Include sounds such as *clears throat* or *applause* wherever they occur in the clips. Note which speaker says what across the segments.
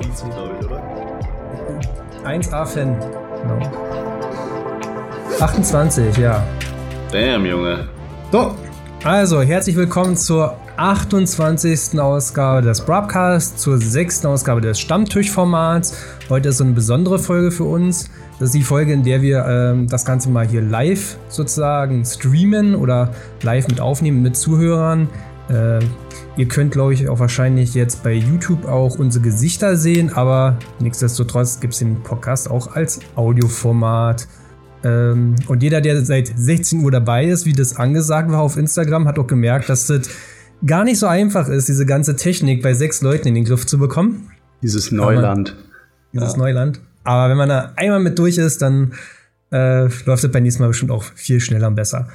Speaker 1: Season, glaube ich, oder?
Speaker 2: 1A-Fan. Genau. 28, ja.
Speaker 1: Damn, Junge.
Speaker 2: So, also herzlich willkommen zur 28. Ausgabe des Broadcast, zur sechsten Ausgabe des Stammtischformats. Heute ist so eine besondere Folge für uns. Das ist die Folge, in der wir ähm, das Ganze mal hier live sozusagen streamen oder live mit aufnehmen mit Zuhörern. Äh, ihr könnt, glaube ich, auch wahrscheinlich jetzt bei YouTube auch unsere Gesichter sehen, aber nichtsdestotrotz gibt es den Podcast auch als Audioformat. Ähm, und jeder, der seit 16 Uhr dabei ist, wie das angesagt war auf Instagram, hat auch gemerkt, dass das gar nicht so einfach ist, diese ganze Technik bei sechs Leuten in den Griff zu bekommen.
Speaker 3: Dieses Neuland.
Speaker 2: Dieses Neuland. Aber wenn man da einmal mit durch ist, dann äh, läuft das beim nächsten Mal bestimmt auch viel schneller und besser.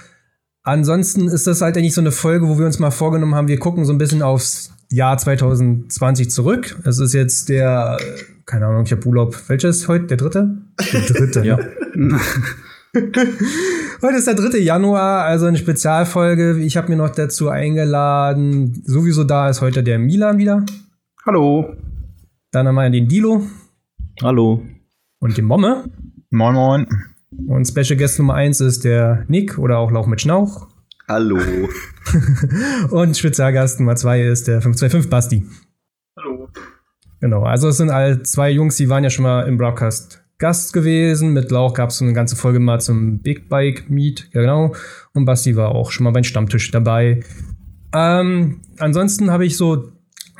Speaker 2: Ansonsten ist das halt eigentlich so eine Folge, wo wir uns mal vorgenommen haben, wir gucken so ein bisschen aufs Jahr 2020 zurück. Es ist jetzt der, äh, keine Ahnung, ich habe Urlaub. Welches heute? Der dritte? Der dritte, ja. *laughs* Heute ist der 3. Januar, also eine Spezialfolge. Ich habe mir noch dazu eingeladen. Sowieso da ist heute der Milan wieder.
Speaker 3: Hallo.
Speaker 2: Dann haben wir den Dilo
Speaker 4: Hallo.
Speaker 2: und den Momme.
Speaker 4: Moin Moin.
Speaker 2: Und Special Guest Nummer 1 ist der Nick oder auch Lauch mit Schnauch.
Speaker 1: Hallo.
Speaker 2: Und Spezialgast Nummer 2 ist der 525 Basti.
Speaker 1: Hallo.
Speaker 2: Genau, also es sind all zwei Jungs, die waren ja schon mal im Broadcast Gast gewesen. Mit Lauch gab es so eine ganze Folge mal zum Big Bike Meet, ja genau. Und Basti war auch schon mal beim Stammtisch dabei. Ähm, ansonsten habe ich so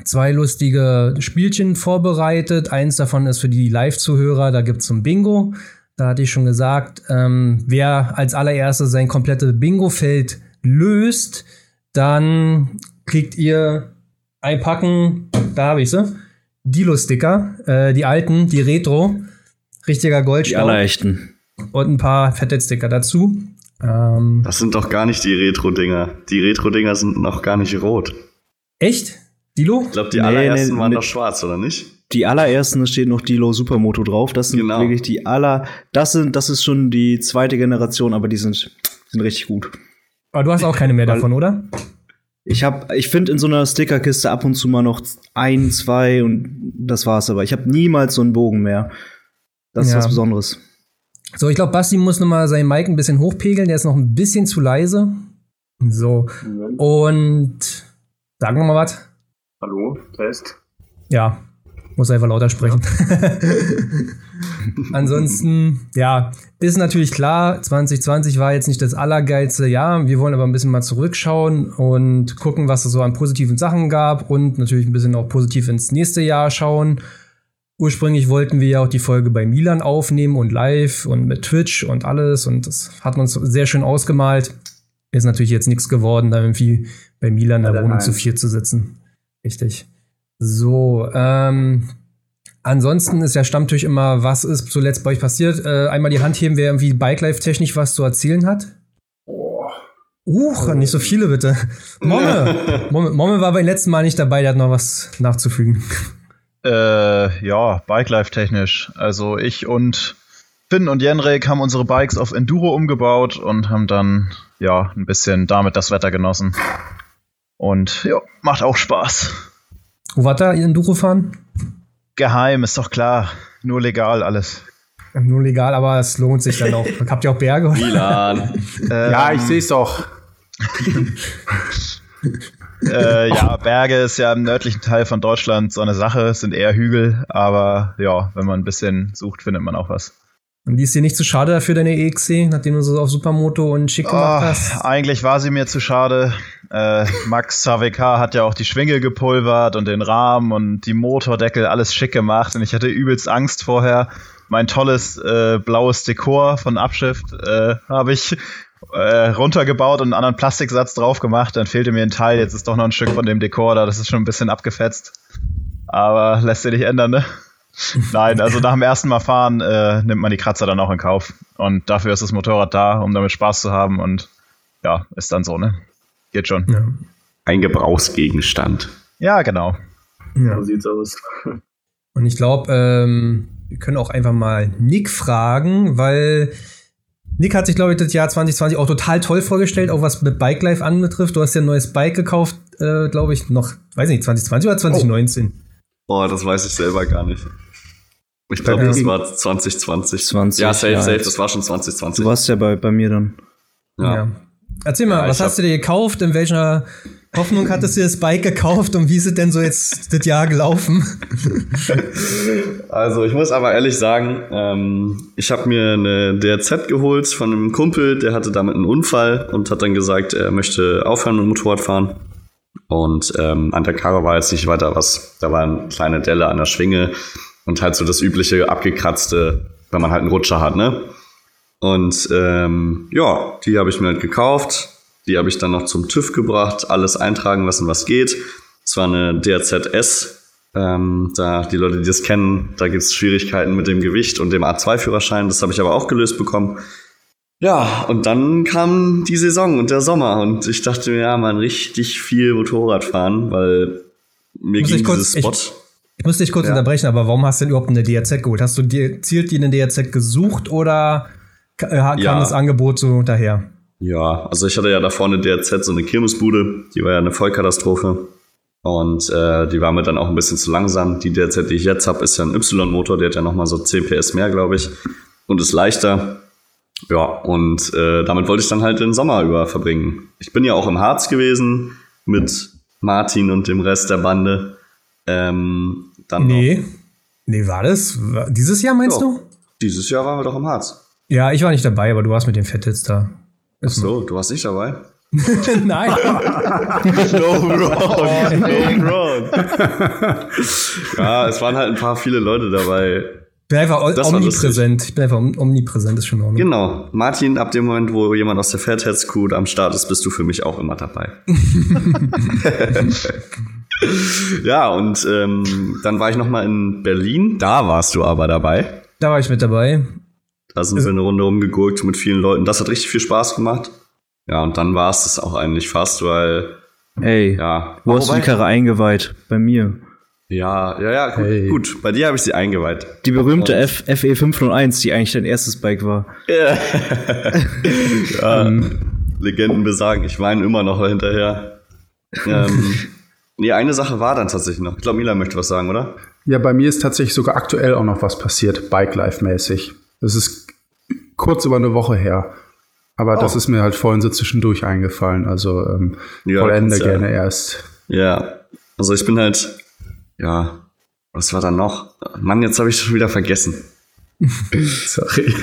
Speaker 2: zwei lustige Spielchen vorbereitet. Eins davon ist für die Live-Zuhörer, da gibt es ein Bingo. Da hatte ich schon gesagt, ähm, wer als allererstes sein komplettes Bingo-Feld löst, dann kriegt ihr ein Packen, da habe ich sie, Dilo-Sticker, äh, die alten, die Retro, richtiger
Speaker 4: Die
Speaker 2: Goldstaub
Speaker 4: allerechten.
Speaker 2: und ein paar fette Sticker dazu. Ähm,
Speaker 1: Das sind doch gar nicht die Retro-Dinger. Die Retro-Dinger sind noch gar nicht rot.
Speaker 2: echt? Dilo?
Speaker 1: Ich glaube, die
Speaker 4: Nee,
Speaker 1: allerersten
Speaker 4: nee,
Speaker 1: waren
Speaker 4: mit-
Speaker 1: doch schwarz, oder nicht?
Speaker 4: Die allerersten da steht noch Dilo Supermoto drauf. Das sind
Speaker 1: Genau.
Speaker 4: wirklich die aller. Das sind, das ist schon die zweite Generation, aber die sind, sind richtig gut.
Speaker 2: Aber du hast auch keine mehr
Speaker 4: Weil-
Speaker 2: davon, oder?
Speaker 4: Ich habe, ich finde in so einer Stickerkiste ab und zu mal noch ein, zwei und das war's. Aber ich habe niemals so einen Bogen mehr. Das
Speaker 2: Ja.
Speaker 4: ist was Besonderes.
Speaker 2: So, ich glaube, Basti muss nochmal seinen Mic ein bisschen hochpegeln. Der ist noch ein bisschen zu leise. So. Und sagen wir mal was.
Speaker 5: Hallo, Test.
Speaker 2: Ja, muss einfach lauter sprechen. *laughs* Ansonsten, ja, ist natürlich klar, 2020 war jetzt nicht das allergeilste Jahr. Wir wollen aber ein bisschen mal zurückschauen und gucken, was es so an positiven Sachen gab und natürlich ein bisschen auch positiv ins nächste Jahr schauen. Ursprünglich wollten wir ja auch die Folge bei Milan aufnehmen und live und mit Twitch und alles und das hat uns sehr schön ausgemalt. Ist natürlich jetzt nichts geworden, da irgendwie bei Milan in der
Speaker 5: Leider
Speaker 2: Wohnung
Speaker 5: nein.
Speaker 2: zu vier zu sitzen. Richtig. So, ähm, ansonsten ist ja Stammtisch immer, was ist zuletzt bei euch passiert? Äh, einmal die Hand heben, wer irgendwie Bike Life technisch was zu erzählen hat. Uch, nicht so viele bitte. Momme. Momme, Momme war beim letzten Mal nicht dabei, der hat noch was nachzufügen.
Speaker 6: Äh, ja, Bike-Life-technisch. Also ich und Finn und Jenrik haben unsere Bikes auf Enduro umgebaut und haben dann, ja, ein bisschen damit das Wetter genossen. Und ja, macht auch Spaß.
Speaker 2: Wo war da ihr Enduro fahren?
Speaker 6: Geheim, ist doch klar. Nur legal alles.
Speaker 2: Nur legal, aber es lohnt sich dann auch. Habt ihr auch Berge?
Speaker 1: Milan.
Speaker 6: Ähm,
Speaker 3: ich sehe es doch.
Speaker 6: *laughs* Äh, ja, Berge ist ja im nördlichen Teil von Deutschland so eine Sache, es sind eher Hügel, aber ja, wenn man ein bisschen sucht, findet man auch was.
Speaker 2: Und die ist dir nicht zu schade dafür, deine EXC, nachdem du so auf Supermoto und schick gemacht
Speaker 6: Ah,
Speaker 2: hast?
Speaker 6: eigentlich war sie mir zu schade. Äh, Max HWK hat ja auch die Schwinge gepulvert und den Rahmen und die Motordeckel alles schick gemacht und ich hatte übelst Angst vorher. Mein tolles äh, blaues Dekor von Abschrift äh, habe ich äh, runtergebaut und einen anderen Plastiksatz drauf gemacht. Dann fehlte mir ein Teil. Jetzt ist doch noch ein Stück von dem Dekor da. Das ist schon ein bisschen abgefetzt. Aber lässt sich nicht ändern, ne? Nein, also nach dem ersten Mal fahren äh, nimmt man die Kratzer dann auch in Kauf. Und dafür ist das Motorrad da, um damit Spaß zu haben. Und ja, ist dann so, ne? Geht schon.
Speaker 2: Ja.
Speaker 1: Ein Gebrauchsgegenstand.
Speaker 6: Ja, genau.
Speaker 2: Ja.
Speaker 5: So sieht's aus.
Speaker 2: Und ich glaube, ähm, wir können auch einfach mal Nick fragen, weil Nick hat sich, glaube ich, das Jahr 2020 auch total toll vorgestellt, auch was mit Bike Life anbetrifft. Du hast ja ein neues Bike gekauft, äh, glaube ich, noch, weiß nicht, 2020 oder 2019?
Speaker 1: Oh, das weiß ich selber gar nicht. Ich glaube,
Speaker 2: Ja.
Speaker 1: das war 2020.
Speaker 4: 20,
Speaker 1: ja, safe,
Speaker 4: ja,
Speaker 1: safe,
Speaker 4: jetzt.
Speaker 1: das war schon 2020.
Speaker 4: Du warst ja bei, bei mir dann.
Speaker 1: Oh. Ja.
Speaker 2: Erzähl mal,
Speaker 1: Ja,
Speaker 2: was
Speaker 1: ich
Speaker 2: hast du dir gekauft? In welcher Hoffnung hattest du das Bike gekauft und wie ist es denn so jetzt das Jahr gelaufen?
Speaker 1: Also ich muss aber ehrlich sagen, ähm, ich habe mir eine DRZ geholt von einem Kumpel, der hatte damit einen Unfall und hat dann gesagt, er möchte aufhören mit Motorrad fahren. Und ähm, an der Karre war jetzt nicht weiter was. Da war eine kleine Delle an der Schwinge und halt so das übliche abgekratzte, wenn man halt einen Rutscher hat, ne? Und ähm, ja, die habe ich mir halt gekauft. Die habe ich dann noch zum TÜV gebracht, alles eintragen lassen, was geht. Es war eine DRZS. Ähm, da die Leute, die das kennen, da gibt es Schwierigkeiten mit dem Gewicht und dem A2-Führerschein. Das habe ich aber auch gelöst bekommen. Ja, und dann kam die Saison und der Sommer und ich dachte mir, ja, man richtig viel Motorrad fahren, weil mir
Speaker 2: Muss
Speaker 1: ging
Speaker 2: ich kurz-
Speaker 1: dieses Spot.
Speaker 2: Ich muss dich kurz unterbrechen, aber warum hast du denn überhaupt eine DRZ geholt? Hast du dir zielt die eine DRZ gesucht oder ka- äh, kam
Speaker 1: Ja.
Speaker 2: das Angebot so daher?
Speaker 1: Ja, also ich hatte ja da vorne DRZ so eine Kirmesbude, die war ja eine Vollkatastrophe. Und äh, die war mir dann auch ein bisschen zu langsam. Die DRZ, die ich jetzt habe, ist ja ein Y-Motor, der hat ja nochmal so 10 PS mehr, glaube ich. Und ist leichter. Ja, und äh, damit wollte ich dann halt den Sommer über verbringen. Ich bin ja auch im Harz gewesen mit Martin und dem Rest der Bande. Ähm, dann noch-
Speaker 2: Nee. Nee, war das? War- Dieses Jahr meinst
Speaker 1: Ja.
Speaker 2: du?
Speaker 1: Dieses Jahr waren wir doch im Harz.
Speaker 2: Ja, ich war nicht dabei, aber du warst mit den Fettels
Speaker 1: *laughs*
Speaker 2: da.
Speaker 1: Ach so, du warst nicht dabei?
Speaker 2: Nein.
Speaker 1: No wrong, no wrong. *laughs* ja, es waren halt ein paar viele Leute dabei.
Speaker 2: Ich bin einfach
Speaker 1: Das war
Speaker 2: omnipräsent. Ich bin einfach om- omnipräsent, ist schon in Ordnung.
Speaker 1: Genau, Martin, ab dem Moment, wo jemand aus der Fatheads Crew am Start ist, bist du für mich auch immer dabei. ja, und ähm, dann war ich nochmal in Berlin. Da warst du aber dabei.
Speaker 2: Da war ich mit dabei.
Speaker 1: Da sind wir eine Runde rumgegurkt mit vielen Leuten. Das hat richtig viel Spaß gemacht. Ja, und dann war es das auch eigentlich fast, weil,
Speaker 4: Ey,
Speaker 1: ja.
Speaker 4: wo hast du die
Speaker 1: Wobei-
Speaker 4: Karre eingeweiht? Bei mir.
Speaker 1: Ja, ja, ja, gut.
Speaker 4: Hey.
Speaker 1: gut. Bei dir habe ich sie eingeweiht.
Speaker 4: Die berühmte F E FE 501, die eigentlich dein erstes Bike war.
Speaker 1: Legenden besagen. Ich weine immer noch hinterher. Ähm, nee, eine Sache war dann tatsächlich noch. Ich glaube, Mila möchte was sagen, oder?
Speaker 3: Ja, bei mir ist tatsächlich sogar aktuell auch noch was passiert, Bike-Life-mäßig. Das ist kurz über eine Woche her. Aber
Speaker 1: Oh.
Speaker 3: das ist mir halt vorhin so zwischendurch eingefallen. Also ähm,
Speaker 1: Ja,
Speaker 3: vollende
Speaker 1: kannst ja-
Speaker 3: gerne erst.
Speaker 1: Ja. Also ich bin halt. Ja. Was war dann noch? Mann, jetzt habe ich schon wieder *laughs* vergessen.
Speaker 3: Sorry.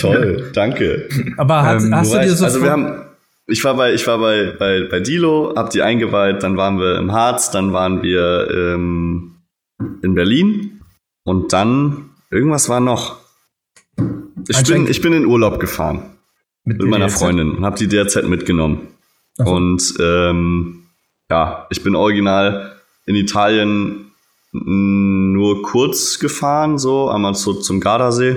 Speaker 1: Toll, danke.
Speaker 2: Aber hat,
Speaker 3: Ähm,
Speaker 2: hast du
Speaker 1: Wobei
Speaker 2: dir
Speaker 1: ich-
Speaker 2: so
Speaker 1: also wir haben, ich war bei, ich war bei, bei, bei Dilo, hab die eingeweiht, dann waren wir im Harz, dann waren wir ähm, in Berlin und dann irgendwas war noch. Ich bin,
Speaker 2: Anscheinend-
Speaker 1: ich bin in Urlaub gefahren
Speaker 2: mit
Speaker 1: mit meiner
Speaker 2: DRZ?
Speaker 1: Freundin und habe die DRZ mitgenommen.
Speaker 2: Ach so.
Speaker 1: Und ähm, ja, ich bin original in Italien n- nur kurz gefahren, so einmal zu, zum Gardasee.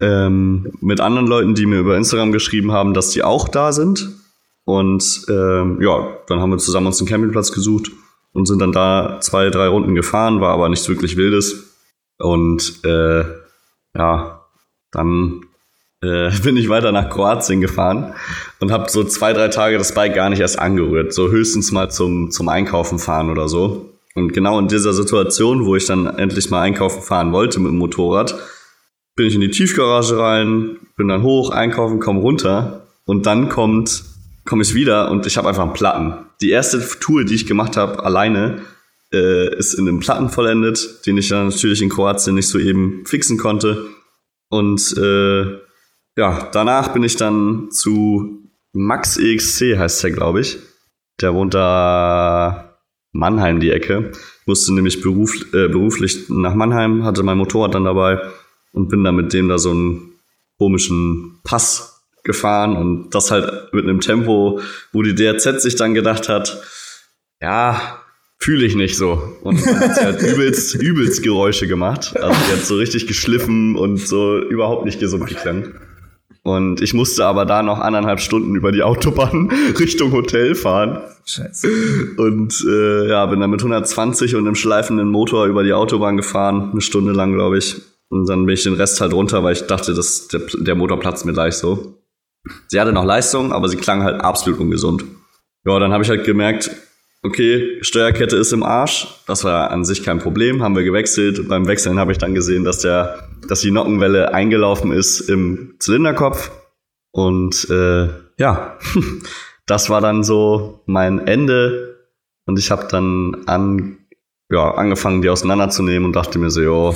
Speaker 1: Ähm, mit anderen Leuten, die mir über Instagram geschrieben haben, dass die auch da sind. Und ähm, ja, dann haben wir zusammen uns einen Campingplatz gesucht und sind dann da zwei, drei Runden gefahren, war aber nichts wirklich Wildes. Und äh, ja, dann äh, *laughs* bin ich weiter nach Kroatien gefahren und habe so zwei, drei Tage das Bike gar nicht erst angerührt. So höchstens mal zum, zum Einkaufen fahren oder so. Und genau in dieser Situation, wo ich dann endlich mal einkaufen fahren wollte mit dem Motorrad, bin ich in die Tiefgarage rein, bin dann hoch, einkaufen, komm runter und dann kommt, komme ich wieder und ich habe einfach einen Platten. Die erste Tour, die ich gemacht habe, alleine, äh, ist in einem Platten vollendet, den ich dann natürlich in Kroatien nicht so eben fixen konnte. Und äh, ja, danach bin ich dann zu Max EXC, heißt der, glaube ich. Der wohnt da Mannheim die Ecke. Ich musste nämlich beruf, äh, beruflich nach Mannheim, hatte mein Motorrad dann dabei und bin dann mit dem da so einen komischen Pass gefahren und das halt mit einem Tempo, wo die DRZ sich dann gedacht hat, ja, fühle ich nicht so. Und dann hat sie halt übelst, übelst Geräusche gemacht. Also die hat so richtig geschliffen und so überhaupt nicht gesund geklangt. Und ich musste aber da noch anderthalb Stunden über die Autobahn *laughs* Richtung Hotel fahren.
Speaker 2: Scheiße.
Speaker 1: Und äh, ja, bin dann mit 120 und einem schleifenden Motor über die Autobahn gefahren, eine Stunde lang, glaube ich. Und dann bin ich den Rest halt runter, weil ich dachte, dass der, der Motor platzt mir gleich so. Sie hatte noch Leistung, aber sie klang halt absolut ungesund. Ja, dann habe ich halt gemerkt, okay, Steuerkette ist im Arsch. Das war an sich kein Problem, haben wir gewechselt. Beim Wechseln habe ich dann gesehen, dass, der, dass die Nockenwelle eingelaufen ist im Zylinderkopf. Und äh, ja, *laughs* das war dann so mein Ende. Und ich habe dann an, ja, angefangen, die auseinanderzunehmen und dachte mir so, jo,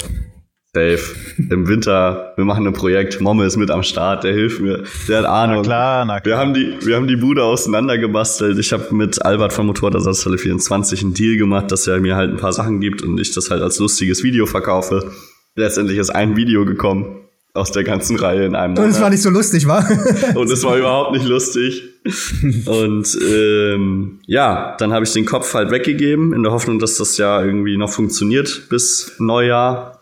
Speaker 1: safe, im Winter, wir machen ein Projekt, Momme ist mit am Start, der hilft mir, der hat Ahnung.
Speaker 6: Na klar, na
Speaker 1: Wir
Speaker 6: klar.
Speaker 1: haben die, wir haben die Bude auseinandergebastelt. Ich habe mit Albert von Motorradersatzteile 24 einen Deal gemacht, dass er mir halt ein paar Sachen gibt und ich das halt als lustiges Video verkaufe. Letztendlich ist ein Video gekommen aus der ganzen Reihe in einem
Speaker 2: Und es
Speaker 1: Monat.
Speaker 2: war nicht so lustig, war?
Speaker 1: und es war überhaupt nicht lustig. Und ähm, ja, dann habe ich den Kopf halt weggegeben, in der Hoffnung, dass das ja irgendwie noch funktioniert bis Neujahr.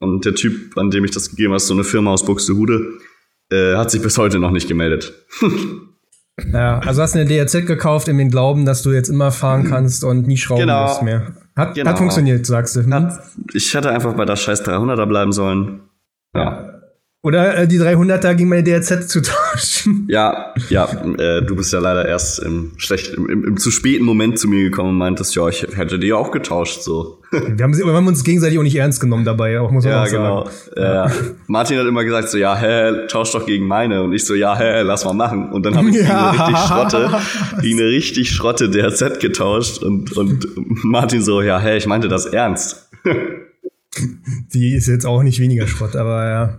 Speaker 1: Und der Typ, an dem ich das gegeben habe, ist so eine Firma aus Buxtehude, äh, hat sich bis heute noch nicht gemeldet.
Speaker 2: *laughs* ja, also hast du eine DRZ gekauft in den Glauben, dass du jetzt immer fahren kannst und nie schrauben
Speaker 1: Mhm. Genau.
Speaker 2: musst mehr. Hat,
Speaker 1: Genau.
Speaker 2: hat funktioniert, sagst du. hm?
Speaker 1: Ich hätte einfach bei der scheiß 300er bleiben sollen. Ja,
Speaker 2: Oder äh, die 300er gegen meine DRZ zu tauschen.
Speaker 1: ja, ja. Äh, du bist ja leider erst im, schlecht, im, im, im zu späten Moment zu mir gekommen und meintest, ja, ich hätte die auch getauscht. So.
Speaker 2: Wir haben, sie- wir haben uns gegenseitig auch nicht ernst genommen dabei, auch muss man auch sagen.
Speaker 1: Ja. äh, Martin hat immer gesagt, so, ja, hä, tausch doch gegen meine. Und ich so, ja, hä, lass mal machen. Und dann habe ich gegen
Speaker 2: Ja.
Speaker 1: eine richtig Schrotte, gegen eine richtig Schrotte DRZ getauscht. Und, und Martin so, ja, hä, ich meinte das ernst.
Speaker 2: Die ist jetzt auch nicht weniger Schrott, aber ja.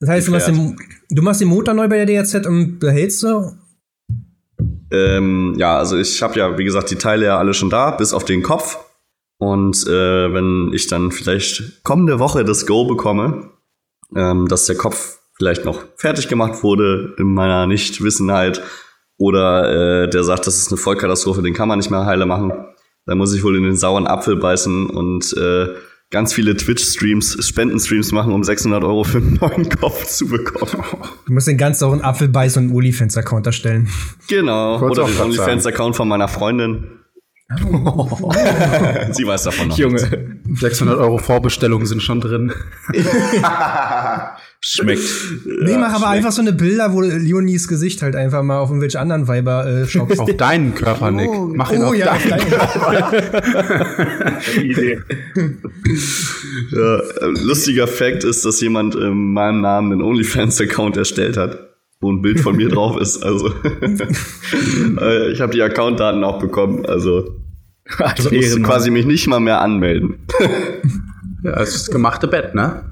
Speaker 2: Das heißt, du machst, den, du machst den Motor neu bei der DRZ und behältst sie.
Speaker 1: Ähm, ja, also ich habe ja, wie gesagt, die Teile ja alle schon da, bis auf den Kopf. Und äh, wenn ich dann vielleicht kommende Woche das Go bekomme, ähm, dass der Kopf vielleicht noch fertig gemacht wurde in meiner Nichtwissenheit oder äh, der sagt, das ist eine Vollkatastrophe, den kann man nicht mehr heile machen, dann muss ich wohl in den sauren Apfel beißen und äh, ganz viele Twitch-Streams, Spendenstreams machen, um 600 Euro für einen neuen Kopf zu bekommen.
Speaker 2: Du musst den ganz sauren Apfel beißen und einen Olifants-Account erstellen.
Speaker 1: Genau,
Speaker 3: Kurz
Speaker 1: oder
Speaker 3: auch
Speaker 1: den
Speaker 3: grad sagen.
Speaker 1: OnlyFans-Account von meiner Freundin. *laughs* Sie weiß davon noch. nichts.
Speaker 3: 600 Euro Vorbestellungen sind schon drin.
Speaker 1: Schmeckt.
Speaker 2: nee, mach aber einfach so eine Bilder, wo Leonies Gesicht halt einfach mal auf irgendwelche anderen Weiber äh, Oh, schaut.
Speaker 1: *laughs*
Speaker 3: Auf deinen Körper, Nick.
Speaker 1: Oh,
Speaker 3: Mach ihn auf deinen.
Speaker 5: Die Idee.
Speaker 1: Ja, äh, lustiger Fact ist, dass jemand in meinem Namen einen OnlyFans-Account erstellt hat, wo ein Bild von mir drauf ist. Also, äh, ich habe die Accountdaten auch bekommen. Also, ich musste
Speaker 4: Ehrenmann.
Speaker 1: quasi mich nicht mal mehr anmelden.
Speaker 3: Ja, das ist das gemachte Bett, ne?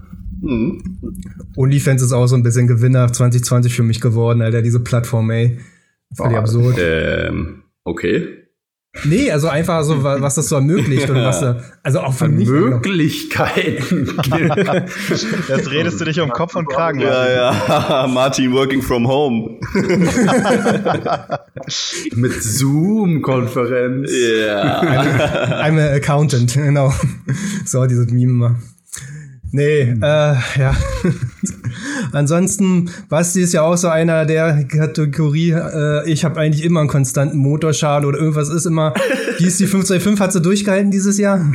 Speaker 1: Mhm.
Speaker 2: Olifants ist auch so ein bisschen Gewinner 2020 für mich geworden, Alter, diese Plattform, ey. Völlig absurd.
Speaker 1: Ähm, okay.
Speaker 2: Nee, also einfach so, wa- was das so ermöglicht und was da, also auch für mich.
Speaker 1: genau.
Speaker 3: Möglichkeiten. *laughs*
Speaker 6: Jetzt redest du dich um Kopf und Kragen. Martin.
Speaker 1: ja. *laughs* Martin working from home.
Speaker 3: Mit Zoom-Konferenz.
Speaker 1: Yeah.
Speaker 2: also, I'm a accountant, *laughs* genau. So, dieses Meme mal. Nee, äh, ja. *laughs* Ansonsten, Basti ist ja auch so einer der Kategorie, äh, ich habe eigentlich immer einen konstanten Motorschaden oder irgendwas ist immer. Die ist die 525, hat sie durchgehalten dieses Jahr?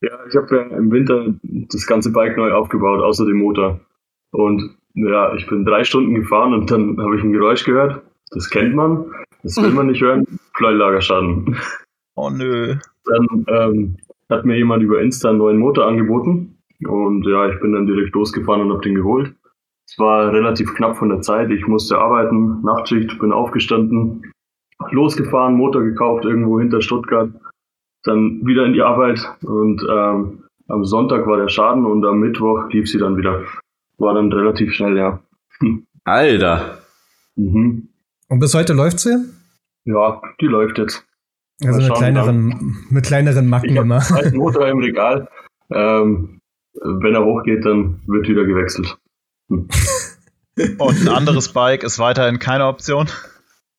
Speaker 5: Ja, ich habe ja im Winter das ganze Bike neu aufgebaut, außer dem Motor. Und ja, ich bin drei Stunden gefahren und dann habe ich ein Geräusch gehört. Das kennt man, das will man nicht hören. Pleuellagerschaden.
Speaker 6: Oh nö.
Speaker 5: Dann ähm, hat mir jemand über Insta einen neuen Motor angeboten. Und ja, ich bin dann direkt losgefahren und habe den geholt. Es war relativ knapp von der Zeit. Ich musste arbeiten, Nachtschicht, bin aufgestanden, losgefahren, Motor gekauft irgendwo hinter Stuttgart, dann wieder in die Arbeit und ähm, am Sonntag war der Schaden und am Mittwoch lief sie dann wieder. War dann relativ schnell, ja. *laughs*
Speaker 1: Alter.
Speaker 5: Mhm.
Speaker 2: Und bis heute läuft sie?
Speaker 5: Ja, die läuft jetzt.
Speaker 2: Also
Speaker 5: Mal
Speaker 2: mit
Speaker 5: schauen,
Speaker 2: kleineren, mit kleineren Macken
Speaker 5: Ich habe
Speaker 2: immer.
Speaker 5: einen alten Motor im Regal. Ähm, wenn er hochgeht, dann wird wieder gewechselt.
Speaker 6: Und ein anderes Bike ist weiterhin keine Option.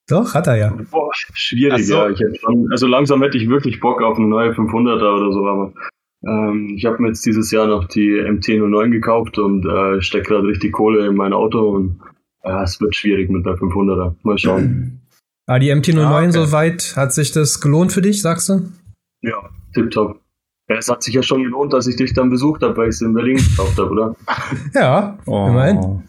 Speaker 2: Doch, hat er ja.
Speaker 5: Boah, schwierig,
Speaker 6: Ach so.
Speaker 5: ja. Ich hätte schon, also langsam hätte ich wirklich Bock auf eine neue 500er oder so, aber ähm, ich habe mir jetzt dieses Jahr noch die MT-09 gekauft und äh, stecke gerade richtig Kohle in mein Auto und äh, es wird schwierig mit einer 500er. Mal schauen.
Speaker 2: Ah, die MT09
Speaker 6: Ah, okay.
Speaker 2: soweit, hat sich das gelohnt für dich, sagst du?
Speaker 5: ja, tipptopp. Ja, es hat sich ja schon
Speaker 1: Oh.
Speaker 5: gelohnt, dass ich dich dann besucht habe, weil ich es in Berlin gekauft habe, oder?
Speaker 2: Ja, immerhin.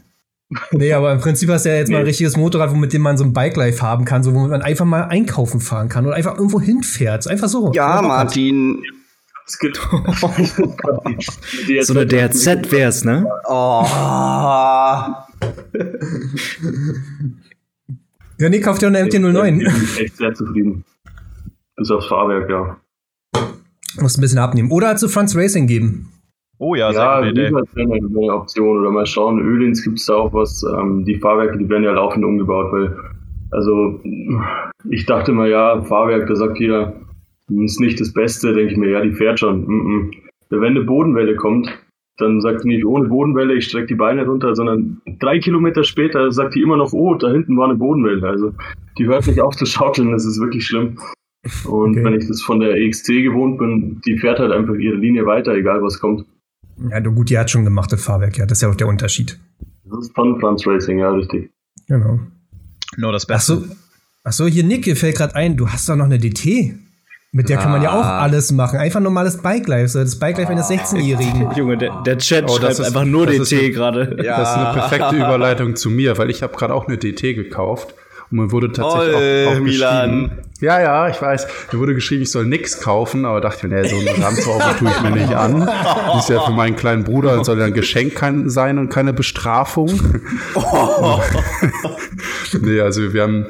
Speaker 2: Nee, aber im Prinzip hast du ja jetzt mal ein richtiges Motorrad, womit dem man so ein Bike-Life haben kann, so womit man einfach mal einkaufen fahren kann oder einfach irgendwo hinfährt. Einfach so.
Speaker 1: Ja,
Speaker 2: Einfach
Speaker 1: Martin.
Speaker 5: Es gibt so
Speaker 4: So eine DRZ wär's, ne?
Speaker 1: Oh.
Speaker 2: Ja, nee, kauft ja eine
Speaker 5: Ich
Speaker 2: MT-09.
Speaker 5: *laughs* bin echt sehr zufrieden. Bis aufs Fahrwerk, ja.
Speaker 2: *laughs* Musst ein bisschen abnehmen. Oder zu Franz Racing geben.
Speaker 6: Oh ja, sehr
Speaker 5: ja,
Speaker 6: gute Idee.
Speaker 5: Lieferzelle wäre eine Option. Oder mal schauen, Ölins gibt es da auch was. Ähm, die Fahrwerke, die werden ja laufend umgebaut, weil, also, ich dachte mal, ja, Fahrwerk, da sagt jeder, hm, ist nicht das Beste, denke ich mir, ja, die fährt schon. Mm -mm. Wenn eine Bodenwelle kommt, dann sagt die nicht, ohne Bodenwelle, ich strecke die Beine runter, sondern drei Kilometer später sagt die immer noch, oh, da hinten war eine Bodenwelle. Also, die hört nicht auf zu schaukeln, das ist wirklich schlimm. Und
Speaker 2: Okay.
Speaker 5: wenn ich das von der EXT gewohnt bin, die fährt halt einfach ihre Linie weiter, egal was kommt.
Speaker 2: Ja, du, gut, die hat schon gemacht, das Fahrwerk, ja. Das ist ja auch der Unterschied.
Speaker 5: Das ist von Franz Racing, ja, richtig.
Speaker 2: Genau.
Speaker 6: Nur das
Speaker 2: Ach
Speaker 6: Beste.
Speaker 2: so, ach so hier, Nick, hier fällt gerade ein, du hast doch noch eine DT. Mit der kann man ja auch
Speaker 1: Ah.
Speaker 2: alles machen. Einfach normales Bike-Life, so das Bike-Life eines
Speaker 1: *laughs*
Speaker 2: 16-Jährigen.
Speaker 4: Junge, der, der Chat
Speaker 3: Oh, das
Speaker 4: schreibt
Speaker 3: ist-
Speaker 4: einfach nur
Speaker 3: das ist
Speaker 4: DT
Speaker 3: eine-
Speaker 4: gerade.
Speaker 1: Ja.
Speaker 3: Das ist eine perfekte Überleitung zu mir, weil ich habe gerade auch eine DT gekauft und mir wurde tatsächlich
Speaker 1: Toll,
Speaker 3: auch, auch
Speaker 1: Milan.
Speaker 3: geschrieben. Ja, ja, ich weiß. Mir wurde geschrieben, ich soll nix kaufen, aber dachte mir, nee, so einen Ramsauge tue ich mir nicht an. Das ist ja für meinen kleinen Bruder und soll ja ein Geschenk kein, sein und
Speaker 1: *laughs*
Speaker 3: keine Bestrafung. nee, also wir haben,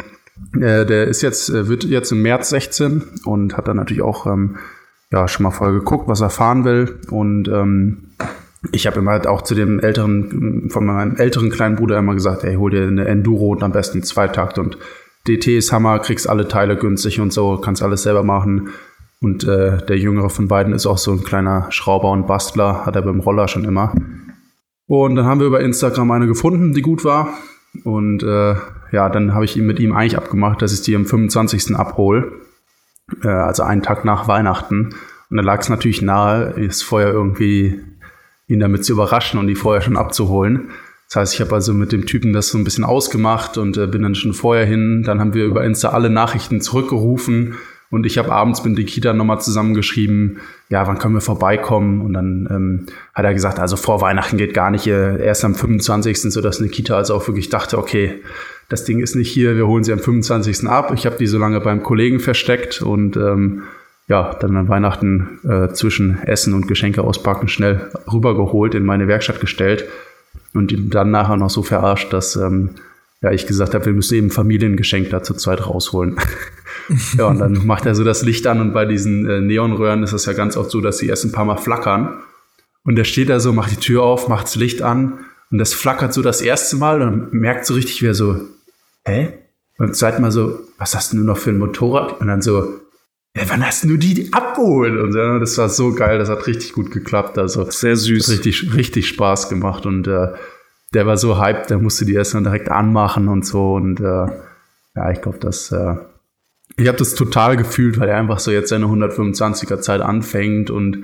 Speaker 3: äh, der ist jetzt, äh, wird jetzt im März 16 und hat dann natürlich auch ähm, ja, schon mal voll geguckt, was er fahren will. Und ähm, ich habe immer halt auch zu dem älteren, von meinem älteren kleinen Bruder immer gesagt, ey, hol dir eine Enduro und am besten Zweitakt und DT ist Hammer, kriegst alle Teile günstig und so, kannst alles selber machen. Und äh, der jüngere von beiden ist auch so ein kleiner Schrauber und Bastler, hat er beim Roller schon immer. Und dann haben wir über Instagram eine gefunden, die gut war. Und äh, ja, dann habe ich ihn mit ihm eigentlich abgemacht, dass ich die am 25. abhole. Äh, also einen Tag nach Weihnachten. Und da lag es natürlich nahe, es vorher irgendwie ihn damit zu überraschen und die vorher schon abzuholen. Das heißt, ich habe also mit dem Typen das so ein bisschen ausgemacht und äh, bin dann schon vorher hin. Dann haben wir über Insta alle Nachrichten zurückgerufen und ich habe abends mit Nikita nochmal zusammengeschrieben, ja, wann können wir vorbeikommen? Und dann ähm, hat er gesagt, also vor Weihnachten geht gar nicht, äh, erst am 25., sodass Nikita also auch wirklich dachte, okay, das Ding ist nicht hier, wir holen sie am 25. ab. Ich habe die so lange beim Kollegen versteckt und ähm, ja, dann an Weihnachten äh, zwischen Essen und Geschenke auspacken schnell rübergeholt, in meine Werkstatt gestellt und ihn dann nachher noch so verarscht, dass ähm, ja, ich gesagt habe, wir müssen eben Familiengeschenk da zu zweit rausholen. *laughs* ja, und dann macht er so das Licht an und bei diesen äh, Neonröhren ist es ja ganz oft so, dass sie erst ein paar Mal flackern. Und der steht da so, macht die Tür auf, macht das Licht an und das flackert so das erste Mal und merkt so richtig, wie er so, hä? Und seid mal so, was hast du denn noch für ein Motorrad? Und dann so, ja, wann hast du die abgeholt? Und so, das war so geil, das hat richtig gut geklappt. Also
Speaker 4: Sehr
Speaker 3: hat
Speaker 4: süß.
Speaker 3: richtig, richtig Spaß gemacht und äh, der war so hyped, der musste die erst dann direkt anmachen und so und äh, ja, ich glaube, das äh, ich habe das total gefühlt, weil er einfach so jetzt seine 125er Zeit anfängt und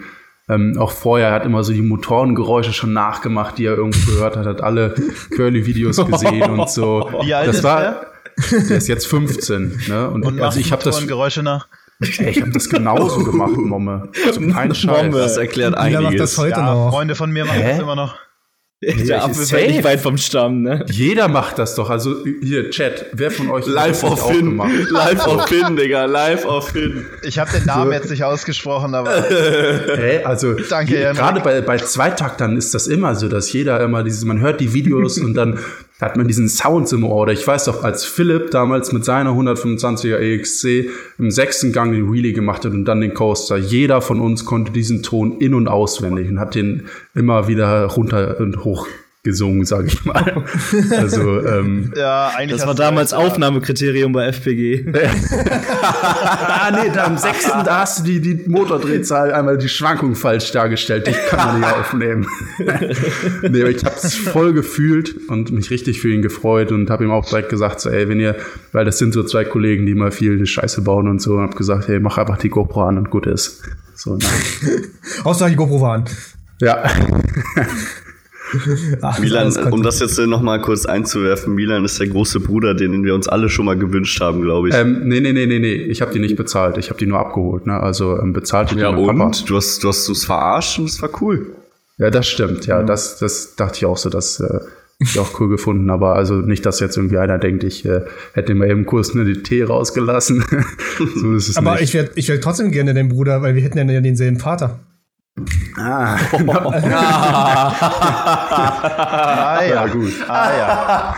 Speaker 3: ähm, auch vorher er hat immer so die Motorengeräusche schon nachgemacht, die er irgendwo gehört hat, hat alle
Speaker 6: *laughs*
Speaker 3: Curly-Videos gesehen und so.
Speaker 6: Wie alt
Speaker 3: das
Speaker 6: ist
Speaker 3: war, der? ist jetzt 15, ne? Und,
Speaker 6: Und
Speaker 3: also
Speaker 6: also
Speaker 3: ich habe das,
Speaker 6: Geräusche nach.
Speaker 3: ey, ich habe das genauso gemacht, Momme.
Speaker 6: *laughs*
Speaker 3: Also kein Scheiß.
Speaker 1: Das erklärt
Speaker 2: Jeder macht das
Speaker 1: einiges.
Speaker 2: heute
Speaker 6: Ja,
Speaker 2: noch.
Speaker 6: Freunde von mir machen
Speaker 3: Hä?
Speaker 6: das immer noch.
Speaker 4: Der Apfel fällt nicht weit vom Stamm, ne?
Speaker 3: Jeder macht das doch. Also hier, Chat, wer von euch hat
Speaker 1: Live
Speaker 3: das nicht
Speaker 1: auf
Speaker 3: auch
Speaker 1: Finn.
Speaker 3: gemacht?
Speaker 1: Live auf Finn, Digga. Live auf Finn.
Speaker 6: Ich habe den Namen jetzt nicht ausgesprochen, aber
Speaker 3: Hä?
Speaker 1: *laughs*
Speaker 3: Also
Speaker 6: Danke,
Speaker 3: je-
Speaker 1: ne?
Speaker 6: Jan.
Speaker 3: gerade bei, bei Zweitaktern ist das immer so, dass jeder immer dieses, man hört die Videos und dann
Speaker 1: *laughs*
Speaker 3: hat man diesen Sound im Ohr. Oder ich weiß doch, als Philipp damals mit seiner 125er EXC im sechsten Gang den Wheelie gemacht hat und dann den Coaster, jeder von uns konnte diesen Ton in- und auswendig und hat den immer wieder runter und hoch gesungen, sage ich
Speaker 1: *laughs*
Speaker 3: mal. Also ähm,
Speaker 6: ja, eigentlich
Speaker 4: Das
Speaker 6: hast
Speaker 4: war
Speaker 6: du
Speaker 4: damals
Speaker 6: recht, ja.
Speaker 4: Aufnahmekriterium bei FPG.
Speaker 3: *laughs* Ah, nee, da am 6. da hast du die, die Motordrehzahl einmal die Schwankung falsch dargestellt. Die kann
Speaker 1: *laughs*
Speaker 3: man nicht aufnehmen. *laughs* nee, aber ich hab's voll gefühlt und mich richtig für ihn gefreut und habe ihm auch direkt gesagt, so, ey, wenn ihr, weil das sind so zwei Kollegen, die mal viel Scheiße bauen und so, und hab gesagt, ey, mach einfach die GoPro an und gut ist. So, nein.
Speaker 2: Hauptsache die GoPro waren.
Speaker 3: Ja,
Speaker 2: Ach,
Speaker 1: Milan,
Speaker 2: alles Content.
Speaker 1: um das jetzt noch mal kurz einzuwerfen, Milan ist der große Bruder, den wir uns alle schon mal gewünscht haben, glaube ich.
Speaker 3: ähm, nee, nee, nee, nee, nee, ich habe die nicht bezahlt. Ich habe die nur abgeholt, ne? Also ähm, bezahlt hat die
Speaker 1: ja,
Speaker 3: mein
Speaker 1: und?
Speaker 3: Papa.
Speaker 1: Du hast, du hast uns verarscht und es war cool.
Speaker 3: Ja, das stimmt. Ja, das, das dachte ich auch so, dass äh, ich auch cool gefunden, aber also nicht, dass jetzt irgendwie einer denkt, ich äh, hätte mal eben kurz nur die T rausgelassen. *laughs* so ist es
Speaker 2: Aber
Speaker 3: nicht.
Speaker 2: ich werde ich werd trotzdem gerne den Bruder, weil wir hätten ja denselben Vater.
Speaker 3: Ah, genau.
Speaker 6: Ah
Speaker 3: ja,
Speaker 6: ja,
Speaker 3: gut.
Speaker 6: ah ja.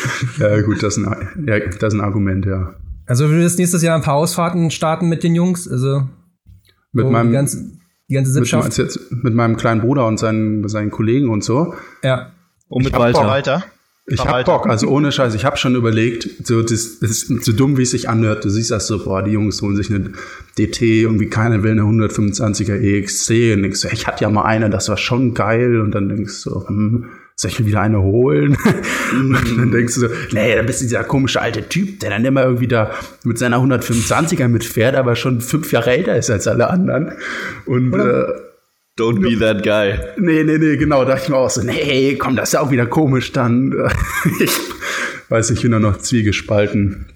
Speaker 3: *laughs* Ja, gut, das ist ein, ja, das ist ein Argument, ja.
Speaker 2: Also wir würdest nächstes Jahr ein paar Ausfahrten starten mit den Jungs. Also
Speaker 3: Mit
Speaker 2: wo
Speaker 3: meinem,
Speaker 2: die ganze, die ganze
Speaker 3: mit,
Speaker 2: Sippschaft.
Speaker 3: meinst du jetzt, mit meinem kleinen Bruder und seinen, seinen Kollegen und so.
Speaker 2: Ja.
Speaker 4: Und mit
Speaker 6: Boah,
Speaker 4: Walter.
Speaker 6: Walter.
Speaker 3: Ich
Speaker 6: Ach,
Speaker 3: hab
Speaker 6: Alter.
Speaker 3: Bock, also ohne Scheiß, ich hab schon überlegt, so, das, das ist so dumm, wie es sich anhört. Du siehst das so, boah, die Jungs holen sich eine DT, irgendwie keiner will eine 125er EXC und denkst so, ich hatte ja mal eine, das war schon geil und dann denkst du, so, hm, soll ich mir wieder eine holen? *laughs* und dann denkst du so, nee, dann bist du dieser komische alte Typ, der dann immer irgendwie da mit seiner 125er mitfährt, aber schon fünf Jahre älter ist als alle anderen. Und, äh,
Speaker 1: Don't be that guy.
Speaker 3: Nee, nee, nee, genau, dachte ich mir auch so, nee, komm, das ist ja auch wieder komisch dann. *laughs* ich weiß, ich bin da noch zwiegespalten.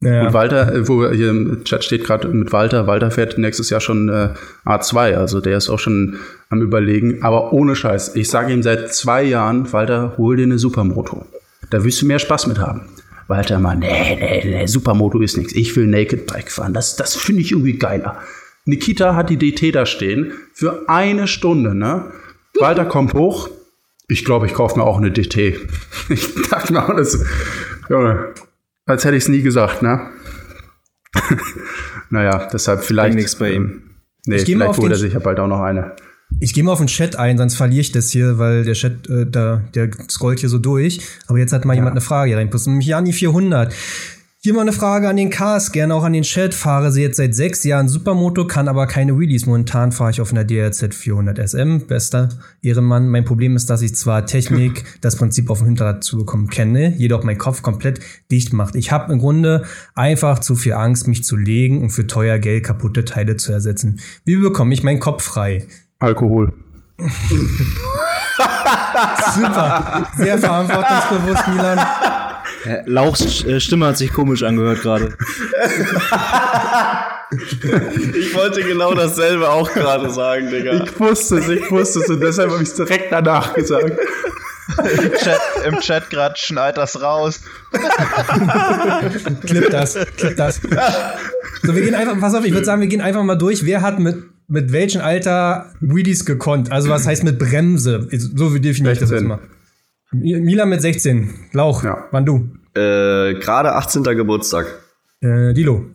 Speaker 2: Ja.
Speaker 3: Und Walter, äh, wo wir hier im Chat steht gerade mit Walter, Walter fährt nächstes Jahr schon äh, A2, also der ist auch schon am überlegen, aber ohne Scheiß. Ich sage ihm seit zwei Jahren, Walter, hol dir eine Supermoto. Da wirst du mehr Spaß mit haben. Walter mal, nee, nee, nee, Supermoto ist nichts. Ich will Naked Bike fahren. Das, das finde ich irgendwie geiler. Nikita hat die DT da stehen für eine Stunde, ne? Walter kommt hoch. Ich glaube, ich kaufe mir auch eine DT. *laughs* Ich dachte mir auch, das, Junge, als hätte ich es nie gesagt, ne? *laughs* naja, deshalb vielleicht. ähm,
Speaker 4: Bringt nichts bei ihm.
Speaker 3: Nee,
Speaker 2: Ich geh mal auf
Speaker 3: vielleicht holt
Speaker 2: den
Speaker 3: er sich ja bald auch noch eine.
Speaker 2: Ich gehe mal auf den Chat ein, sonst verliere ich das hier, weil der Chat, äh, da, der scrollt hier so durch. Aber jetzt hat mal jemand eine Frage hier reinpustet. Nämlich Jani 400. Hier mal eine Frage an den Cars, gerne auch an den Chat. Fahre sie jetzt seit sechs Jahren Supermoto, kann aber keine Wheelies. Momentan fahre ich auf einer DRZ 400 SM. Bester Ehrenmann. Mein Problem ist, dass ich zwar Technik, das Prinzip auf dem Hinterrad zu bekommen kenne, jedoch mein Kopf komplett dicht macht. Ich habe im Grunde einfach zu viel Angst, mich zu legen und für teuer Geld kaputte Teile zu ersetzen. Wie bekomme ich meinen Kopf frei?
Speaker 3: Alkohol.
Speaker 2: Super. Sehr verantwortungsbewusst, Milan.
Speaker 4: Äh, Lauchs äh, Stimme hat sich komisch angehört gerade.
Speaker 1: Ich wollte genau dasselbe auch gerade sagen, Digga.
Speaker 3: Ich wusste es, ich wusste es und deshalb habe ich es direkt danach gesagt.
Speaker 6: Im Chat, im Chat gerade schneid das raus.
Speaker 2: Klipp das, klipp das. So, wir gehen einfach, pass auf, ich würde sagen, wir gehen einfach mal durch. Wer hat mit, mit welchem Alter Wheelies gekonnt? Also, was heißt mit Bremse? So wie definiere ich das jetzt
Speaker 3: 16.
Speaker 2: mal. Mi- Milan mit 16. Lauch,
Speaker 3: Ja.
Speaker 2: wann du?
Speaker 1: Äh, gerade 18. Geburtstag.
Speaker 2: Äh, Dilo,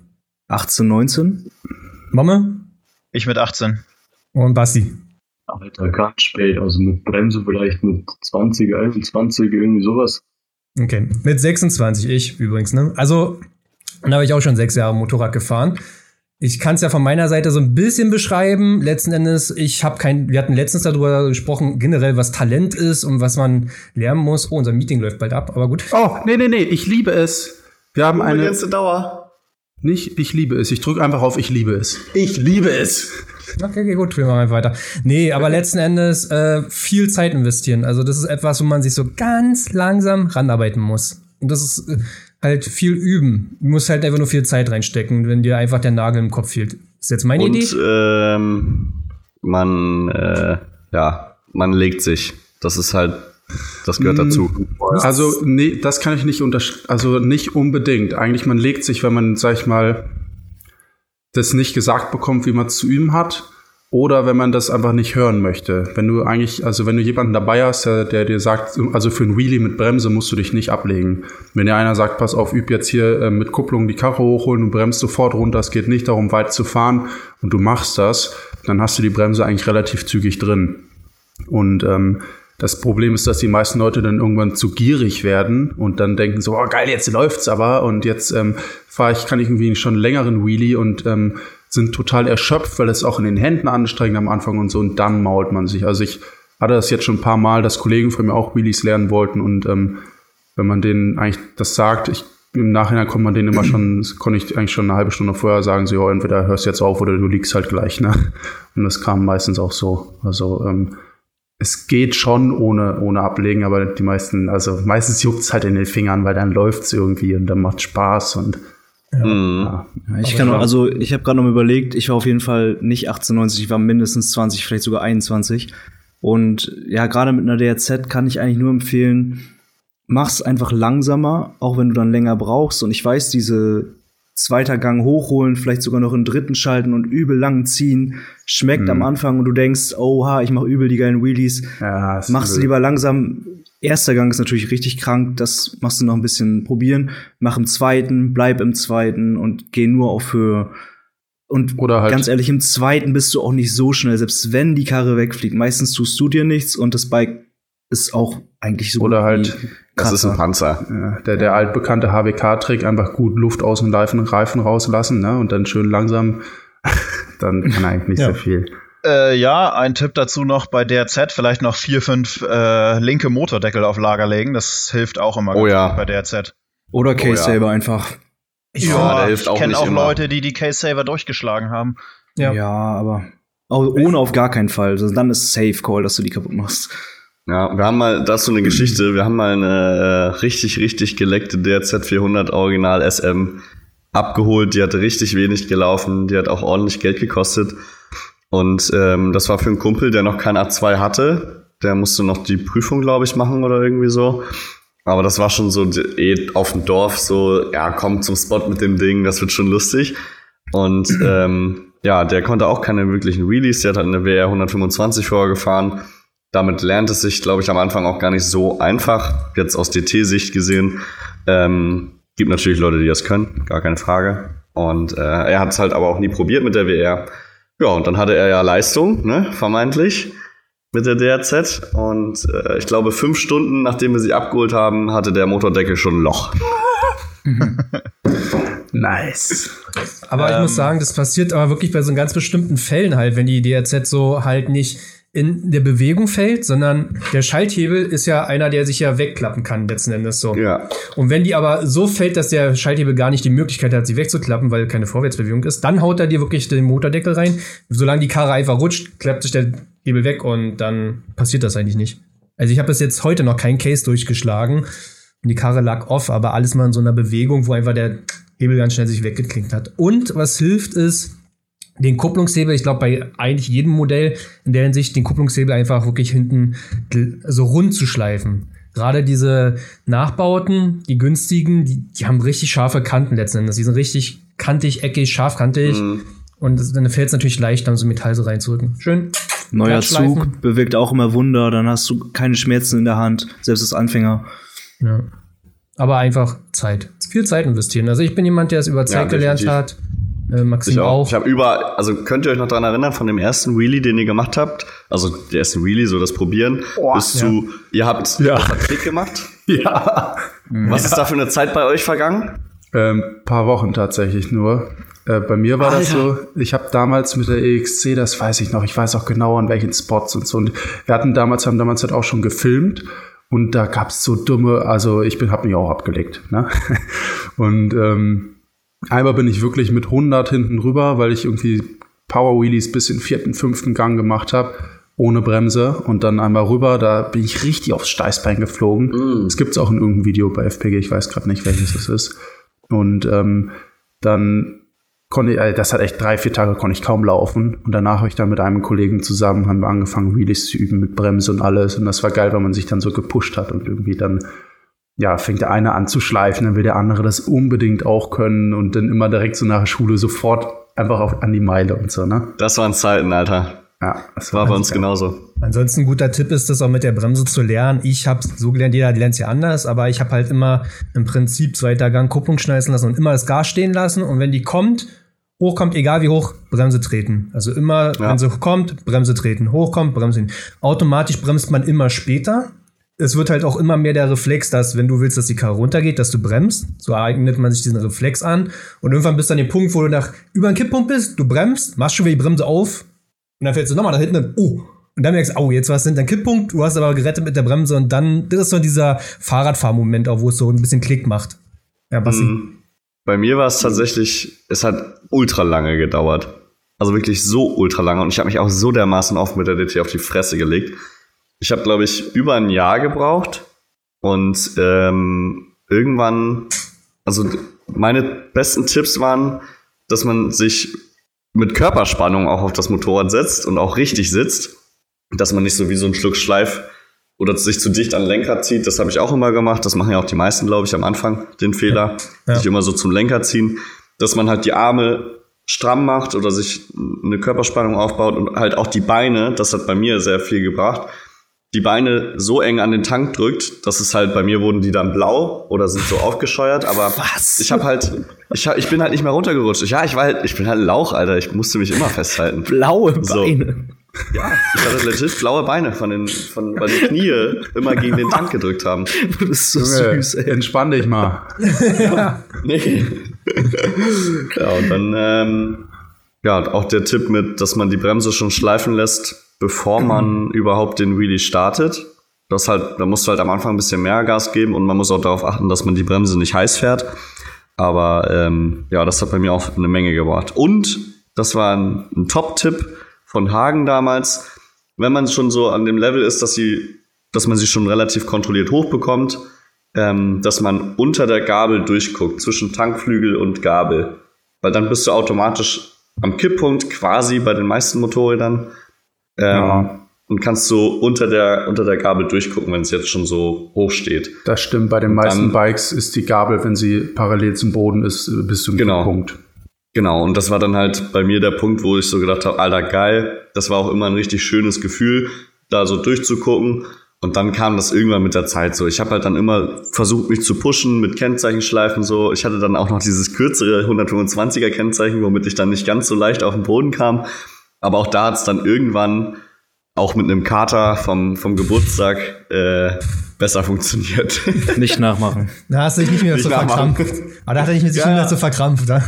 Speaker 4: 18, 19?
Speaker 2: Momme
Speaker 6: Ich mit 18.
Speaker 2: und Basti.
Speaker 5: Alter, ganz spät. Also mit Bremse vielleicht mit 20, 21, irgendwie sowas.
Speaker 2: Okay, mit 26, ich übrigens, ne? Also, da habe ich auch schon sechs Jahre Motorrad gefahren. Ich kann es ja von meiner Seite so ein bisschen beschreiben. Letzten Endes, ich habe kein, wir hatten letztens darüber gesprochen, generell, was Talent ist und was man lernen muss. Oh, unser Meeting läuft bald ab, aber gut.
Speaker 3: *laughs* Oh, nee, nee, nee, ich liebe es. Wir haben eine.
Speaker 1: Begrenzte Dauer.
Speaker 3: Nicht, ich liebe es. Ich drücke einfach auf, ich liebe es. Ich liebe es.
Speaker 2: Okay, okay, gut, wir machen einfach weiter. Nee, aber letzten Endes äh, viel Zeit investieren. Also das ist etwas, wo man sich so ganz langsam ranarbeiten muss. Und das ist äh, halt viel üben. Du musst halt einfach nur viel Zeit reinstecken, wenn dir einfach der Nagel im Kopf fehlt. Ist jetzt meine Idee?
Speaker 1: Und äh, ähm, man, äh, ja, man legt sich. Das ist halt, das gehört dazu.
Speaker 3: Also, nee, das kann ich nicht unterschreiben. Also, nicht unbedingt. Eigentlich, man legt sich, wenn man, sag ich mal, das nicht gesagt bekommt, wie man es zu üben hat. Oder wenn man das einfach nicht hören möchte. Wenn du eigentlich, also wenn du jemanden dabei hast, der, der dir sagt, also für einen Wheelie mit Bremse musst du dich nicht ablegen. Wenn dir einer sagt, pass auf, üb jetzt hier äh, mit Kupplung die Karre hochholen, du bremst sofort runter, es geht nicht darum, weit zu fahren und du machst das, dann hast du die Bremse eigentlich relativ zügig drin. Und ähm, das Problem ist, dass die meisten Leute dann irgendwann zu gierig werden und dann denken so, oh geil, jetzt läuft's aber und jetzt ähm, fahre ich, kann ich irgendwie schon einen längeren Wheelie und ähm, sind total erschöpft, weil es auch in den Händen anstrengend am Anfang und so und dann mault man sich. Also ich hatte das jetzt schon ein paar Mal, dass Kollegen von mir auch Wheelies lernen wollten und ähm, wenn man denen eigentlich das sagt, ich, im Nachhinein konnte man denen immer schon, konnte ich eigentlich schon eine halbe Stunde vorher sagen, so, ja, entweder hörst du jetzt auf oder du liegst halt gleich, ne? Und das kam meistens auch so. Also, ähm, es geht schon ohne, ohne Ablegen, aber die meisten, also meistens juckt's halt in den Fingern, weil dann läuft's irgendwie und dann macht Spaß und
Speaker 1: Mhm.
Speaker 4: Ja, Ich kann auch, also ich habe gerade noch mal überlegt, ich war auf jeden Fall nicht 18, 19, ich war mindestens 20, vielleicht sogar 21. Und ja, gerade mit einer DRZ kann ich eigentlich nur empfehlen, mach's einfach langsamer, auch wenn du dann länger brauchst. Und ich weiß, diese zweiter Gang hochholen, vielleicht sogar noch in dritten schalten und übel lang ziehen, schmeckt am Anfang und du denkst, oha, ich mache übel die geilen Wheelies.
Speaker 3: Ja, ist
Speaker 4: Machst du
Speaker 3: übel.
Speaker 4: lieber langsam. Erster Gang ist natürlich richtig krank, das machst du noch ein bisschen probieren. Mach im zweiten, bleib im zweiten und geh nur auf Höhe. Und
Speaker 3: Oder halt-
Speaker 4: ganz ehrlich, im zweiten bist du auch nicht so schnell, selbst wenn die Karre wegfliegt. Meistens tust du dir nichts und das Bike ist auch eigentlich so.
Speaker 3: Oder
Speaker 4: gut
Speaker 3: halt-
Speaker 4: wie
Speaker 1: Das ist
Speaker 4: Kratzer.
Speaker 1: ein Panzer.
Speaker 3: Ja, der, der altbekannte HWK-Trick, einfach gut Luft aus den Reifen, Reifen rauslassen ne? und dann schön langsam, *laughs* dann kann eigentlich nicht
Speaker 2: Ja.
Speaker 3: so viel.
Speaker 6: Äh, ja, ein Tipp dazu noch bei DRZ, vielleicht noch vier, fünf äh, linke Motordeckel auf Lager legen. Das hilft auch immer
Speaker 1: Oh
Speaker 6: ganz
Speaker 1: ja.
Speaker 6: gut bei DRZ.
Speaker 4: Oder
Speaker 1: ja.
Speaker 4: Case-Saber einfach.
Speaker 2: Ich
Speaker 1: Ja, der hilft auch
Speaker 6: ich kenne
Speaker 1: nicht
Speaker 6: auch
Speaker 1: immer.
Speaker 6: Leute, die die Case-Saver durchgeschlagen haben.
Speaker 2: Ja.
Speaker 4: Ja, aber. Auch ohne auf gar keinen Fall. Also Dann ist Safe Call, dass du die kaputt machst.
Speaker 1: Ja, wir haben mal, das ist so eine Geschichte, wir haben mal eine äh, richtig, richtig geleckte DRZ 400 Original SM abgeholt, die hat richtig wenig gelaufen, die hat auch ordentlich Geld gekostet und ähm, das war für einen Kumpel, der noch kein A2 hatte, der musste noch die Prüfung, glaube ich, machen oder irgendwie so, aber das war schon so d- eh auf dem Dorf so, ja, komm zum Spot mit dem Ding, das wird schon lustig und ähm, ja, der konnte auch keine wirklichen Wheelies, der hat halt eine WR 125 vorher gefahren damit lernt es sich, glaube ich, am Anfang auch gar nicht so einfach, jetzt aus DT-Sicht gesehen. Ähm, gibt natürlich Leute, die das können, gar keine Frage. Und äh, er hat es halt aber auch nie probiert mit der WR. Ja, und dann hatte er ja Leistung, ne, vermeintlich, mit der DRZ. Und äh, ich glaube, fünf Stunden, nachdem wir sie abgeholt haben, hatte der Motordeckel schon ein Loch.
Speaker 3: Nice.
Speaker 2: Aber ich muss sagen, das passiert aber wirklich bei so ganz bestimmten Fällen halt, wenn die DRZ so halt nicht in der Bewegung fällt, sondern der Schalthebel ist ja einer, der sich ja wegklappen kann, letzten Endes so.
Speaker 1: Ja,
Speaker 2: Und wenn die aber so fällt, dass der Schalthebel gar nicht die Möglichkeit hat, sie wegzuklappen, weil keine Vorwärtsbewegung ist, dann haut er dir wirklich den Motordeckel rein. Solange die Karre einfach rutscht, klappt sich der Hebel weg und dann passiert das eigentlich nicht. Also ich habe bis jetzt heute noch keinen Case durchgeschlagen und die Karre lag off, aber alles mal in so einer Bewegung, wo einfach der Hebel ganz schnell sich weggeklinkt hat. Und was hilft ist, den Kupplungshebel, ich glaube bei eigentlich jedem Modell in der Hinsicht, den Kupplungshebel einfach wirklich hinten gl- so rund zu schleifen. Gerade diese Nachbauten, die günstigen, die, die haben richtig scharfe Kanten letzten Endes. Die sind richtig kantig, eckig, scharfkantig.
Speaker 1: Mhm.
Speaker 2: Und das, dann fällt es natürlich leicht, dann so Metall so reinzurücken. Schön.
Speaker 4: Neuer
Speaker 2: Plattschleifen.
Speaker 4: Zug bewirkt auch immer Wunder, dann hast du keine Schmerzen in der Hand, selbst als Anfänger.
Speaker 2: Ja. Aber einfach Zeit. Viel Zeit investieren. Also ich bin jemand, der es über Zeit gelernt hat.
Speaker 1: definitiv.
Speaker 2: Äh, Maxim
Speaker 1: ich auch.
Speaker 2: auch.
Speaker 1: Ich habe über, also könnt ihr euch noch daran erinnern, von dem ersten Wheelie, den ihr gemacht habt, also der ersten Wheelie, so das Probieren, bis zu, ihr habt
Speaker 3: Ja.
Speaker 1: das hat Klick gemacht.
Speaker 3: Ja.
Speaker 1: Was ist da für eine Zeit bei euch vergangen?
Speaker 3: Ähm, paar Wochen tatsächlich nur. Äh, bei mir war das so, ich habe damals mit der EXC, das weiß ich noch, ich weiß auch genau an welchen Spots und so. Und wir hatten damals, haben damals halt auch schon gefilmt und da gab's so dumme, also ich bin, hab mich auch abgelegt. Ne? *laughs* Und ähm, einmal bin ich wirklich mit 100 hinten rüber, weil ich irgendwie Power Wheelies bis in vierten, fünften Gang gemacht habe. Ohne Bremse und dann einmal rüber, da bin ich richtig aufs Steißbein geflogen. Das gibt's auch in irgendeinem Video bei FPG, ich weiß gerade nicht, welches es ist. Und ähm, dann konnte ich, äh, das hat echt drei, vier Tage konnte ich kaum laufen. Und danach habe ich dann mit einem Kollegen zusammen, haben wir angefangen, Wheelies zu üben mit Bremse und alles. Und das war geil, weil man sich dann so gepusht hat und irgendwie dann, ja, fängt der eine an zu schleifen, dann will der andere das unbedingt auch können und dann immer direkt so nach der Schule sofort einfach auf, an die Meile und so, ne?
Speaker 1: Das waren Zeiten, Alter.
Speaker 3: Ja, das
Speaker 1: War bei uns genauso.
Speaker 2: Ansonsten ein guter Tipp ist das auch mit der Bremse zu lernen. Ich habe so gelernt, jeder lernt es ja anders, aber ich habe halt immer im Prinzip zweiter Gang Kupplung schneißen lassen und immer das Gas stehen lassen und wenn die kommt, hochkommt, egal wie hoch, Bremse treten. Also immer,
Speaker 1: Ja.
Speaker 2: wenn sie kommt, Bremse treten, hochkommt, Bremse treten. Automatisch bremst man immer später. Es wird halt auch immer mehr der Reflex, dass wenn du willst, dass die Karre runtergeht, dass du bremst. So eignet man sich diesen Reflex an. Und irgendwann bist du an dem Punkt, wo du nach über den Kipppunkt bist, du bremst, machst schon wieder die Bremse auf, und dann fällst du nochmal nach hinten und, oh. Und dann merkst du, oh, jetzt war es hinter dem Kipppunkt, du hast aber gerettet mit der Bremse und dann, das ist so dieser Fahrradfahrmoment auch, wo es so ein bisschen Klick macht. Ja, Basti.
Speaker 5: Mhm.
Speaker 1: Mhm. Bei mir war es tatsächlich, es hat ultra lange gedauert. Also wirklich so ultra lange. Und ich habe mich auch so dermaßen oft mit der DT auf die Fresse gelegt. Ich habe, glaube ich, über ein Jahr gebraucht. Und ähm, irgendwann, also d- meine besten Tipps waren, dass man sich mit Körperspannung auch auf das Motorrad setzt und auch richtig sitzt. dass man nicht so wie so ein Schluck Schleif oder sich zu dicht an den Lenker zieht. Das habe ich auch immer gemacht. Das machen ja auch die meisten, glaube ich, am Anfang den Fehler,
Speaker 2: Ja.
Speaker 1: sich immer so zum Lenker ziehen, dass man halt die Arme stramm macht oder sich eine Körperspannung aufbaut und halt auch die Beine, das hat bei mir sehr viel gebracht, die Beine so eng an den Tank drückt, dass es halt bei mir wurden die dann blau oder sind so
Speaker 2: *laughs*
Speaker 1: aufgescheuert, aber ich habe halt ich, hab, ich bin halt nicht mehr runtergerutscht. Ja, ich war halt ich bin halt ein Lauch, Alter, ich musste mich immer
Speaker 2: *laughs*
Speaker 1: festhalten.
Speaker 4: Blaue
Speaker 1: So.
Speaker 4: Beine.
Speaker 1: Ja, ich hatte legit blaue Beine von den, von, weil die Knie immer gegen den Tank gedrückt haben.
Speaker 4: Das ist so
Speaker 3: Junge,
Speaker 4: süß, ey.
Speaker 3: entspann
Speaker 1: *laughs*
Speaker 3: dich mal.
Speaker 1: Nee. ja, und dann, ähm, ja, und auch der Tipp mit, dass man die Bremse schon schleifen lässt, bevor man überhaupt den Wheelie startet. Das halt, da musst du halt am Anfang ein bisschen mehr Gas geben und man muss auch darauf achten, dass man die Bremse nicht heiß fährt. Aber ähm, ja, das hat bei mir auch eine Menge gebracht. Und das war ein, ein Top-Tipp von Hagen damals. Wenn man schon so an dem Level ist, dass, sie, dass man sie schon relativ kontrolliert hochbekommt, ähm, dass man unter der Gabel durchguckt, zwischen Tankflügel und Gabel. Weil dann bist du automatisch am Kipppunkt, quasi bei den meisten Motorrädern. Ähm,
Speaker 3: Ja.
Speaker 1: Und kannst so unter der, unter der Gabel durchgucken, wenn es jetzt schon so hoch steht.
Speaker 3: Das stimmt, bei den meisten Bikes ist die Gabel, wenn sie parallel zum Boden ist, bis zum
Speaker 1: Genau.
Speaker 3: Punkt.
Speaker 1: Genau, und das war dann halt bei mir der Punkt, wo ich so gedacht habe, alter geil, das war auch immer ein richtig schönes Gefühl, da so durchzugucken. Und dann kam das irgendwann mit der Zeit so. Ich habe halt dann immer versucht, mich zu pushen mit Kennzeichenschleifen so. Ich hatte dann auch noch dieses kürzere 125er Kennzeichen, womit ich dann nicht ganz so leicht auf den Boden kam. Aber auch da hat es dann irgendwann auch mit einem Kater vom, vom Geburtstag äh, besser funktioniert. *laughs*
Speaker 4: Nicht nachmachen.
Speaker 2: Da hast du dich nicht mehr
Speaker 1: Nicht
Speaker 2: so
Speaker 1: nachmachen.
Speaker 2: verkrampft. Aber da hatte ich mich nicht mehr so verkrampft, oder?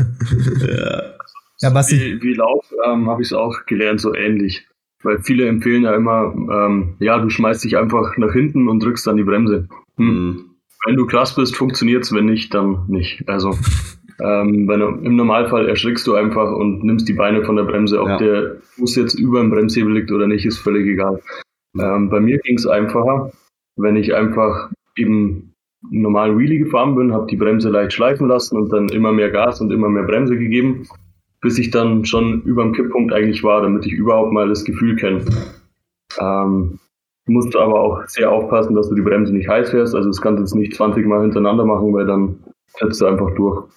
Speaker 2: Ja, Basti.
Speaker 5: Wie, wie Lauf ähm, habe ich es auch gelernt, so ähnlich. Weil viele empfehlen ja immer, ähm, ja, du schmeißt dich einfach nach hinten und drückst dann die Bremse. Hm.
Speaker 1: Mhm.
Speaker 5: Wenn du krass bist, funktioniert's, wenn nicht, dann nicht. Also ähm, wenn du, im Normalfall erschrickst du einfach und nimmst die Beine von der Bremse. Ob
Speaker 1: Ja.
Speaker 5: der Fuß jetzt über dem Bremshebel liegt oder nicht, ist völlig egal. Ähm, bei mir ging's einfacher, wenn ich einfach eben einen normalen Wheelie gefahren bin, habe die Bremse leicht schleifen lassen und dann immer mehr Gas und immer mehr Bremse gegeben, bis ich dann schon über dem Kipppunkt eigentlich war, damit ich überhaupt mal das Gefühl kenne. Ähm, Du musst aber auch sehr aufpassen, dass du die Bremse nicht heiß fährst. Also das kannst du jetzt nicht 20 Mal hintereinander machen, weil dann fährst du einfach durch.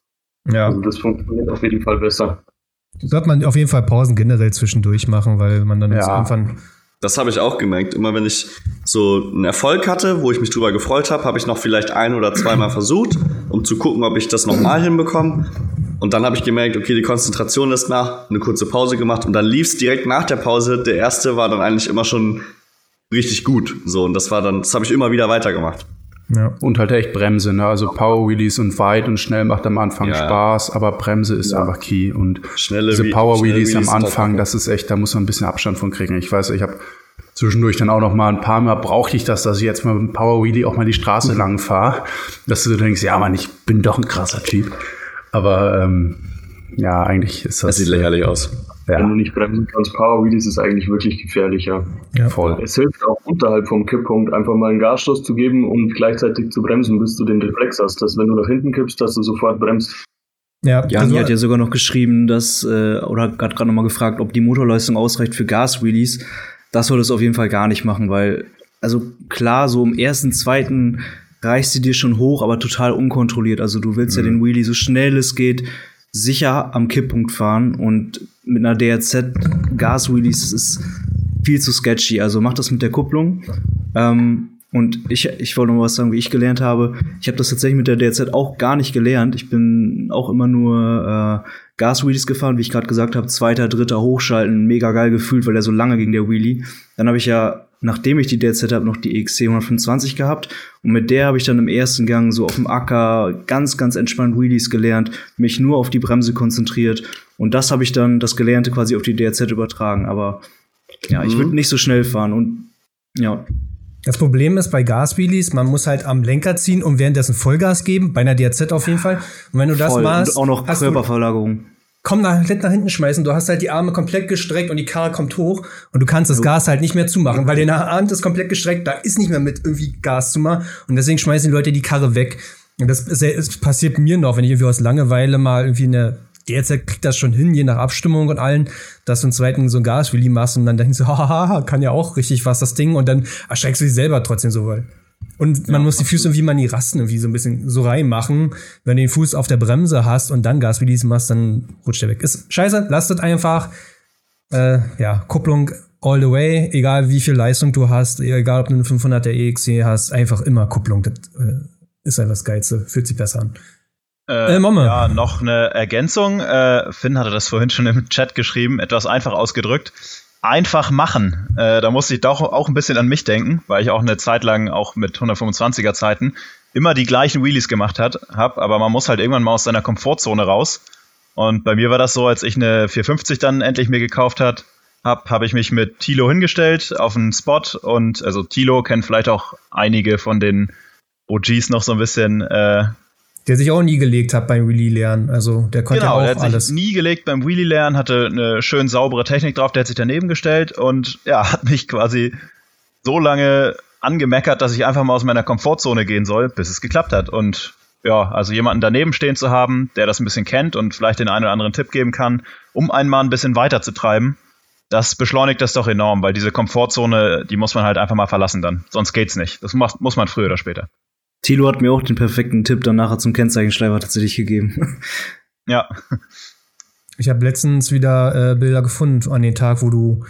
Speaker 2: Ja.
Speaker 5: Also das funktioniert auf jeden Fall besser.
Speaker 2: Sollte man auf jeden Fall Pausen generell zwischendurch machen, weil man dann jetzt
Speaker 3: Ja.
Speaker 2: irgendwann.
Speaker 1: Das habe ich auch gemerkt. Immer wenn ich so einen Erfolg hatte, wo ich mich drüber gefreut habe, habe ich noch vielleicht ein oder zweimal versucht, um zu gucken, ob ich das nochmal hinbekomme. Und dann habe ich gemerkt, okay, die Konzentration lässt nach, eine kurze Pause gemacht und dann lief es direkt nach der Pause. Der erste war dann eigentlich immer schon richtig gut. So, und das war dann, das habe ich immer wieder weitergemacht.
Speaker 2: Ja.
Speaker 3: Und halt echt Bremse, ne? Also Power Wheelies und weit und schnell macht am Anfang
Speaker 1: Ja, ja.
Speaker 3: Spaß, aber Bremse ist einfach key. Und
Speaker 1: Schnelle
Speaker 3: diese
Speaker 1: Whe-
Speaker 3: Power
Speaker 1: schnelle
Speaker 3: Wheelies am
Speaker 1: Wheelies sind halt
Speaker 3: Anfang,
Speaker 1: kacke.
Speaker 3: das ist echt, da muss man ein bisschen Abstand von kriegen. Ich weiß, ich habe zwischendurch dann auch noch mal ein paar Mal brauchte ich das, dass ich jetzt mal mit dem Power Wheelie auch mal die Straße lang fahre, dass du so denkst, ja Mann, ich bin doch ein krasser Typ. Aber ähm, ja, eigentlich ist das, äh,
Speaker 1: Das sieht lächerlich aus.
Speaker 5: Wenn
Speaker 3: ja,
Speaker 5: du nicht bremsen kannst, Power Wheelies ist eigentlich wirklich gefährlicher.
Speaker 3: voll.
Speaker 5: Es hilft auch unterhalb vom Kipppunkt einfach mal einen Gasstoß zu geben und gleichzeitig zu bremsen, bis du den Reflex hast, dass wenn du nach hinten kippst, dass du sofort bremst.
Speaker 2: Ja,
Speaker 4: Ja,
Speaker 2: also,
Speaker 4: die hat ja sogar noch geschrieben, dass, äh, oder hat gerade nochmal gefragt, ob die Motorleistung ausreicht für Gaswheelies. Das solltest du auf jeden Fall gar nicht machen, weil, also klar, so im ersten, zweiten reißt sie dir schon hoch, aber total unkontrolliert. Also du willst ja den Wheelie so schnell es geht sicher am Kipppunkt fahren und mit einer DRZ Gaswheelies das ist viel zu sketchy. Also mach das mit der Kupplung. Ähm, und ich, ich wollte noch mal was sagen, wie ich gelernt habe. Ich habe das tatsächlich mit der DRZ auch gar nicht gelernt. Ich bin auch immer nur äh, Gas-Wheelies gefahren, wie ich gerade gesagt habe. Zweiter, dritter hochschalten, mega geil gefühlt, weil der so lange ging, der Wheelie. Dann habe ich ja, nachdem ich die DRZ habe, noch die E XC 125 gehabt. Und mit der habe ich dann im ersten Gang so auf dem Acker ganz, ganz entspannt Wheelies gelernt, mich nur auf die Bremse konzentriert. Und das habe ich dann, das Gelernte quasi auf die DRZ übertragen. Aber ja, ich würde nicht so schnell fahren. Und ja,
Speaker 2: das Problem ist bei Gaswheelies, man muss halt am Lenker ziehen und währenddessen Vollgas geben, bei einer DRZ auf jeden Fall. Und wenn du das
Speaker 4: voll.
Speaker 2: machst,
Speaker 4: und auch noch
Speaker 2: hast du
Speaker 4: Körperverlagerung.
Speaker 2: komm nach, komplett nach hinten schmeißen. Du hast halt die Arme komplett gestreckt und die Karre kommt hoch und du kannst das Gas halt nicht mehr zumachen, weil der Arm ist komplett gestreckt, da ist nicht mehr mit irgendwie Gas zu machen und deswegen schmeißen die Leute die Karre weg. Und das, ist- es passiert mir noch, wenn ich irgendwie aus Langeweile mal irgendwie eine derzeit kriegt das schon hin, je nach Abstimmung und allen, dass du einen zweiten so ein Gaswilli machst und dann denkst du, *laughs* hahaha, kann ja auch richtig was, das Ding, und dann erschreckst du dich selber trotzdem so weit. Und man muss die Füße irgendwie mal in die Rasten irgendwie so ein bisschen so reinmachen. Wenn du den Fuß auf der Bremse hast und dann Gasrelease machst, dann rutscht der weg. Ist scheiße, lasst es einfach. Äh, ja, Kupplung all the way, egal wie viel Leistung du hast, egal ob du einen 500er EXC E hast, einfach immer Kupplung. Das äh, ist einfach das Geilste, fühlt sich besser an.
Speaker 6: Äh,
Speaker 2: Äh, Momme.
Speaker 6: Ja, noch eine Ergänzung. Äh, Finn hatte das vorhin schon im Chat geschrieben, etwas einfach ausgedrückt. Einfach machen. Äh, da musste ich doch auch ein bisschen an mich denken, weil ich auch eine Zeit lang auch mit 125er Zeiten immer die gleichen Wheelies gemacht hat, hab, aber man muss halt irgendwann mal aus seiner Komfortzone raus. Und bei mir war das so, als ich eine 450 dann endlich mir gekauft hat, hab, habe ich mich mit Tilo hingestellt auf einen Spot und also Tilo kennt vielleicht auch einige von den OGs noch so ein bisschen äh,
Speaker 2: Der sich auch nie gelegt hat beim Wheelie lernen. Also der konnte
Speaker 6: Genau,
Speaker 2: ja
Speaker 6: der
Speaker 2: auch
Speaker 6: hat
Speaker 2: alles.
Speaker 6: sich nie gelegt beim Wheelie lernen, hatte eine schön saubere Technik drauf, der hat sich daneben gestellt und ja, *laughs* hat mich quasi so lange angemeckert, dass ich einfach mal aus meiner Komfortzone gehen soll, bis es geklappt hat. Und ja, also jemanden daneben stehen zu haben, der das ein bisschen kennt und vielleicht den einen oder anderen Tipp geben kann, um einen mal ein bisschen weiter zu treiben, das beschleunigt das doch enorm, weil diese Komfortzone, die muss man halt einfach mal verlassen dann. Sonst geht's nicht. Das macht, muss man früher oder später.
Speaker 4: Thilo hat mir auch den perfekten Tipp dann nachher zum Kennzeichenschleifer tatsächlich gegeben. *laughs*
Speaker 6: Ja,
Speaker 2: Ich habe letztens wieder äh, Bilder gefunden an den Tag, wo du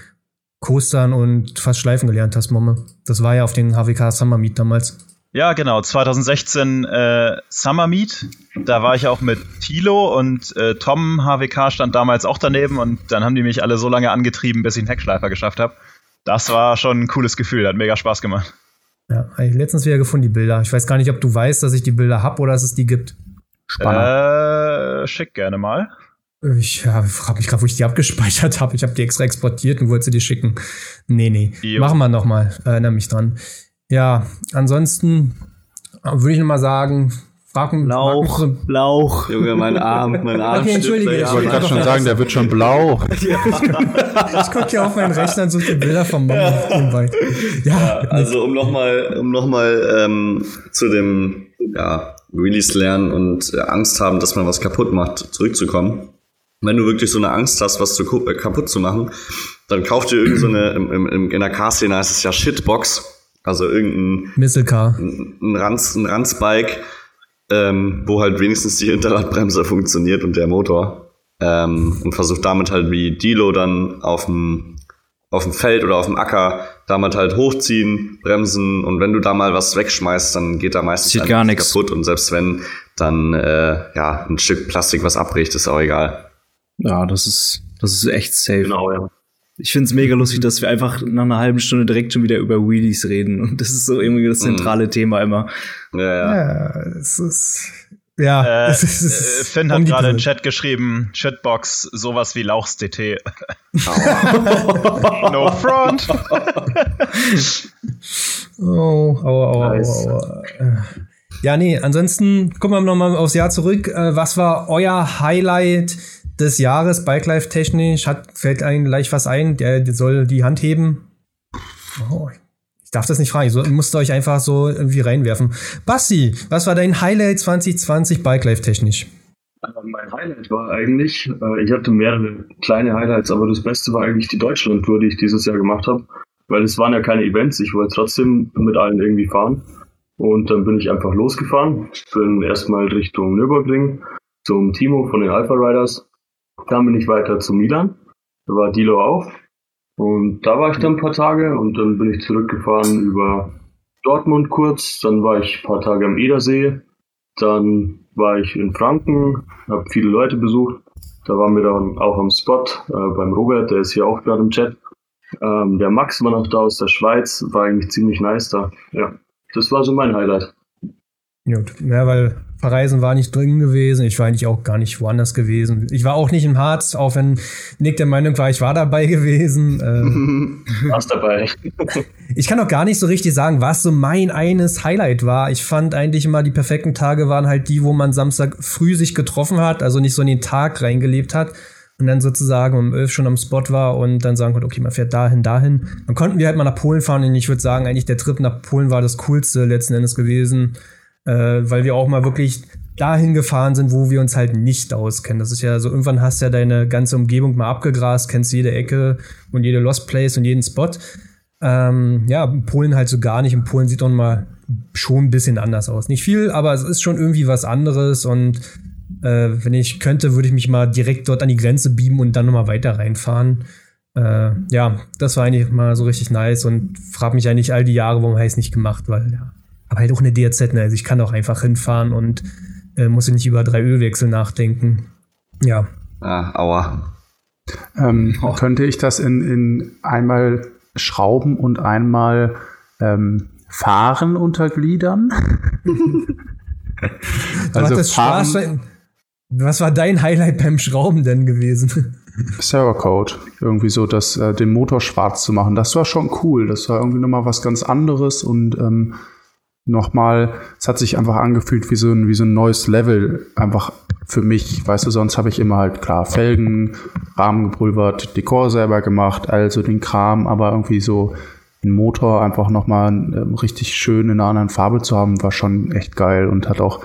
Speaker 2: Coastern und fast Schleifen gelernt hast, Momme. Das war ja auf den HWK Summer Meet damals.
Speaker 6: Ja, genau. 2016 äh, Summer Meet. Da war ich auch mit Thilo und äh, Tom HWK stand damals auch daneben und dann haben die mich alle so lange angetrieben, bis ich einen Heckschleifer geschafft habe. Das war schon ein cooles Gefühl, hat mega Spaß gemacht.
Speaker 2: Ja, hab ich letztens wieder gefunden, die Bilder. Ich weiß gar nicht, ob du weißt, dass ich die Bilder hab oder dass es die gibt.
Speaker 3: Spannend.
Speaker 6: Äh, schick gerne mal.
Speaker 2: Ich ja, frage mich gerade, wo ich die abgespeichert habe. Ich habe die extra exportiert und wollte sie dir schicken. Nee, nee.
Speaker 6: Jo.
Speaker 2: Machen wir nochmal. Erinnere mich dran. Ja, ansonsten äh, würde ich nochmal sagen, frag, frag mich
Speaker 4: Lauch,
Speaker 2: so-
Speaker 4: Lauch.
Speaker 1: Junge, mein Arm, mein Arm.
Speaker 2: Okay, entschuldige,
Speaker 1: stirbt
Speaker 3: Ich
Speaker 1: gleich
Speaker 3: wollte
Speaker 1: ab.
Speaker 3: gerade schon sagen, der wird schon blau.
Speaker 2: Ich gucke hier auf meinen Rechner und suche die Bilder von Mama nebenbei. Ja,
Speaker 1: Also um nochmal um noch mal, ähm, zu dem ja, Release lernen und äh, Angst haben, dass man was kaputt macht, zurückzukommen. Wenn du wirklich so eine Angst hast, was zu ko- äh, kaputt zu machen, dann kauf dir irgend so eine, im, im, im- in der Car-Szene heißt es ja Shitbox, also irgendein
Speaker 2: Misselcar.
Speaker 1: ein Ranz, ein Ranzbike, ähm, wo halt wenigstens die Hinterradbremse funktioniert und der Motor. Ähm, und versucht damit halt wie Dilo dann auf dem, auf dem Feld oder auf dem Acker damit halt hochziehen, bremsen und wenn du da mal was wegschmeißt, dann geht da meistens
Speaker 4: Passiert
Speaker 1: eigentlich
Speaker 4: gar nichts.
Speaker 1: kaputt und selbst wenn dann äh, ja ein Stück Plastik was abbricht, ist auch egal.
Speaker 4: Ja, das ist, das ist echt safe.
Speaker 5: Genau, ja.
Speaker 4: Ich find's mega lustig, dass wir einfach nach einer halben Stunde direkt schon wieder über Wheelies reden. Und das ist so irgendwie das
Speaker 5: Mhm.
Speaker 4: zentrale Thema immer.
Speaker 1: Ja, ja.
Speaker 2: Ja, es ist. Ja, *laughs*
Speaker 6: Äh,
Speaker 2: es ist. um
Speaker 6: äh, Finn hat gerade im Chat geschrieben, Shitbox, sowas wie Lauchs DT. *laughs* no front.
Speaker 2: Oh, aua, aua,
Speaker 5: Nice.
Speaker 2: aua, aua. Äh, Ja, nee, ansonsten gucken wir nochmal aufs Jahr zurück. Äh, Was war euer Highlight des Jahres, Bike Life technisch? Hat, fällt einem gleich was ein? Der, der soll die Hand heben. Oh, ich darf das nicht fragen. Ich so, musste euch einfach so irgendwie reinwerfen. Basti, was war dein Highlight 2020 Bike Life technisch?
Speaker 5: Aber Ähm, Mein Highlight war eigentlich, äh, ich hatte mehrere kleine Highlights, aber das Beste war eigentlich die Deutschland-Tour, die ich dieses Jahr gemacht habe, weil es waren ja keine Events, ich wollte trotzdem mit allen irgendwie fahren. Und dann bin ich einfach losgefahren, bin erstmal Richtung Nürburgring zum Timo von den Alpha Riders, dann bin ich weiter zu Milan, da war Dilo auch. Und da war ich dann ein paar Tage und dann bin ich zurückgefahren über Dortmund kurz, dann war ich ein paar Tage am Edersee, dann war ich in Franken, habe viele Leute besucht. Da waren wir dann auch am Spot äh, beim Robert, der ist hier auch gerade im Chat. Ähm, der Max war noch da aus der Schweiz, war eigentlich ziemlich nice da. Ja, das war so mein Highlight.
Speaker 2: Gut, ja, weil Verreisen war nicht drin gewesen. Ich war eigentlich auch gar nicht woanders gewesen. Ich war auch nicht im Harz, auch wenn Nick der Meinung war, ich war dabei gewesen. Ähm,
Speaker 5: War's dabei.
Speaker 2: Ich kann auch gar nicht so richtig sagen, was so mein eines Highlight war. Ich fand eigentlich immer, die perfekten Tage waren halt die, wo man Samstag früh sich getroffen hat, also nicht so in den Tag reingelebt hat und dann sozusagen um 11 schon am Spot war und dann sagen konnte, okay, man fährt dahin, dahin. Dann konnten wir halt mal nach Polen fahren und ich würde sagen, eigentlich der Trip nach Polen war das coolste letzten Endes gewesen, äh, weil wir auch mal wirklich dahin gefahren sind, wo wir uns halt nicht auskennen. Das ist ja so, irgendwann hast du ja deine ganze Umgebung mal abgegrast, kennst jede Ecke und jede Lost Place und jeden Spot. Ähm, ja, Polen halt so gar nicht. In Polen sieht doch mal schon ein bisschen anders aus. Nicht viel, aber es ist schon irgendwie was anderes und äh, wenn ich könnte, würde ich mich mal direkt dort an die Grenze beamen und dann nochmal weiter reinfahren. Äh, ja, das war eigentlich mal so richtig nice und frag mich ja nicht all die Jahre, warum habe ich es nicht gemacht, weil ja. Aber halt auch eine DRZ, ne? also ich kann auch einfach hinfahren und äh, muss nicht über drei Ölwechsel nachdenken. Ja.
Speaker 1: Ah, aua.
Speaker 2: *laughs*
Speaker 3: Ähm,
Speaker 2: Oh.
Speaker 3: Könnte ich das in, in einmal schrauben und einmal ähm, fahren untergliedern? *laughs* Also
Speaker 2: Du hattest Spaß. bei- Was war dein Highlight beim Schrauben denn gewesen?
Speaker 3: Servercode. Irgendwie so, das, äh, den Motor schwarz zu machen. Das war schon cool. Das war irgendwie nochmal was ganz anderes und ähm, nochmal, es hat sich einfach angefühlt wie so, ein, wie so ein neues Level. Einfach für mich, weißt du, sonst habe ich immer halt klar Felgen, Rahmen gepulvert, Dekor selber gemacht, also den Kram, aber irgendwie so den Motor einfach nochmal ähm, richtig schön in einer anderen Farbe zu haben, war schon echt geil und hat auch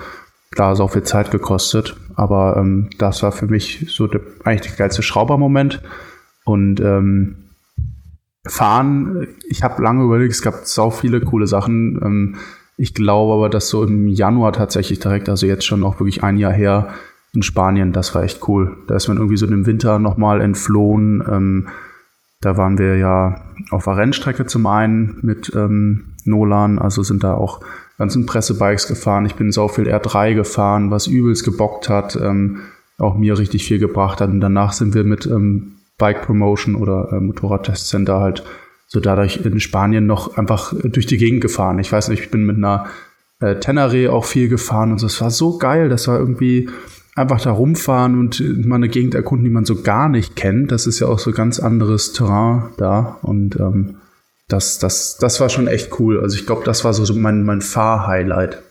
Speaker 3: Klar, so viel Zeit gekostet, aber ähm, das war für mich so der, eigentlich der geilste Schraubermoment. Und ähm, fahren, ich habe lange überlegt, es gab so viele coole Sachen. Ähm, ich glaube aber, dass so im Januar tatsächlich direkt, also jetzt schon auch wirklich ein Jahr her, in Spanien, das war echt cool. Da ist man irgendwie so im Winter nochmal entflohen. Ähm, da waren wir ja auf der Rennstrecke zum einen mit ähm, Nolan, also sind da auch ganzen Pressebikes gefahren. Ich bin so viel R3 gefahren, was übelst gebockt hat, ähm, auch mir richtig viel gebracht hat. Und danach sind wir mit ähm, Bike Promotion oder äh, Motorradtestcenter halt so dadurch in Spanien noch einfach durch die Gegend gefahren. Ich weiß nicht, ich bin mit einer äh, Tenere auch viel gefahren und so. Es war so geil, das war irgendwie einfach da rumfahren und äh, mal eine Gegend erkunden, die man so gar nicht kennt. Das ist ja auch so ganz anderes Terrain da und ähm, das, das, das war schon echt cool. Also ich glaube, das war so, so mein, mein Fahr-Highlight.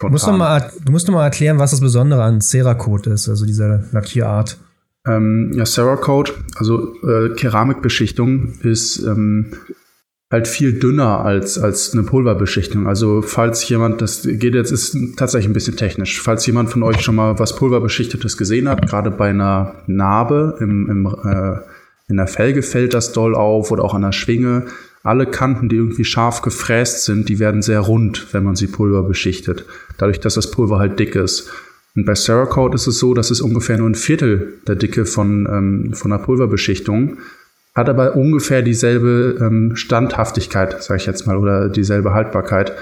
Speaker 2: Du musst, noch mal, du musst noch mal erklären, was das Besondere an Cerakote ist, also dieser Lackierart.
Speaker 3: Ähm, ja, Cerakote, also äh, Keramikbeschichtung, ist ähm, halt viel dünner als, als eine Pulverbeschichtung. Also falls jemand, das geht jetzt, ist tatsächlich ein bisschen technisch, falls jemand von euch schon mal was Pulverbeschichtetes gesehen hat, gerade bei einer Narbe im, im, äh, in der Felge fällt das doll auf oder auch an der Schwinge. Alle Kanten, die irgendwie scharf gefräst sind, die werden sehr rund, wenn man sie Pulver beschichtet. Dadurch, dass das Pulver halt dick ist. Und bei Cerakote ist es so, dass es ungefähr nur ein Viertel der Dicke von, ähm, von der Pulverbeschichtung hat aber ungefähr dieselbe ähm, Standhaftigkeit, sage ich jetzt mal, oder dieselbe Haltbarkeit.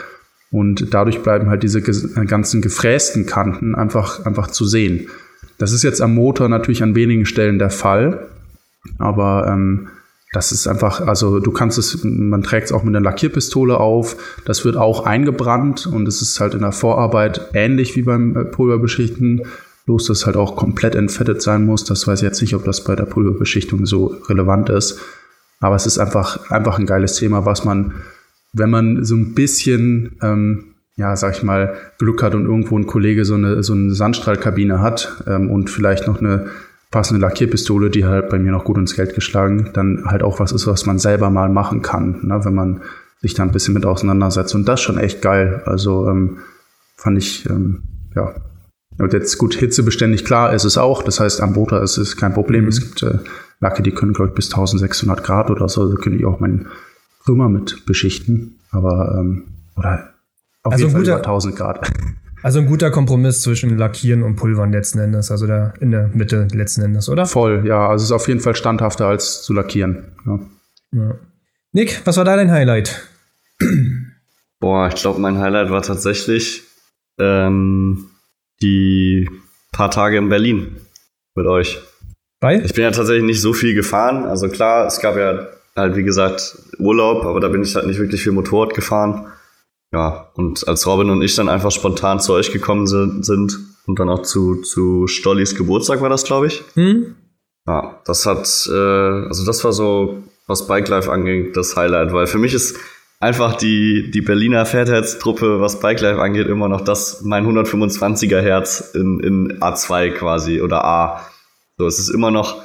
Speaker 3: Und dadurch bleiben halt diese ges- äh, ganzen gefrästen Kanten einfach, einfach zu sehen. Das ist jetzt am Motor natürlich an wenigen Stellen der Fall, aber ähm, das ist einfach, also du kannst es, man trägt es auch mit einer Lackierpistole auf, das wird auch eingebrannt und es ist halt in der Vorarbeit ähnlich wie beim äh, Pulverbeschichten, bloß dass es halt auch komplett entfettet sein muss. Das weiß ich jetzt nicht, ob das bei der Pulverbeschichtung so relevant ist, aber es ist einfach, einfach ein geiles Thema, was man, wenn man so ein bisschen, ähm, ja, sag ich mal, Glück hat und irgendwo ein Kollege so eine, so eine Sandstrahlkabine hat ähm, und vielleicht noch eine passende Lackierpistole, die halt bei mir noch gut ins Geld geschlagen, dann halt auch was ist, was man selber mal machen kann, ne, wenn man sich da ein bisschen mit auseinandersetzt. Und das ist schon echt geil. Also ähm, fand ich, ähm, ja. Und jetzt gut, hitzebeständig, klar ist es auch. Das heißt, am Motor ist es kein Problem. Es gibt äh, Lacke, die können, glaube ich, bis 1600 Grad oder so. Da könnte ich auch meinen Krümmer mit beschichten. Aber, ähm, oder auf
Speaker 2: Also
Speaker 3: jeden
Speaker 2: ein
Speaker 3: Fall
Speaker 2: guter-
Speaker 3: über 1000 Grad. *laughs*
Speaker 2: Also ein guter Kompromiss zwischen Lackieren und Pulvern letzten Endes, also da in der Mitte letzten Endes, oder?
Speaker 3: Voll, ja. Also es ist auf jeden Fall standhafter als zu lackieren. Ja.
Speaker 2: Ja. Nick, was war da dein Highlight?
Speaker 1: Boah, ich glaube, mein Highlight war tatsächlich ähm, die paar Tage in Berlin mit euch.
Speaker 2: Bei?
Speaker 1: Ich bin ja tatsächlich nicht so viel gefahren. Also klar, es gab ja halt, wie gesagt, Urlaub, aber da bin ich halt nicht wirklich viel Motorrad gefahren. Ja, und als Robin und ich dann einfach spontan zu euch gekommen sind, sind und dann auch zu, zu Stollis Geburtstag war das, glaube ich.
Speaker 2: Hm?
Speaker 1: Ja, das hat, äh, also das war so, was Bike Life angeht, das Highlight, weil für mich ist einfach die, die Berliner Fairheads-Truppe, was Bike Life angeht, immer noch das, mein 125er Herz in, in A2 quasi oder A. So, es ist immer noch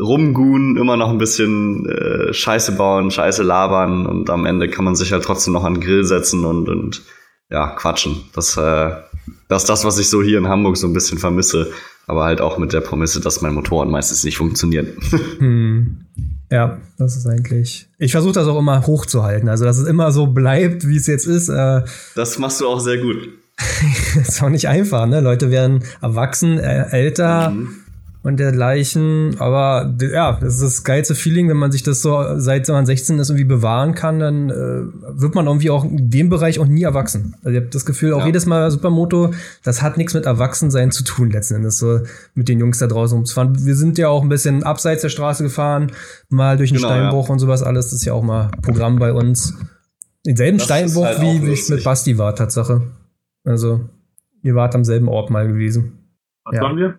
Speaker 1: rumguhen, immer noch ein bisschen äh, Scheiße bauen, Scheiße labern und am Ende kann man sich halt trotzdem noch an den Grill setzen und, und ja, quatschen. Das äh, Das ist das, was ich so hier in Hamburg so ein bisschen vermisse. Aber halt auch mit der Promisse, dass mein Motorrad meistens nicht funktioniert. *laughs*
Speaker 2: Hm. Ja, das ist eigentlich. Ich versuche das auch immer hochzuhalten, also dass es immer so bleibt, wie es jetzt ist. Äh,
Speaker 1: Das machst du auch sehr gut.
Speaker 2: ist auch nicht einfach, ne? Leute werden erwachsen, äh, älter
Speaker 1: Mhm.
Speaker 2: und dergleichen. Aber d- ja, das ist das geilste Feeling, wenn man sich das so seit man 16 ist irgendwie bewahren kann, dann äh, wird man irgendwie auch in dem Bereich auch nie erwachsen. Also ich habe das Gefühl, auch jedes Mal Supermoto, das hat nichts mit Erwachsensein zu tun letzten Endes, so mit den Jungs da draußen rumzufahren. Wir sind ja auch ein bisschen abseits der Straße gefahren, mal durch einen
Speaker 1: Genau, ja.
Speaker 2: Steinbruch und sowas alles. Das ist ja auch mal Programm bei uns. Denselben
Speaker 1: Das ist
Speaker 2: Steinbruch,
Speaker 1: halt auch
Speaker 2: wie, wie ich
Speaker 1: lustig.
Speaker 2: mit Basti war, Tatsache. Also, ihr wart am selben Ort mal gewesen.
Speaker 5: Was
Speaker 2: Ja.
Speaker 5: waren wir?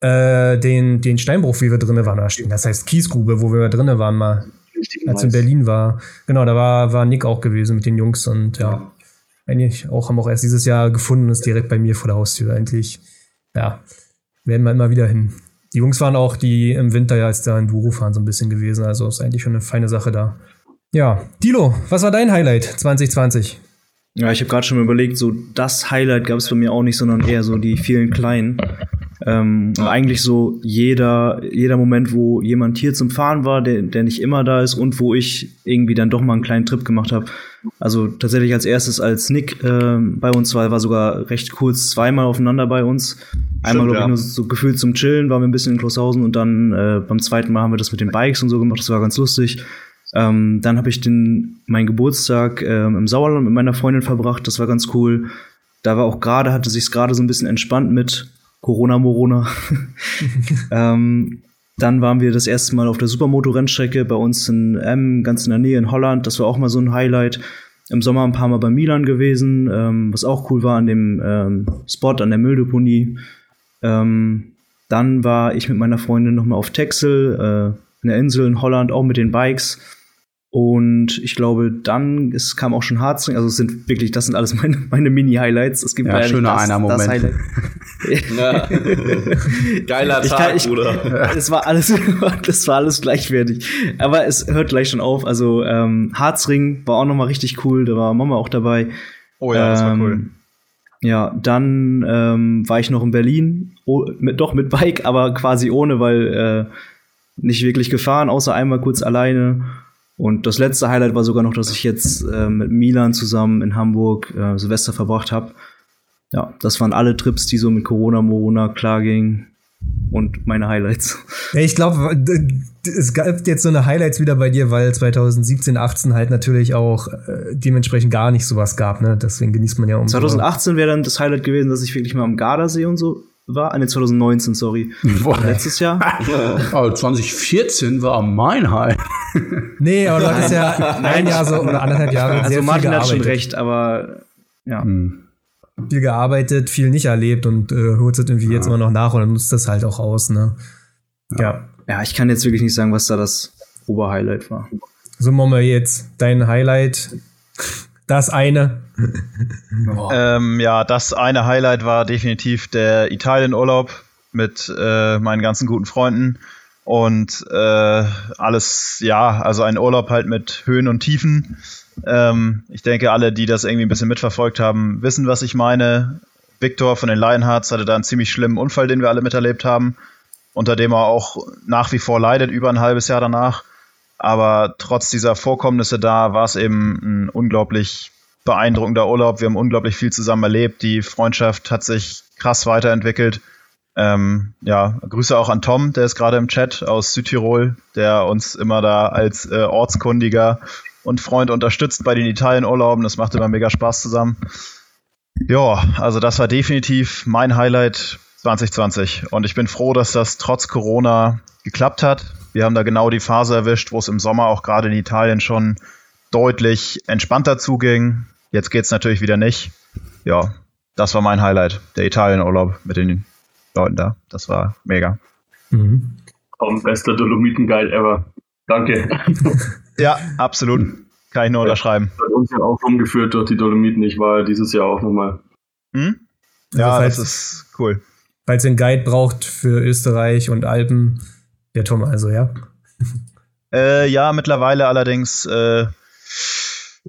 Speaker 2: Äh, den, den Steinbruch, wie wir drinnen waren, oder Stein- das heißt Kiesgrube, wo wir drinnen waren mal,
Speaker 5: Richtig
Speaker 2: als wir in Berlin war. Genau, da war, war Nick auch gewesen mit den Jungs und ja, eigentlich auch, haben auch erst dieses Jahr gefunden, ist direkt bei mir vor der Haustür eigentlich. Ja, werden wir immer wieder hin. Die Jungs waren auch, die im Winter ja als da in Duro fahren, so ein bisschen gewesen, also ist eigentlich schon eine feine Sache da. Ja, Dilo, was war dein Highlight 2020?
Speaker 4: Ja, ich habe gerade schon überlegt, so das Highlight gab es bei mir auch nicht, sondern eher so die vielen kleinen. Ähm, und eigentlich so jeder, jeder Moment, wo jemand hier zum Fahren war, der, der nicht immer da ist und wo ich irgendwie dann doch mal einen kleinen Trip gemacht habe. Also tatsächlich als erstes, als Nick ähm, bei uns war, war sogar recht kurz zweimal aufeinander bei uns. Einmal, glaube ich,
Speaker 1: ja.
Speaker 4: nur so gefühlt zum Chillen, waren wir ein bisschen in Kloshausen und dann äh, beim zweiten Mal haben wir das mit den Bikes und so gemacht, das war ganz lustig. Ähm, dann habe ich den, meinen Geburtstag ähm, im Sauerland mit meiner Freundin verbracht. Das war ganz cool. Da war auch gerade, hatte sich's gerade so ein bisschen entspannt mit Corona *laughs* Morona. ähm, dann waren wir das erste Mal auf der Supermoto-Rennstrecke bei uns in M, ganz in der Nähe in Holland. Das war auch mal so ein Highlight. Im Sommer ein paar Mal bei Milan gewesen, ähm, was auch cool war an dem ähm, Spot an der Mülldeponie. Ähm, dann war ich mit meiner Freundin nochmal auf Texel, äh, eine Insel in Holland, auch mit den Bikes. Und ich glaube, dann es kam auch schon Harzring. Also es sind wirklich, das sind alles *laughs* meine, meine Mini-Highlights. Es gibt
Speaker 3: Ja,
Speaker 4: leider nicht
Speaker 3: schöner
Speaker 4: das,
Speaker 3: Einer-Moment.
Speaker 4: Das Highlight.
Speaker 1: Ja. *laughs* Geiler
Speaker 4: Ich
Speaker 1: Tag,
Speaker 4: kann- ich-
Speaker 1: Bruder.
Speaker 4: *laughs* Es war alles, das war alles gleichwertig. Aber es hört gleich schon auf. Also ähm, Harzring war auch noch mal richtig cool. Da war Mama auch dabei.
Speaker 6: Oh ja, das war
Speaker 4: ähm,
Speaker 6: cool.
Speaker 4: Ja, dann ähm, war ich noch in Berlin, oh, mit, doch mit Bike, aber quasi ohne, weil äh, nicht wirklich gefahren, außer einmal kurz alleine. Und das letzte Highlight war sogar noch, dass ich jetzt äh, mit Milan zusammen in Hamburg äh, Silvester verbracht habe. Ja, das waren alle Trips, die so mit Corona, Morona klar gingen. Und meine Highlights.
Speaker 2: Ja, ich glaube, es gab jetzt so eine Highlights wieder bei dir, weil 2017, 18 halt natürlich auch äh, dementsprechend gar nicht sowas gab, ne? Deswegen genießt man ja umso.
Speaker 4: 2018 wäre dann das Highlight gewesen, dass ich wirklich mal am Gardasee und so war. Ah, ne, 2019, sorry.
Speaker 3: Boah.
Speaker 2: *laughs*
Speaker 4: Letztes Jahr.
Speaker 3: Oh, 2014 war mein High.
Speaker 2: Nee, aber du hattest
Speaker 4: *laughs*
Speaker 2: ja ein Jahr so oder anderthalb Jahre sehr
Speaker 4: Also Martin
Speaker 2: viel
Speaker 4: hat schon
Speaker 2: gearbeitet. Hm.
Speaker 4: recht, aber ja.
Speaker 3: *laughs*
Speaker 2: Viel gearbeitet, viel nicht erlebt und äh, holt es irgendwie jetzt immer noch nach und nutzt das halt auch aus, ne? Ja.
Speaker 4: Ja, ich kann jetzt wirklich nicht sagen, was da das Oberhighlight war.
Speaker 2: So machen wir jetzt dein Highlight. Das eine.
Speaker 6: Ähm, ja, das eine Highlight war definitiv der Italienurlaub mit äh, meinen ganzen guten Freunden und äh, alles, ja, also ein Urlaub halt mit Höhen und Tiefen. Ähm, ich denke, alle, die das irgendwie ein bisschen mitverfolgt haben, wissen, was ich meine. Victor von den Lionhearts hatte da einen ziemlich schlimmen Unfall, den wir alle miterlebt haben, unter dem er auch nach wie vor leidet, über ein halbes Jahr danach. Aber trotz dieser Vorkommnisse da war es eben ein unglaublich beeindruckender Urlaub. Wir haben unglaublich viel zusammen erlebt. Die Freundschaft hat sich krass weiterentwickelt. Ähm, ja, Grüße auch an Tom, der ist gerade im Chat aus Südtirol, der uns immer da als äh, Ortskundiger und Freund unterstützt bei den Italienurlauben. Das macht immer mega Spaß zusammen. Ja, also das war definitiv mein Highlight 2020. Und ich bin froh, dass das trotz Corona geklappt hat. Wir haben da genau die Phase erwischt, wo es im Sommer auch gerade in Italien schon deutlich entspannter zuging. Jetzt geht's natürlich wieder nicht. Ja, das war mein Highlight. Der Italienurlaub mit den Leuten da. Das war mega.
Speaker 2: Mhm.
Speaker 5: Komm, bester Dolomiten-Guide ever. Danke.
Speaker 6: Ja, absolut. Kann ich nur unterschreiben.
Speaker 5: Hat uns ja auch rumgeführt durch die Dolomiten. Ich war dieses Jahr auch nochmal.
Speaker 6: Hm?
Speaker 2: Also
Speaker 6: Ja,
Speaker 2: falls-
Speaker 6: das ist cool.
Speaker 2: Falls ihr einen Guide braucht für Österreich und Alpen, der Tom also, ja.
Speaker 6: Äh, ja, mittlerweile allerdings äh,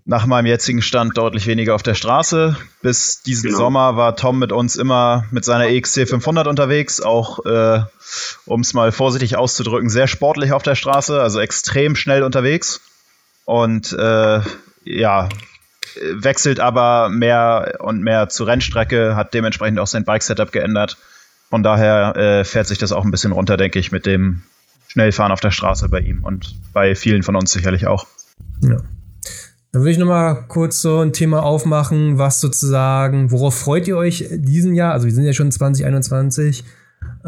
Speaker 6: nach meinem jetzigen Stand deutlich weniger auf der Straße. Bis diesen
Speaker 5: Genau.
Speaker 6: Sommer war Tom mit uns immer mit seiner E EXC 500 unterwegs, auch äh, um es mal vorsichtig auszudrücken, sehr sportlich auf der Straße, also extrem schnell unterwegs. Und äh, ja, wechselt aber mehr und mehr zur Rennstrecke, hat dementsprechend auch sein Bike-Setup geändert. Von daher äh, fährt sich das auch ein bisschen runter, denke ich, mit dem Schnellfahren auf der Straße bei ihm und bei vielen von uns sicherlich auch.
Speaker 2: Ja. Dann würde ich nochmal kurz so ein Thema aufmachen, was sozusagen, worauf freut ihr euch diesen Jahr? Also wir sind ja schon 2021.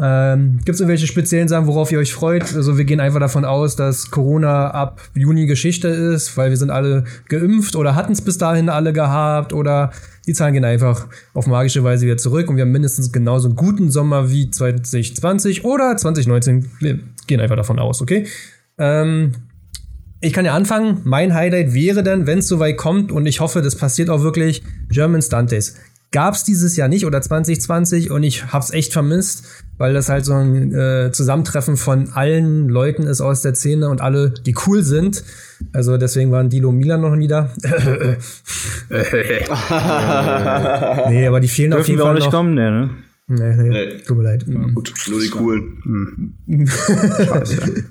Speaker 2: Ähm, Gibt es irgendwelche speziellen Sachen, worauf ihr euch freut? Also wir gehen einfach davon aus, dass Corona ab Juni Geschichte ist, weil wir sind alle geimpft oder hatten es bis dahin alle gehabt oder die Zahlen gehen einfach auf magische Weise wieder zurück und wir haben mindestens genauso einen guten Sommer wie 2020 oder 2019. Wir gehen einfach davon aus, okay? Ähm, ich kann ja anfangen. Mein Highlight wäre dann, wenn es soweit kommt, und ich hoffe, das passiert auch wirklich, German Stunt Days. Gab es dieses Jahr nicht oder 2020 und ich hab's echt vermisst, weil das halt so ein äh, Zusammentreffen von allen Leuten ist aus der Szene und alle, die cool sind. Also deswegen waren Dilo und Milan noch nie da. *laughs* nee, aber die fehlen auf
Speaker 4: Dürfen
Speaker 2: jeden
Speaker 4: wir auch
Speaker 2: Fall
Speaker 4: nicht
Speaker 2: noch.
Speaker 4: kommen, nee, ne?
Speaker 2: Nee, nee,
Speaker 1: Nee.
Speaker 2: Tut mir leid. Mhm.
Speaker 1: Gut, nur die coolen.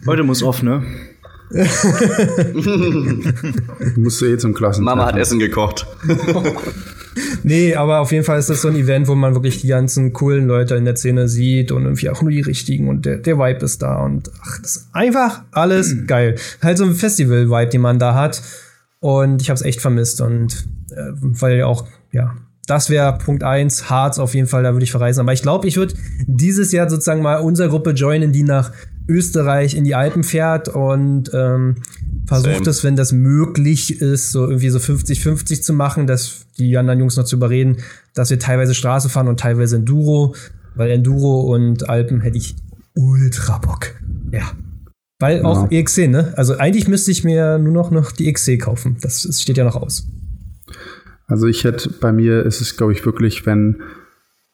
Speaker 4: Heute muss off, ne?
Speaker 3: Ich musste eh zum Klassen.
Speaker 1: Mama hat Essen gekocht.
Speaker 2: Nee, aber auf jeden Fall ist das so ein Event, wo man wirklich die ganzen coolen Leute in der Szene sieht und irgendwie auch nur die richtigen und der, der Vibe ist da und ach, das ist einfach alles geil. Halt so ein Festival-Vibe, den man da hat und ich habe es echt vermisst und äh, weil auch, ja, das wäre Punkt eins. Harz auf jeden Fall, da würde ich verreisen. Aber ich glaube, ich würde dieses Jahr sozusagen mal unsere Gruppe joinen, die nach Österreich in die Alpen fährt und ähm,
Speaker 1: Same.
Speaker 2: versucht es, wenn das möglich ist, so irgendwie so 50-50 zu machen, dass die anderen Jungs noch zu überreden, dass wir teilweise Straße fahren und teilweise Enduro, weil Enduro und Alpen hätte ich ultra Bock. Ja. Weil auch EXC, ne? Also eigentlich müsste ich mir nur noch, noch die EXC kaufen. Das, das steht ja noch aus.
Speaker 3: Also ich hätte, bei mir ist es, glaube ich, wirklich, wenn,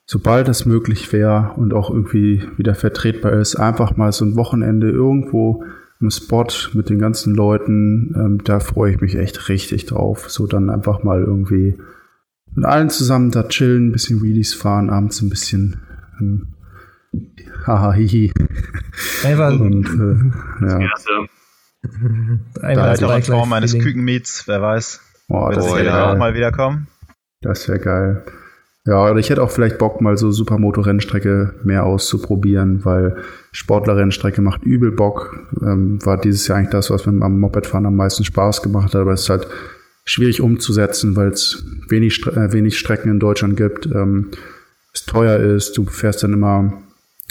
Speaker 3: sobald das möglich wäre und auch irgendwie wieder vertretbar ist, einfach mal so ein Wochenende irgendwo im Spot mit den ganzen Leuten, ähm, da freue ich mich echt richtig drauf. So dann einfach mal irgendwie mit allen zusammen da chillen, ein bisschen Wheelies fahren, abends ein bisschen ähm, *laughs* haha, hihi.
Speaker 2: Einfach,
Speaker 3: Und äh, ja,
Speaker 5: Ja, sehr.
Speaker 2: einfach Bike
Speaker 6: Vielleicht auch in
Speaker 2: Life
Speaker 6: Form meines
Speaker 2: also Feeling.
Speaker 6: Kükenmeats, wer weiß.
Speaker 3: oh,
Speaker 6: Wird
Speaker 3: das
Speaker 1: Oh,
Speaker 3: wäre
Speaker 6: sicherlich
Speaker 1: ja.
Speaker 6: auch mal wiederkommen.
Speaker 3: Das wäre geil. Ja, oder ich hätte auch vielleicht Bock, mal so Supermoto-Rennstrecke mehr auszuprobieren, weil Sportler-Rennstrecke macht übel Bock. Ähm, war dieses Jahr eigentlich das, was mir am Mopedfahren am meisten Spaß gemacht hat, aber es ist halt schwierig umzusetzen, weil es wenig, Stre äh, wenig Strecken in Deutschland gibt, ähm, es teuer ist, du fährst dann immer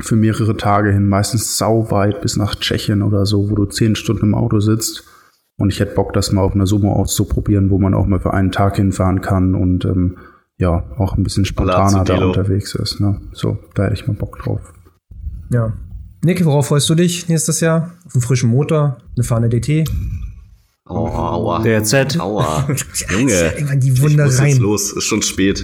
Speaker 3: für mehrere Tage hin, meistens sauweit bis nach Tschechien oder so, wo du zehn Stunden im Auto sitzt. Und ich hätte Bock, das mal auf einer Sumo auszuprobieren, wo man auch mal für einen Tag hinfahren kann und ähm, ja, auch ein bisschen spontaner da
Speaker 1: Delo.
Speaker 3: unterwegs ist. Ne? So, da hätte ich mal Bock drauf.
Speaker 2: Ja. Nick, worauf freust du dich nächstes Jahr? Auf einen frischen Motor, eine Fahne DT.
Speaker 1: Oh, aua.
Speaker 4: Der Z.
Speaker 1: Aua.
Speaker 2: *laughs* Ja,
Speaker 1: Junge.
Speaker 2: irgendwann die Wunder
Speaker 1: Ich muss
Speaker 2: rein.
Speaker 1: jetzt los, ist
Speaker 2: *laughs*
Speaker 1: schon spät.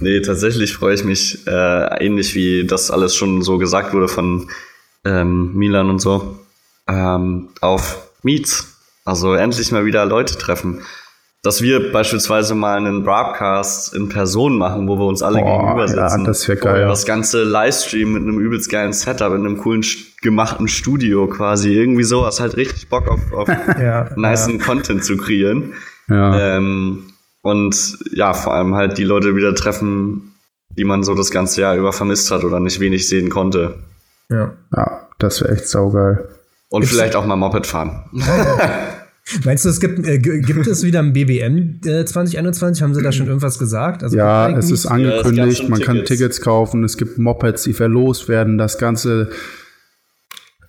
Speaker 1: nee, tatsächlich freue ich mich äh, ähnlich wie das alles schon so gesagt wurde von ähm, Milan und so ähm, auf Meets. Also endlich mal wieder Leute treffen. Dass wir beispielsweise mal einen Broadcast in Person machen, wo wir uns alle
Speaker 3: Oh,
Speaker 1: gegenüber sitzen.
Speaker 3: ja, das wär geil.
Speaker 1: Oder Das ganze Livestream mit einem übelst geilen Setup, in einem coolen st- gemachten Studio quasi. Irgendwie sowas. Halt richtig Bock auf, auf
Speaker 2: *laughs* Ja,
Speaker 1: niceen Content zu kreieren.
Speaker 3: Ja,
Speaker 1: Ähm, und ja, vor allem halt die Leute wieder treffen, die man so das ganze Jahr über vermisst hat oder nicht wenig sehen konnte.
Speaker 2: ja.
Speaker 3: ja das wäre echt saugeil.
Speaker 1: Und
Speaker 2: Gibt's-
Speaker 1: vielleicht auch mal Moped fahren.
Speaker 2: Meinst du, es gibt, äh, g- gibt es wieder ein BBM äh, 2021? Haben sie da schon irgendwas gesagt? Also
Speaker 3: Ja,
Speaker 2: Bike
Speaker 3: es
Speaker 2: Meets?
Speaker 1: Ja,
Speaker 3: ist
Speaker 1: es
Speaker 3: angekündigt,
Speaker 1: gab schon
Speaker 3: man kann
Speaker 1: Tickets.
Speaker 3: Tickets kaufen, es gibt Mopeds, die verlost werden, das Ganze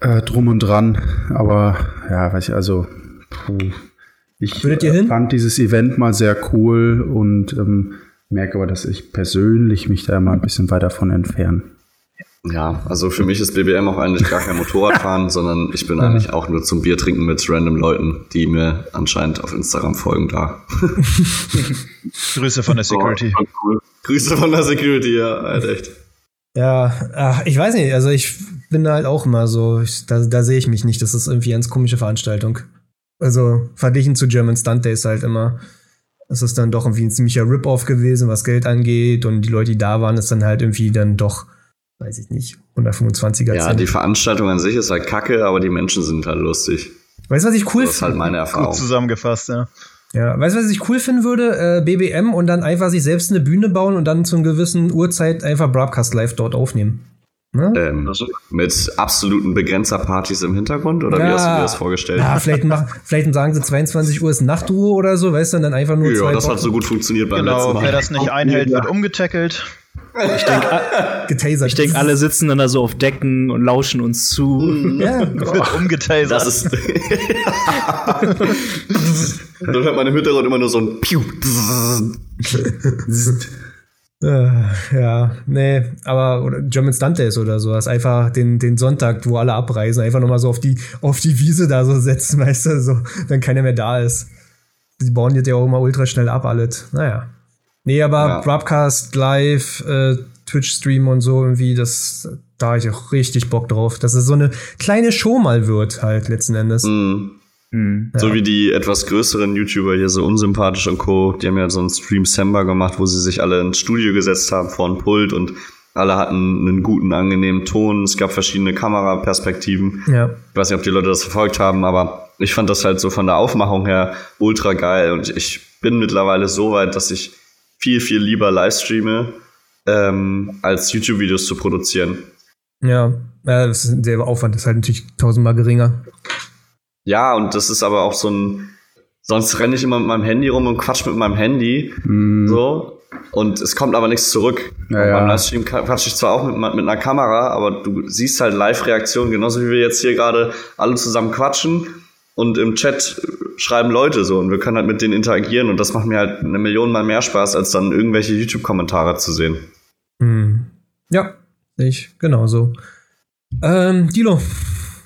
Speaker 3: äh, drum und dran. Aber ja, weiß ich, also puh. ich
Speaker 2: Würdet ihr hin?
Speaker 3: fand dieses Event mal sehr cool und ähm, merke aber, dass ich persönlich mich da immer ein bisschen weit davon entferne.
Speaker 1: Ja, also für mich ist BBM auch eigentlich gar kein
Speaker 2: *laughs*
Speaker 1: Motorradfahren, sondern ich bin eigentlich auch nur zum Bier trinken mit random Leuten, die mir anscheinend auf Instagram folgen da.
Speaker 6: Grüße von der Security.
Speaker 5: Oh, ganz cool.
Speaker 1: Grüße von der Security, ja, halt echt.
Speaker 2: Ja, ach, ich weiß nicht, also ich bin da halt auch immer so, ich, da, da sehe ich mich nicht. Das ist irgendwie eine ganz komische Veranstaltung. Also verglichen zu German Stunt Days halt immer. Es ist dann doch irgendwie ein ziemlicher Rip-Off gewesen, was Geld angeht. Und die Leute, die da waren, ist dann halt irgendwie dann doch, weiß ich nicht, 125er
Speaker 1: Ja,
Speaker 2: Cent.
Speaker 1: die Veranstaltung an sich ist halt kacke, aber die Menschen sind halt lustig.
Speaker 2: Weißt du, was ich cool
Speaker 1: Das ist halt meine
Speaker 6: Gut
Speaker 1: Erfahrung.
Speaker 6: zusammengefasst, ne? ja.
Speaker 2: Ja, weißt du, was ich cool finden würde? Äh, BBM und dann einfach sich selbst eine Bühne bauen und dann zu einer gewissen Uhrzeit einfach Broadcast live dort aufnehmen. Ne?
Speaker 1: Ähm,
Speaker 5: Also,
Speaker 1: mit absoluten Begrenzerpartys im Hintergrund oder wie
Speaker 2: Ja.
Speaker 1: hast du dir das vorgestellt?
Speaker 2: Ja, vielleicht,
Speaker 1: *laughs*
Speaker 2: machen, vielleicht sagen sie 22 Uhr ist Nachtruhe oder so, weißt du, und dann einfach nur
Speaker 1: Ja,
Speaker 2: zwei
Speaker 1: das hat
Speaker 2: Wochen
Speaker 1: so gut funktioniert beim letzten
Speaker 6: Genau, wer
Speaker 1: Mal. Oh,
Speaker 6: das nicht einhält, wird umgetackelt.
Speaker 2: getasert.
Speaker 4: Ich denke, alle sitzen dann da so auf Decken und lauschen uns zu. *laughs*
Speaker 2: Ja,
Speaker 6: Wird umgetasert.
Speaker 1: Das ist. *laughs* Dann hört man im Hintergrund immer nur so ein Piu.
Speaker 2: Äh, ja, nee, aber oder German Stunt Days oder sowas. Einfach den, den Sonntag, wo alle abreisen, einfach nochmal so auf die, auf die Wiese da so setzen, *laughs* weißt du, so, wenn keiner mehr da ist. Die bauen jetzt ja auch immer ultra schnell ab, alles. Naja. Nee, aber
Speaker 1: Ja.
Speaker 2: Broadcast, Live, äh, Twitch-Stream und so irgendwie, das, da hab ich auch richtig Bock drauf, dass es so eine kleine Show mal wird, halt letzten Endes.
Speaker 1: Mhm.
Speaker 4: Hm.
Speaker 1: So wie die etwas größeren YouTuber hier, so unsympathisch und Co., die haben ja so einen Stream Samba gemacht, wo sie sich alle ins Studio gesetzt haben vor ein Pult und alle hatten einen guten, angenehmen Ton. Es gab verschiedene Kameraperspektiven.
Speaker 2: Ja.
Speaker 1: Ich weiß nicht, ob die Leute das verfolgt haben, aber ich fand das halt so von der Aufmachung her ultra geil. Und ich bin mittlerweile so weit, dass ich viel, viel lieber Livestreame, ähm, als YouTube-Videos zu produzieren.
Speaker 2: Ja. Äh, das ist, der Aufwand ist halt natürlich tausendmal geringer.
Speaker 1: Ja, und das ist aber auch so ein. Sonst renne ich immer mit meinem Handy rum und quatsch mit meinem Handy. So. Und es kommt aber nichts zurück.
Speaker 3: Mhm. Ja,
Speaker 1: und
Speaker 3: ja.
Speaker 1: beim Livestream quatsch ich zwar auch mit, mit einer Kamera, aber du siehst halt Live-Reaktionen, genauso wie wir jetzt hier gerade alle zusammen quatschen und im Chat äh, schreiben Leute so und wir können halt mit denen interagieren und das macht mir halt eine Million mal mehr Spaß, als dann irgendwelche YouTube-Kommentare zu sehen.
Speaker 2: Hm. Ja, sehe ich genauso. Ähm, Dilo,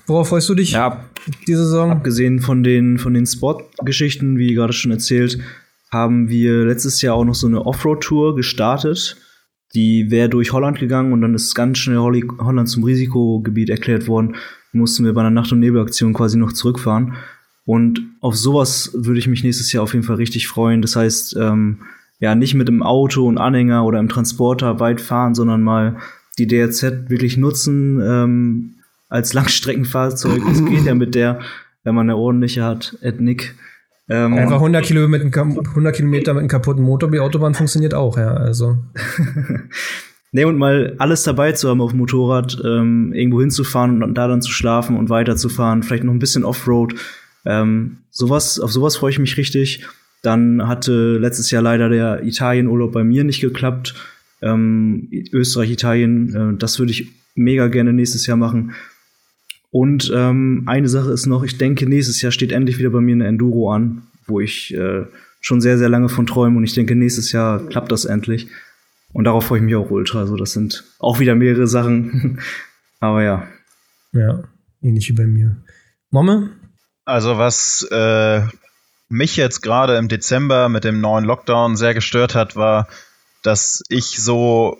Speaker 2: worauf freust du dich
Speaker 4: Ja,
Speaker 2: diese Saison?
Speaker 4: Abgesehen von den, von den Spot-Geschichten, wie gerade schon erzählt, haben wir letztes Jahr auch noch so eine Offroad-Tour gestartet. Die wäre durch Holland gegangen und dann ist ganz schnell Holli Holland zum Risikogebiet erklärt worden. Mussten wir bei einer Nacht- und Nebelaktion quasi noch zurückfahren. Und auf sowas würde ich mich nächstes Jahr auf jeden Fall richtig freuen. Das heißt, ähm, ja, nicht mit dem Auto und Anhänger oder im Transporter weit fahren, sondern mal die DRZ wirklich nutzen, ähm, als Langstreckenfahrzeug. Das geht ja mit der, wenn man eine ordentliche hat, Ethnik. Ähm,
Speaker 2: Einfach 100 Kilometer, mit einem, kap- 100 Kilometer mit einem kaputten Motor, die Autobahn funktioniert auch, ja, also.
Speaker 4: nee, und mal alles dabei zu haben auf dem Motorrad, ähm, irgendwo hinzufahren und da dann zu schlafen und weiterzufahren, vielleicht noch ein bisschen Offroad. Ähm, sowas, auf sowas freue ich mich richtig. Dann hatte letztes Jahr leider der Italienurlaub bei mir nicht geklappt. Ähm, Österreich, Italien, äh, das würde ich mega gerne nächstes Jahr machen. Und ähm, eine Sache ist noch, ich denke, nächstes Jahr steht endlich wieder bei mir eine Enduro an, wo ich äh, schon sehr, sehr lange von träume und ich denke, nächstes Jahr klappt das endlich. Und darauf freue ich mich auch ultra. Also das sind auch wieder mehrere Sachen. *laughs* Aber ja.
Speaker 2: Ja, ähnlich wie bei mir. Momme?
Speaker 6: Also was äh, mich jetzt gerade im Dezember mit dem neuen Lockdown sehr gestört hat, war, dass ich so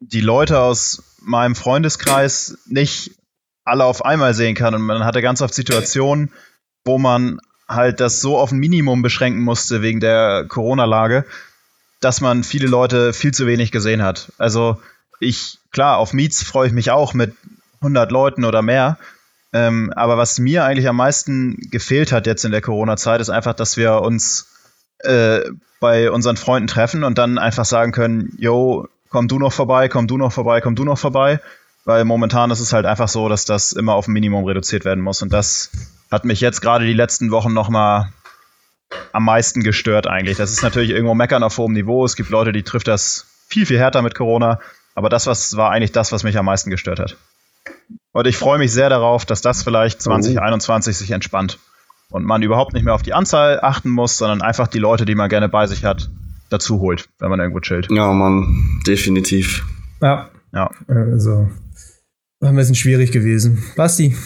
Speaker 6: die Leute aus meinem Freundeskreis nicht alle auf einmal sehen kann. Und man hatte ganz oft Situationen, wo man halt das so auf ein Minimum beschränken musste wegen der Corona-Lage, dass man viele Leute viel zu wenig gesehen hat. Also ich, klar, auf Meets freue ich mich auch mit 100 Leuten oder mehr. Ähm, aber was mir eigentlich am meisten gefehlt hat jetzt in der Corona-Zeit, ist einfach, dass wir uns äh, bei unseren Freunden treffen und dann einfach sagen können, yo, komm du noch vorbei, komm du noch vorbei, komm du noch vorbei. Weil momentan ist es halt einfach so, dass das immer auf ein Minimum reduziert werden muss. Und das hat mich jetzt gerade die letzten Wochen noch mal am meisten gestört eigentlich. Das ist natürlich irgendwo meckern auf hohem Niveau. Es gibt Leute, die trifft das viel, viel härter mit Corona. Aber das was war eigentlich das, was mich am meisten gestört hat. Und ich freue mich sehr darauf, dass das
Speaker 3: Oh.
Speaker 6: vielleicht 2021 sich entspannt und man überhaupt nicht mehr auf die Anzahl achten muss, sondern einfach die Leute, die man gerne bei sich hat, dazu holt, wenn man irgendwo chillt.
Speaker 1: Ja, Mann, definitiv.
Speaker 2: Ja,
Speaker 6: Ja.
Speaker 2: also. War ein bisschen schwierig gewesen. Basti?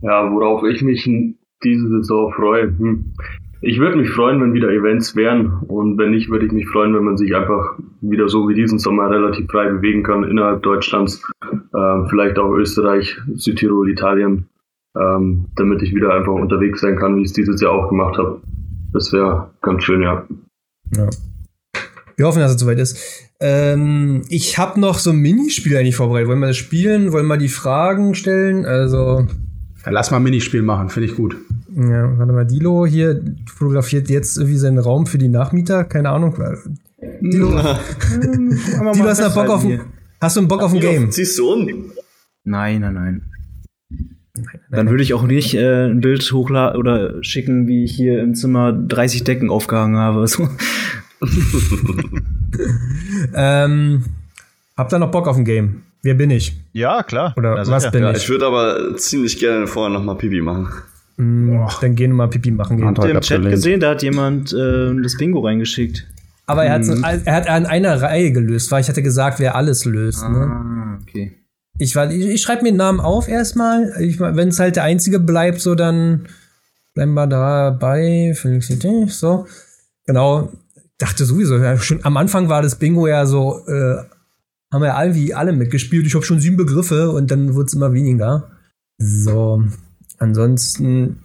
Speaker 5: Ja, worauf ich mich n- diese Saison freue. Hm. Ich würde mich freuen, wenn wieder Events wären. Und wenn nicht, würde ich mich freuen, wenn man sich einfach wieder so wie diesen Sommer relativ frei ähm, bewegen kann innerhalb Deutschlands. Äh, vielleicht auch Österreich, Südtirol, Italien. ähm, damit ich wieder einfach unterwegs sein kann, wie ich es dieses Jahr auch gemacht habe. Das wäre ganz schön, ja.
Speaker 2: Ja. Wir hoffen, dass es soweit ist. Ähm, ich habe noch so ein Minispiel eigentlich vorbereitet. Wollen wir das spielen? Wollen wir die Fragen stellen? Also,
Speaker 3: Ja, lass mal ein Minispiel machen, finde ich gut.
Speaker 2: ja, warte mal, Dilo hier fotografiert jetzt irgendwie seinen Raum für die Nachmieter. Keine Ahnung. Dilo, Dilo hast, du Bock auf, ein- hast du einen Bock auf ein Game?
Speaker 1: Ziehst du um?
Speaker 4: Nein, nein, nein. Dann würde ich auch nicht äh, ein Bild hochladen oder schicken, wie ich hier im Zimmer 30 Decken aufgehangen habe. So.
Speaker 2: Ähm, habt ihr noch Bock auf ein Game? Wer bin ich?
Speaker 6: Ja, klar.
Speaker 2: Oder
Speaker 6: Na
Speaker 2: was
Speaker 6: sicher.
Speaker 2: bin
Speaker 1: Ja, ich
Speaker 2: ich?
Speaker 1: würde aber ziemlich gerne vorher nochmal Pipi machen.
Speaker 2: Hm, dann gehen wir mal Pipi machen gehen.
Speaker 3: Antrag
Speaker 4: Im Chat
Speaker 3: abgelehnt.
Speaker 4: gesehen, da hat jemand ähm, das Bingo reingeschickt.
Speaker 2: Aber er, hat's- er hat an einer Reihe gelöst, weil ich hatte gesagt, wer alles löst. Ne?
Speaker 4: Ah, okay.
Speaker 2: Ich, war- ich, ich schreibe mir den Namen auf erstmal. Ich, Wenn es halt der einzige bleibt, so dann bleiben wir dabei. Felicity, So. Genau. Dachte sowieso, ja, schon am Anfang war das Bingo ja so, äh, haben wir irgendwie alle mitgespielt. Ich habe schon sieben Begriffe und dann wurde es immer weniger. So. Ansonsten,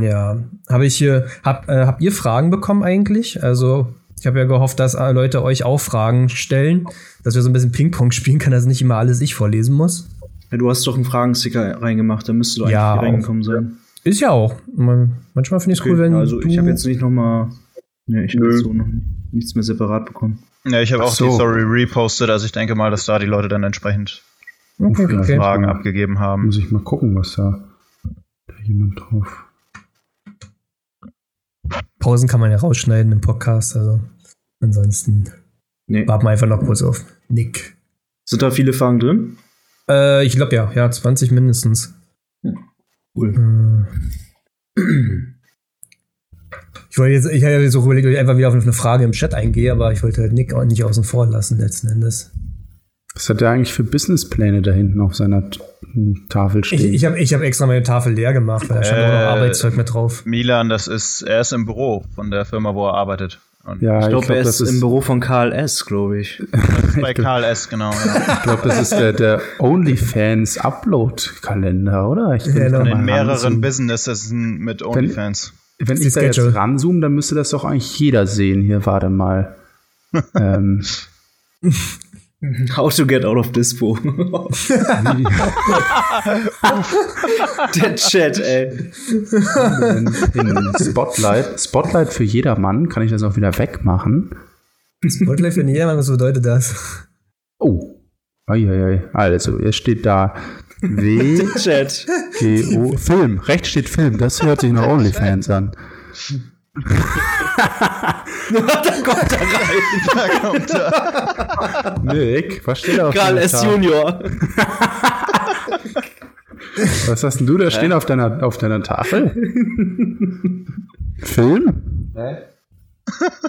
Speaker 2: ja, habe ich hier, hab, äh, habt ihr Fragen bekommen eigentlich? Also, ich habe ja gehofft, dass äh, Leute euch auch Fragen stellen, dass wir so ein bisschen Ping-Pong spielen können, dass nicht immer alles ich vorlesen muss.
Speaker 4: Ja, du hast doch einen Fragensticker reingemacht, da müsste du
Speaker 2: Ja,
Speaker 4: eigentlich
Speaker 2: auch.
Speaker 4: reingekommen sein.
Speaker 2: Ist ja auch. Man- Manchmal finde ich es cool, wenn
Speaker 4: also
Speaker 2: du
Speaker 4: ich habe jetzt nicht nochmal. Ne, ich habe
Speaker 5: Nö.
Speaker 4: jetzt so noch nichts mehr separat bekommen.
Speaker 6: Ja, ich habe
Speaker 3: Ach
Speaker 6: auch
Speaker 3: so.
Speaker 6: die Story repostet, also ich denke mal, dass da die Leute dann entsprechend
Speaker 2: okay,
Speaker 3: vielleicht
Speaker 2: okay.
Speaker 6: Fragen
Speaker 3: Ja.
Speaker 6: abgegeben haben.
Speaker 3: Muss ich mal gucken, was da, da jemand drauf.
Speaker 2: Pausen kann man ja rausschneiden im Podcast. Also ansonsten
Speaker 4: Nee.
Speaker 2: warten wir einfach noch kurz auf Nick.
Speaker 4: Sind da viele Fragen drin?
Speaker 2: Äh, ich glaube ja, ja, 20 mindestens.
Speaker 4: Cool.
Speaker 2: Äh. *clears throat* Ich wollte jetzt, ich habe jetzt auch überlegt, ob ich einfach wieder auf eine Frage im Chat eingehe, aber ich wollte halt Nick auch nicht außen vor lassen letzten Endes.
Speaker 3: Was hat der eigentlich für Businesspläne da hinten auf seiner T- Tafel
Speaker 2: Ich,
Speaker 3: stehen?
Speaker 2: ich habe ich hab extra meine Tafel leer gemacht, weil da stand auch noch
Speaker 6: Äh.
Speaker 2: Arbeitszeug mit drauf.
Speaker 6: Milan, das ist, er ist im Büro von der Firma, wo er arbeitet. Und
Speaker 3: ja,
Speaker 4: Ich
Speaker 3: ich
Speaker 4: glaube, er
Speaker 3: glaube,
Speaker 4: ist
Speaker 3: das
Speaker 4: im
Speaker 3: ist,
Speaker 4: Büro von Karl S., glaube ich. *laughs*
Speaker 6: bei KLS, genau.
Speaker 3: *laughs*
Speaker 6: Ja.
Speaker 3: ich glaub, das ist der, der OnlyFans Upload-Kalender, oder? Ich
Speaker 2: Ja, genau.
Speaker 3: da
Speaker 6: Und
Speaker 3: mal
Speaker 6: in mehreren
Speaker 3: ranzoomen.
Speaker 6: Businesses mit OnlyFans.
Speaker 3: Wenn
Speaker 2: Die
Speaker 3: ich da jetzt
Speaker 2: Schedule.
Speaker 3: ranzoome, dann müsste das doch eigentlich jeder sehen. Hier, warte mal. ähm,
Speaker 4: How to get out of
Speaker 3: *laughs*
Speaker 4: Dispo. Der Chat, ey.
Speaker 3: in, in Spotlight. Spotlight für jedermann. Kann ich das auch wieder wegmachen?
Speaker 2: Spotlight für jedermann, was bedeutet das? *laughs*
Speaker 3: Oh. Eieiei. Also, es steht da W,
Speaker 4: Chat.
Speaker 3: G, O. Film. Rechts steht Film. Das hört sich nach OnlyFans an.
Speaker 6: Da kommt er.
Speaker 3: Nick, was steht da auf
Speaker 4: Karl
Speaker 3: deiner
Speaker 4: S.
Speaker 3: Tafel?
Speaker 4: Junior.
Speaker 3: Was hast denn du da stehen auf deiner, auf deiner Tafel? Film?
Speaker 4: Nick, Nick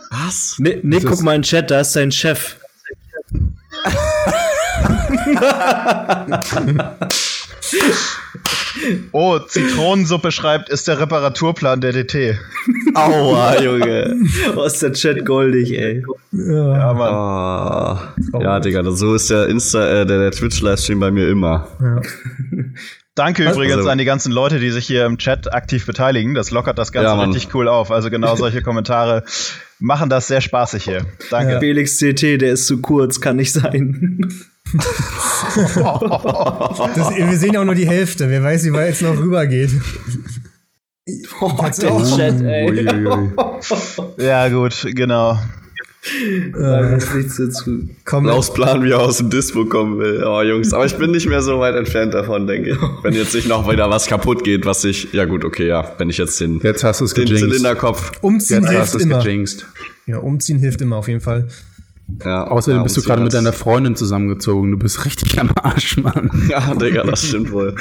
Speaker 3: Das ist-
Speaker 4: Ne, guck mal in den Chat, da ist sein Chef.
Speaker 6: Oh, Zitronensuppe schreibt, ist der Reparaturplan der DT.
Speaker 1: *laughs*
Speaker 4: Aua, Junge. Oh, ist der Chat goldig, ey.
Speaker 2: Ja.
Speaker 6: Ja, Mann.
Speaker 3: Oh.
Speaker 1: Ah, ja, Digga, das- so ist der Insta, äh, der, der Twitch-Livestream bei mir immer.
Speaker 2: Ja.
Speaker 6: Danke übrigens
Speaker 1: Also-
Speaker 6: an die ganzen Leute, die sich hier im Chat aktiv beteiligen. Das lockert das Ganze
Speaker 1: Ja, Mann.
Speaker 6: richtig cool auf. Also genau solche Kommentare machen das sehr spaßig hier. Danke.
Speaker 4: Felix CT, der ist zu kurz, kann nicht sein.
Speaker 3: *laughs*
Speaker 2: Das, wir sehen ja auch nur die Hälfte. Wer weiß, wie weit es noch rübergeht.
Speaker 4: Oh, der Chat, ey.
Speaker 3: Uiuiui.
Speaker 6: Ja, gut, genau.
Speaker 4: Da ist nichts dazu.
Speaker 2: Komm,
Speaker 1: Laus Plan, wie er aus dem Dispo kommen will. Oh, Jungs, aber ich bin nicht mehr so weit entfernt davon, denke ich. Wenn jetzt nicht noch wieder was kaputt geht, was ich. Ja, gut, okay, ja. Wenn ich jetzt den,
Speaker 3: Jetzt hast du es
Speaker 1: den
Speaker 3: gejinxt.
Speaker 1: Zylinderkopf.
Speaker 2: umziehen
Speaker 3: Jetzt hast
Speaker 2: hilft
Speaker 3: du es
Speaker 2: immer.
Speaker 3: gejinxt.
Speaker 2: Ja, umziehen hilft immer auf jeden Fall.
Speaker 1: Ja,
Speaker 3: Außerdem
Speaker 1: ja,
Speaker 3: bist du
Speaker 1: und
Speaker 3: gerade mit
Speaker 1: das-
Speaker 3: deiner Freundin zusammengezogen. Du bist richtig am Arsch, Mann.
Speaker 1: *laughs* Ja, Digga, das stimmt
Speaker 3: *laughs*
Speaker 1: wohl.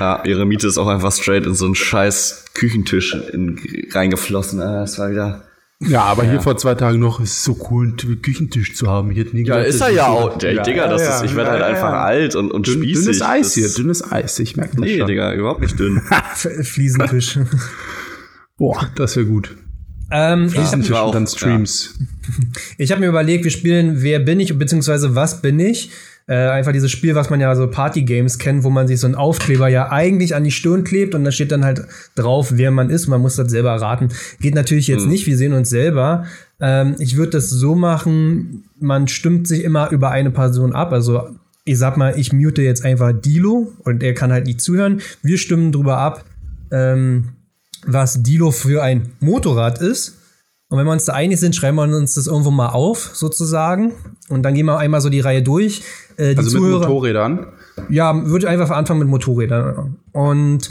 Speaker 1: Ja, ihre Miete ist auch einfach straight in so einen scheiß Küchentisch in, reingeflossen. Ah, Das war wieder.
Speaker 3: Ja, aber hier vor zwei Tagen noch ist es so cool, einen T- Küchentisch zu haben. Ich hätte nie
Speaker 1: Ja,
Speaker 3: gedacht,
Speaker 1: ist
Speaker 3: dass
Speaker 1: er
Speaker 3: ich
Speaker 1: ja
Speaker 3: so-
Speaker 1: auch. Der, Digga, das
Speaker 3: ja,
Speaker 1: ist, ich werde
Speaker 3: ja,
Speaker 1: halt
Speaker 3: ja,
Speaker 1: einfach
Speaker 3: ja.
Speaker 1: alt und, und
Speaker 3: Dünn,
Speaker 1: spießig.
Speaker 3: dünnes Eis
Speaker 1: Das-
Speaker 3: hier, dünnes Eis. Ich merke das
Speaker 1: Nee,
Speaker 3: schon.
Speaker 1: Digga, überhaupt nicht *laughs* dünn.
Speaker 2: F Fliesentisch.
Speaker 3: Boah, das wäre gut.
Speaker 2: ähm, ich
Speaker 1: Ja.
Speaker 3: Tisch
Speaker 1: war auch-
Speaker 3: und dann Streams.
Speaker 2: ich habe mir überlegt, wir spielen Wer bin ich, beziehungsweise Was bin ich? Äh, einfach dieses Spiel, was man ja so Party-Games kennt, wo man sich so einen Aufkleber ja eigentlich an die Stirn klebt und da steht dann halt drauf, wer man ist. Man muss das selber erraten. Geht natürlich jetzt nicht, wir sehen uns selber. Ähm, ich würde das so machen, man stimmt sich immer über eine Person ab. Also ich sag mal, ich mute jetzt einfach Dilo und er kann halt nicht zuhören. Wir stimmen drüber ab, ähm, was Dilo für ein Motorrad ist. Und wenn wir uns da einig sind, schreiben wir uns das irgendwo mal auf, sozusagen. Und dann gehen wir einmal so die Reihe durch. Äh, die
Speaker 3: Also mit
Speaker 2: Zuhörer,
Speaker 3: Motorrädern.
Speaker 2: Ja, würde ich einfach anfangen mit Motorrädern. Und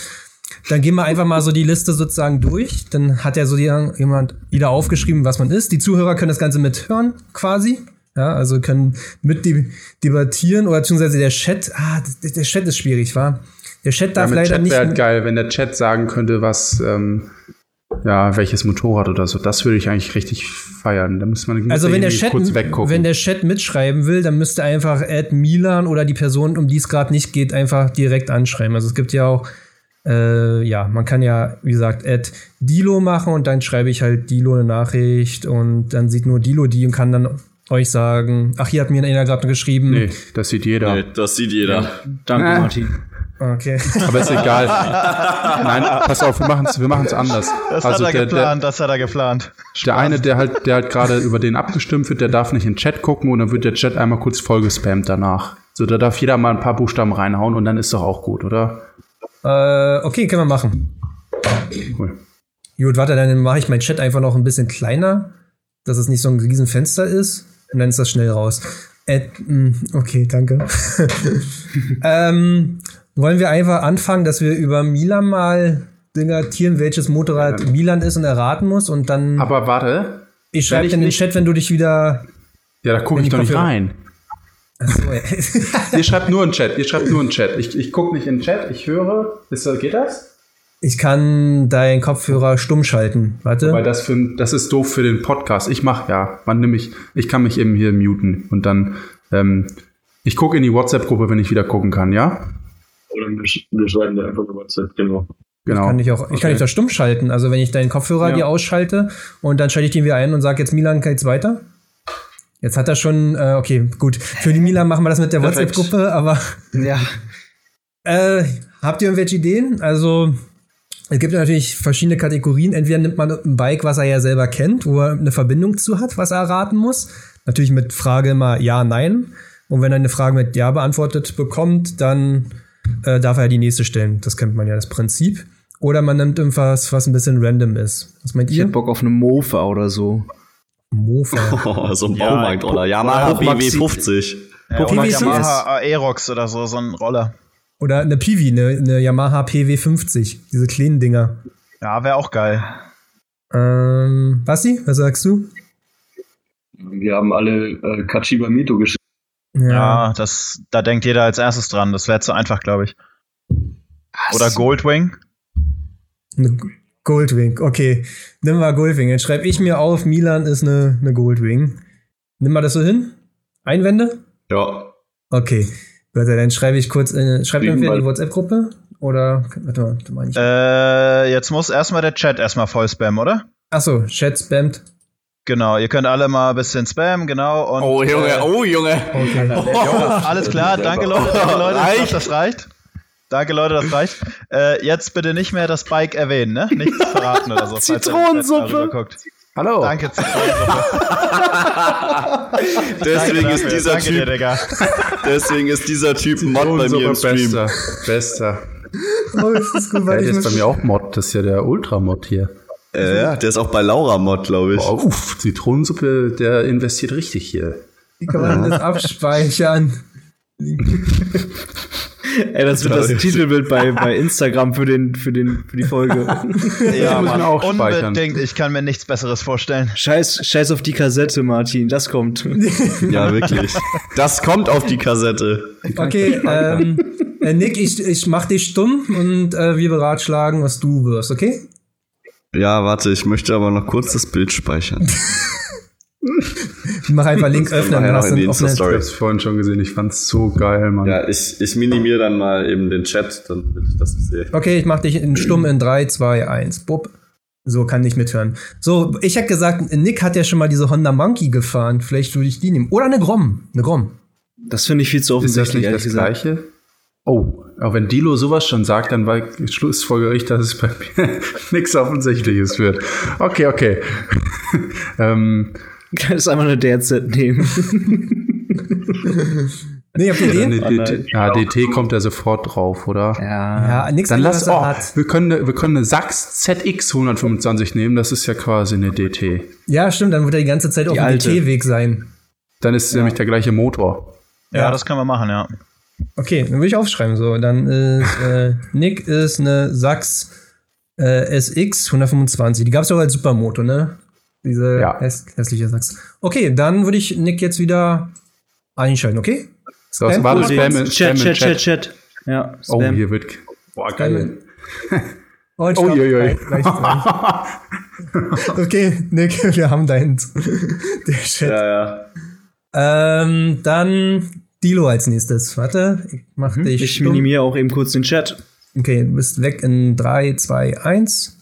Speaker 2: dann gehen wir einfach mal so die Liste sozusagen durch. Dann hat ja so jeder- jemand, jeder aufgeschrieben, was man ist. Die Zuhörer können das Ganze mithören, quasi. Ja, also können mit de- debattieren oder beziehungsweise der Chat. Ah, d- der Chat ist schwierig, war. Der Chat
Speaker 3: Ja,
Speaker 2: darf
Speaker 3: mit
Speaker 2: leider
Speaker 3: Chat
Speaker 2: nicht.
Speaker 3: wäre halt geil, wenn der Chat sagen könnte, was, ähm, ja, welches Motorrad oder so. Das würde ich eigentlich richtig feiern. Da müsste man
Speaker 2: Also
Speaker 3: muss
Speaker 2: wenn der,
Speaker 3: irgendwie
Speaker 2: Chat,
Speaker 3: kurz weggucken.
Speaker 2: wenn der Chat mitschreiben will, dann müsste einfach Ed Milan oder die Person, um die es gerade nicht geht, einfach direkt anschreiben. Also es gibt ja auch, äh, ja, man kann ja, wie gesagt, Ed Dilo machen und dann schreibe ich halt Dilo eine Nachricht und dann sieht nur Dilo die und kann dann euch sagen, ach, hier hat mir einer gerade geschrieben.
Speaker 3: nee, das sieht jeder.
Speaker 1: Nee, das sieht jeder.
Speaker 4: Danke,
Speaker 3: Ah.
Speaker 4: Martin.
Speaker 2: Okay. *laughs*
Speaker 3: Aber
Speaker 1: *laughs*
Speaker 3: ist egal. Nein, pass auf, wir machen es wir machen's anders.
Speaker 6: Das
Speaker 3: also
Speaker 6: hat er
Speaker 3: der, der,
Speaker 6: geplant, das hat er geplant.
Speaker 3: der eine, der halt, der halt gerade über den abgestimmt wird, der darf nicht in den Chat gucken und dann wird der Chat einmal kurz vollgespammt danach. So, da darf jeder mal ein paar Buchstaben reinhauen und dann ist doch auch gut, oder?
Speaker 2: äh, okay, können wir machen.
Speaker 3: Cool.
Speaker 2: Gut, warte, dann mache ich meinen Chat einfach noch ein bisschen kleiner, dass es nicht so ein Riesenfenster ist. Und dann ist das schnell raus. Äh, mh, okay, danke. *laughs* ähm, wollen wir einfach anfangen, dass wir über Milan mal debattieren, welches Motorrad Milan ist und erraten muss. Und dann.
Speaker 3: Aber warte.
Speaker 2: ich schreibe
Speaker 3: wenn ich
Speaker 2: dir in den
Speaker 3: nicht-
Speaker 2: Chat, wenn du dich
Speaker 3: *laughs*
Speaker 2: wieder.
Speaker 3: Ja, da gucke
Speaker 2: Wenn
Speaker 3: ich
Speaker 2: die
Speaker 3: doch nicht
Speaker 2: Kopfhörer-
Speaker 3: rein.
Speaker 2: Achso, ey.
Speaker 3: Ihr schreibt nur in den Chat, ihr schreibt nur in den Chat. Ich, ich gucke nicht in den Chat, ich höre. Ist, das- geht das?
Speaker 2: ich kann deinen Kopfhörer stumm schalten. Warte.
Speaker 3: Weil das, für, das ist doof für den Podcast. Ich mache ja, man nimm ich, ich kann mich eben hier muten und dann, ähm, ich gucke in die WhatsApp-Gruppe, wenn ich wieder gucken kann, ja?
Speaker 5: Oder wir, sch wir schreiben dir einfach eine WhatsApp, genau.
Speaker 3: Genau.
Speaker 2: Kann ich auch, ich kann
Speaker 3: Okay.
Speaker 2: dich da stumm schalten. Also wenn ich deinen Kopfhörer
Speaker 3: Ja.
Speaker 2: dir ausschalte und dann schalte ich den wieder ein und sage jetzt Milan, geht's weiter? Jetzt hat er schon, äh, okay, gut. Für die Milan machen wir das mit der
Speaker 6: Perfekt.
Speaker 2: WhatsApp-Gruppe, aber
Speaker 4: Ja.
Speaker 2: *laughs* äh, habt ihr irgendwelche Ideen? Also es gibt ja natürlich verschiedene Kategorien. Entweder nimmt man ein Bike, was er ja selber kennt, wo er eine Verbindung zu hat, was er erraten muss. Natürlich mit Frage immer Ja, Nein. Und wenn er eine Frage mit Ja beantwortet bekommt, dann äh, darf er die nächste stellen. Das kennt man ja, das Prinzip. Oder man nimmt irgendwas, was ein bisschen random ist. Was meint
Speaker 4: Ich
Speaker 2: ihr?
Speaker 4: hätte Bock auf eine Mofa oder so.
Speaker 2: Mofa. *laughs*
Speaker 1: Oh, so ein Baumarkt, oder? Yamaha
Speaker 4: Hochmaxi-
Speaker 1: BW50.
Speaker 6: Ja, oder
Speaker 2: PVCs.
Speaker 6: Yamaha Aerox oder so, so ein Roller.
Speaker 2: Oder eine Piwi, eine, eine Yamaha PW50. Diese kleinen Dinger.
Speaker 6: Ja, wäre auch geil.
Speaker 2: Ähm, Basti, was sagst du?
Speaker 5: Wir haben alle äh, Kachiba Mito geschrieben.
Speaker 4: Ah,
Speaker 6: Ja, das, da denkt jeder als erstes dran. Das wäre zu einfach, glaube ich. Oder Goldwing.
Speaker 2: Eine Goldwing, okay. Nimm mal Goldwing. Jetzt schreibe ich mir auf, Milan ist eine, eine Goldwing. Nimm mal das so hin? Einwände?
Speaker 1: Ja.
Speaker 2: Okay. Warte, dann schreibe ich kurz, äh, schreibt irgendwer
Speaker 5: Wegen
Speaker 2: in die
Speaker 5: Wald.
Speaker 2: WhatsApp-Gruppe? Oder, warte mal, du meinst.
Speaker 6: Äh, jetzt muss erstmal der Chat erstmal voll spammen, oder?
Speaker 2: Achso, Chat spammt.
Speaker 6: Genau, ihr könnt alle mal ein bisschen spammen, genau. Und
Speaker 1: oh Junge.
Speaker 2: Okay.
Speaker 6: Alles klar, danke Leute, danke Leute, ich glaub, das reicht. Danke Leute, das reicht. Äh, jetzt bitte nicht mehr das Bike erwähnen, ne? Nichts verraten oder so. falls ihr im Chat
Speaker 4: Zitronensuppe.
Speaker 6: darüber Guckt.
Speaker 3: Hallo.
Speaker 6: Danke, Zitronensuppe.
Speaker 1: Deswegen
Speaker 6: Danke
Speaker 1: ist
Speaker 6: dafür.
Speaker 1: dieser
Speaker 6: danke dir,
Speaker 1: Typ,
Speaker 6: Digga.
Speaker 1: deswegen ist dieser Typ ein Mod bei mir im Stream.
Speaker 3: Bester. Bester.
Speaker 2: *laughs* Oh, das ist gut,
Speaker 3: Ja,
Speaker 2: weil
Speaker 3: der
Speaker 2: ich
Speaker 3: ist bei
Speaker 2: muss,
Speaker 3: mir auch Mod. Das ist ja der Ultramod hier.
Speaker 1: Äh, ja, der ist auch bei Laura Mod, glaube ich.
Speaker 3: Boah, uff, Zitronensuppe, der investiert richtig hier.
Speaker 2: wie kann man das abspeichern?
Speaker 4: Ey, das wird das Titelbild bei, bei Instagram für, den, für, den, für die
Speaker 3: *laughs*
Speaker 4: Folge.
Speaker 6: Ja,
Speaker 3: muss man
Speaker 6: Mann,
Speaker 3: auch speichern.
Speaker 6: unbedingt. Ich kann mir nichts Besseres vorstellen.
Speaker 4: Scheiß, scheiß auf die Kassette, Martin. Das kommt.
Speaker 1: Ja, wirklich. Das kommt auf die Kassette.
Speaker 2: Okay, ähm, äh, Nick, ich, ich mach dich stumm und äh, wir beratschlagen, was du wirst, okay?
Speaker 1: Ja, warte, ich möchte aber noch kurz das Bild speichern.
Speaker 2: Mach einfach Link öffnen,
Speaker 1: nachher
Speaker 2: dann
Speaker 1: noch
Speaker 2: hast du
Speaker 1: in die
Speaker 2: einen offenen
Speaker 1: Insta-Story.
Speaker 3: Ich hab's vorhin schon gesehen. Ich fand's so geil, Mann.
Speaker 1: Ja, ich, ich minimiere dann mal eben den Chat, damit ich das sehe.
Speaker 2: Okay, ich mach dich in stumm in 3, 2, 1. Bupp. So kann ich mithören. So, ich hätte gesagt, Nick hat ja schon mal diese Honda Monkey gefahren. Vielleicht würde ich die nehmen. Oder eine Grom. Eine Grom.
Speaker 4: Das finde ich viel zu
Speaker 3: Ist das
Speaker 4: offensichtlich,
Speaker 3: nicht das
Speaker 4: ehrlich gesagt.
Speaker 3: Gleiche? Oh, aber wenn Dilo sowas schon sagt, dann war schlussfolgere ich, dass es bei mir *laughs* nichts Offensichtliches wird. Okay, okay. *laughs* ähm,
Speaker 4: Kannst einfach eine DRZ nehmen.
Speaker 2: Nee, habt ihr
Speaker 3: dann
Speaker 2: den?
Speaker 3: die DT, ja, DT kommt da sofort drauf, oder?
Speaker 2: Ja, nix
Speaker 3: Dann
Speaker 2: anderes, was
Speaker 3: lass,
Speaker 2: er
Speaker 3: oh,
Speaker 2: hat.
Speaker 3: wir können, eine- wir können eine Sachs ZX 125 nehmen, das ist ja quasi eine DT.
Speaker 2: Ja, stimmt, dann wird er die ganze Zeit auf dem
Speaker 4: alte.
Speaker 2: DT-Weg sein.
Speaker 3: Dann ist nämlich der gleiche Motor.
Speaker 6: Ja, das können wir machen, ja.
Speaker 2: Okay, dann will ich aufschreiben. So, dann ist äh, Nick ist eine Sachs äh, SX 125. Die gab es auch als Supermoto, ne? Diese
Speaker 3: Ja.
Speaker 2: häss hässliche Sachs. Okay, dann würde ich Nick jetzt wieder einschalten, okay?
Speaker 3: So, das
Speaker 2: Spam-
Speaker 3: war das
Speaker 2: Oh,
Speaker 3: Spam, Spam,
Speaker 4: Chat,
Speaker 3: im
Speaker 4: Chat, Chat, Chat. Ja,
Speaker 3: Oh,
Speaker 4: Spam.
Speaker 3: hier wird. Boah,
Speaker 2: geil. Oh, ich
Speaker 3: Oh,
Speaker 2: glaub,
Speaker 3: je, je.
Speaker 2: gleich- gleich dran. okay, Nick, wir haben deinen. Der Chat.
Speaker 1: Ja, ja.
Speaker 2: Ähm, dann Dilo als nächstes. Warte, ich mach dich.
Speaker 4: ich
Speaker 2: stumm.
Speaker 4: minimiere auch eben kurz den Chat.
Speaker 2: Okay, du bist weg in 3, 2, 1.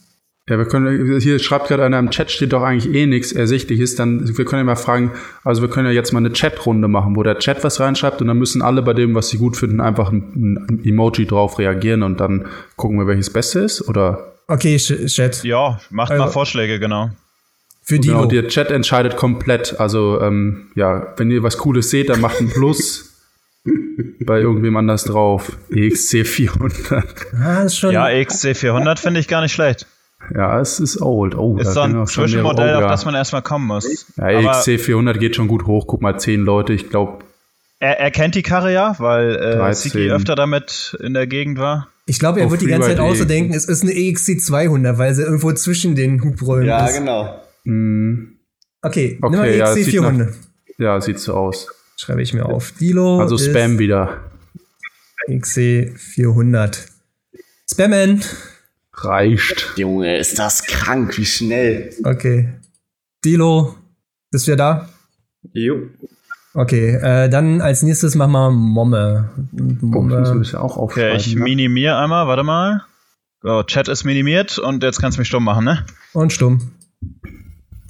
Speaker 3: Ja, wir können, hier schreibt gerade einer im Chat, steht doch eigentlich eh nichts Ersichtliches. Dann, wir können ja mal fragen, also wir können ja jetzt mal eine Chatrunde machen, wo der Chat was reinschreibt und dann müssen alle bei dem, was sie gut finden, einfach ein, ein Emoji drauf reagieren und dann gucken wir, welches Beste ist. Oder
Speaker 2: Okay, Sch- Chat.
Speaker 6: Ja, macht
Speaker 2: Also-
Speaker 6: mal Vorschläge, genau.
Speaker 2: Für Dilo.
Speaker 3: genau, der Chat entscheidet komplett. Also, ähm, ja, wenn ihr was Cooles seht, dann macht ein Plus bei irgendwem anders drauf. E EXC400.
Speaker 2: Ah, ist schon.
Speaker 6: Ja, XC400 finde ich gar nicht schlecht.
Speaker 3: Ja, es ist old. Oh,
Speaker 6: Ist
Speaker 3: da
Speaker 6: so
Speaker 3: sind
Speaker 6: ein
Speaker 3: auch schon mehrere
Speaker 6: Zwischenmodell,
Speaker 3: Ogre.
Speaker 6: auf das man erstmal kommen muss.
Speaker 3: Ja, E
Speaker 6: Aber
Speaker 3: EXC400 geht schon gut hoch. Guck mal, 10 Leute. Ich glaube,
Speaker 6: er, er kennt die Karre ja, weil äh,
Speaker 3: 13.
Speaker 6: Siki öfter damit in der Gegend war.
Speaker 2: ich glaube, er
Speaker 3: auf
Speaker 2: wird die ganze Zeit
Speaker 3: Freeway.de.
Speaker 2: auszudenken, es ist eine E EXC 200, weil sie irgendwo zwischen den Hubrollen
Speaker 1: Ja,
Speaker 2: ist.
Speaker 1: genau.
Speaker 2: Okay, E
Speaker 3: Okay,
Speaker 2: nimm mal
Speaker 3: ja,
Speaker 2: EXC
Speaker 3: sieht
Speaker 2: 400.
Speaker 3: hm, Ja, sieht so aus.
Speaker 2: Schreibe ich mir auf. Dilo.
Speaker 3: Also
Speaker 2: ist E
Speaker 3: Spam wieder.
Speaker 2: EXC 400. Spammen.
Speaker 3: Reicht.
Speaker 1: Junge, ist das krank, wie schnell.
Speaker 2: Okay. Dilo. Bist du wieder da?
Speaker 4: Jo.
Speaker 2: Okay, äh, dann als nächstes machen wir Momme.
Speaker 3: Oh, das
Speaker 2: Momme.
Speaker 3: müssen wir auch
Speaker 6: Okay,
Speaker 3: aufschreiben.
Speaker 6: ich
Speaker 3: ne?
Speaker 6: minimiere einmal, warte mal. So, Chat ist minimiert und jetzt kannst du mich stumm machen, ne?
Speaker 2: Und stumm.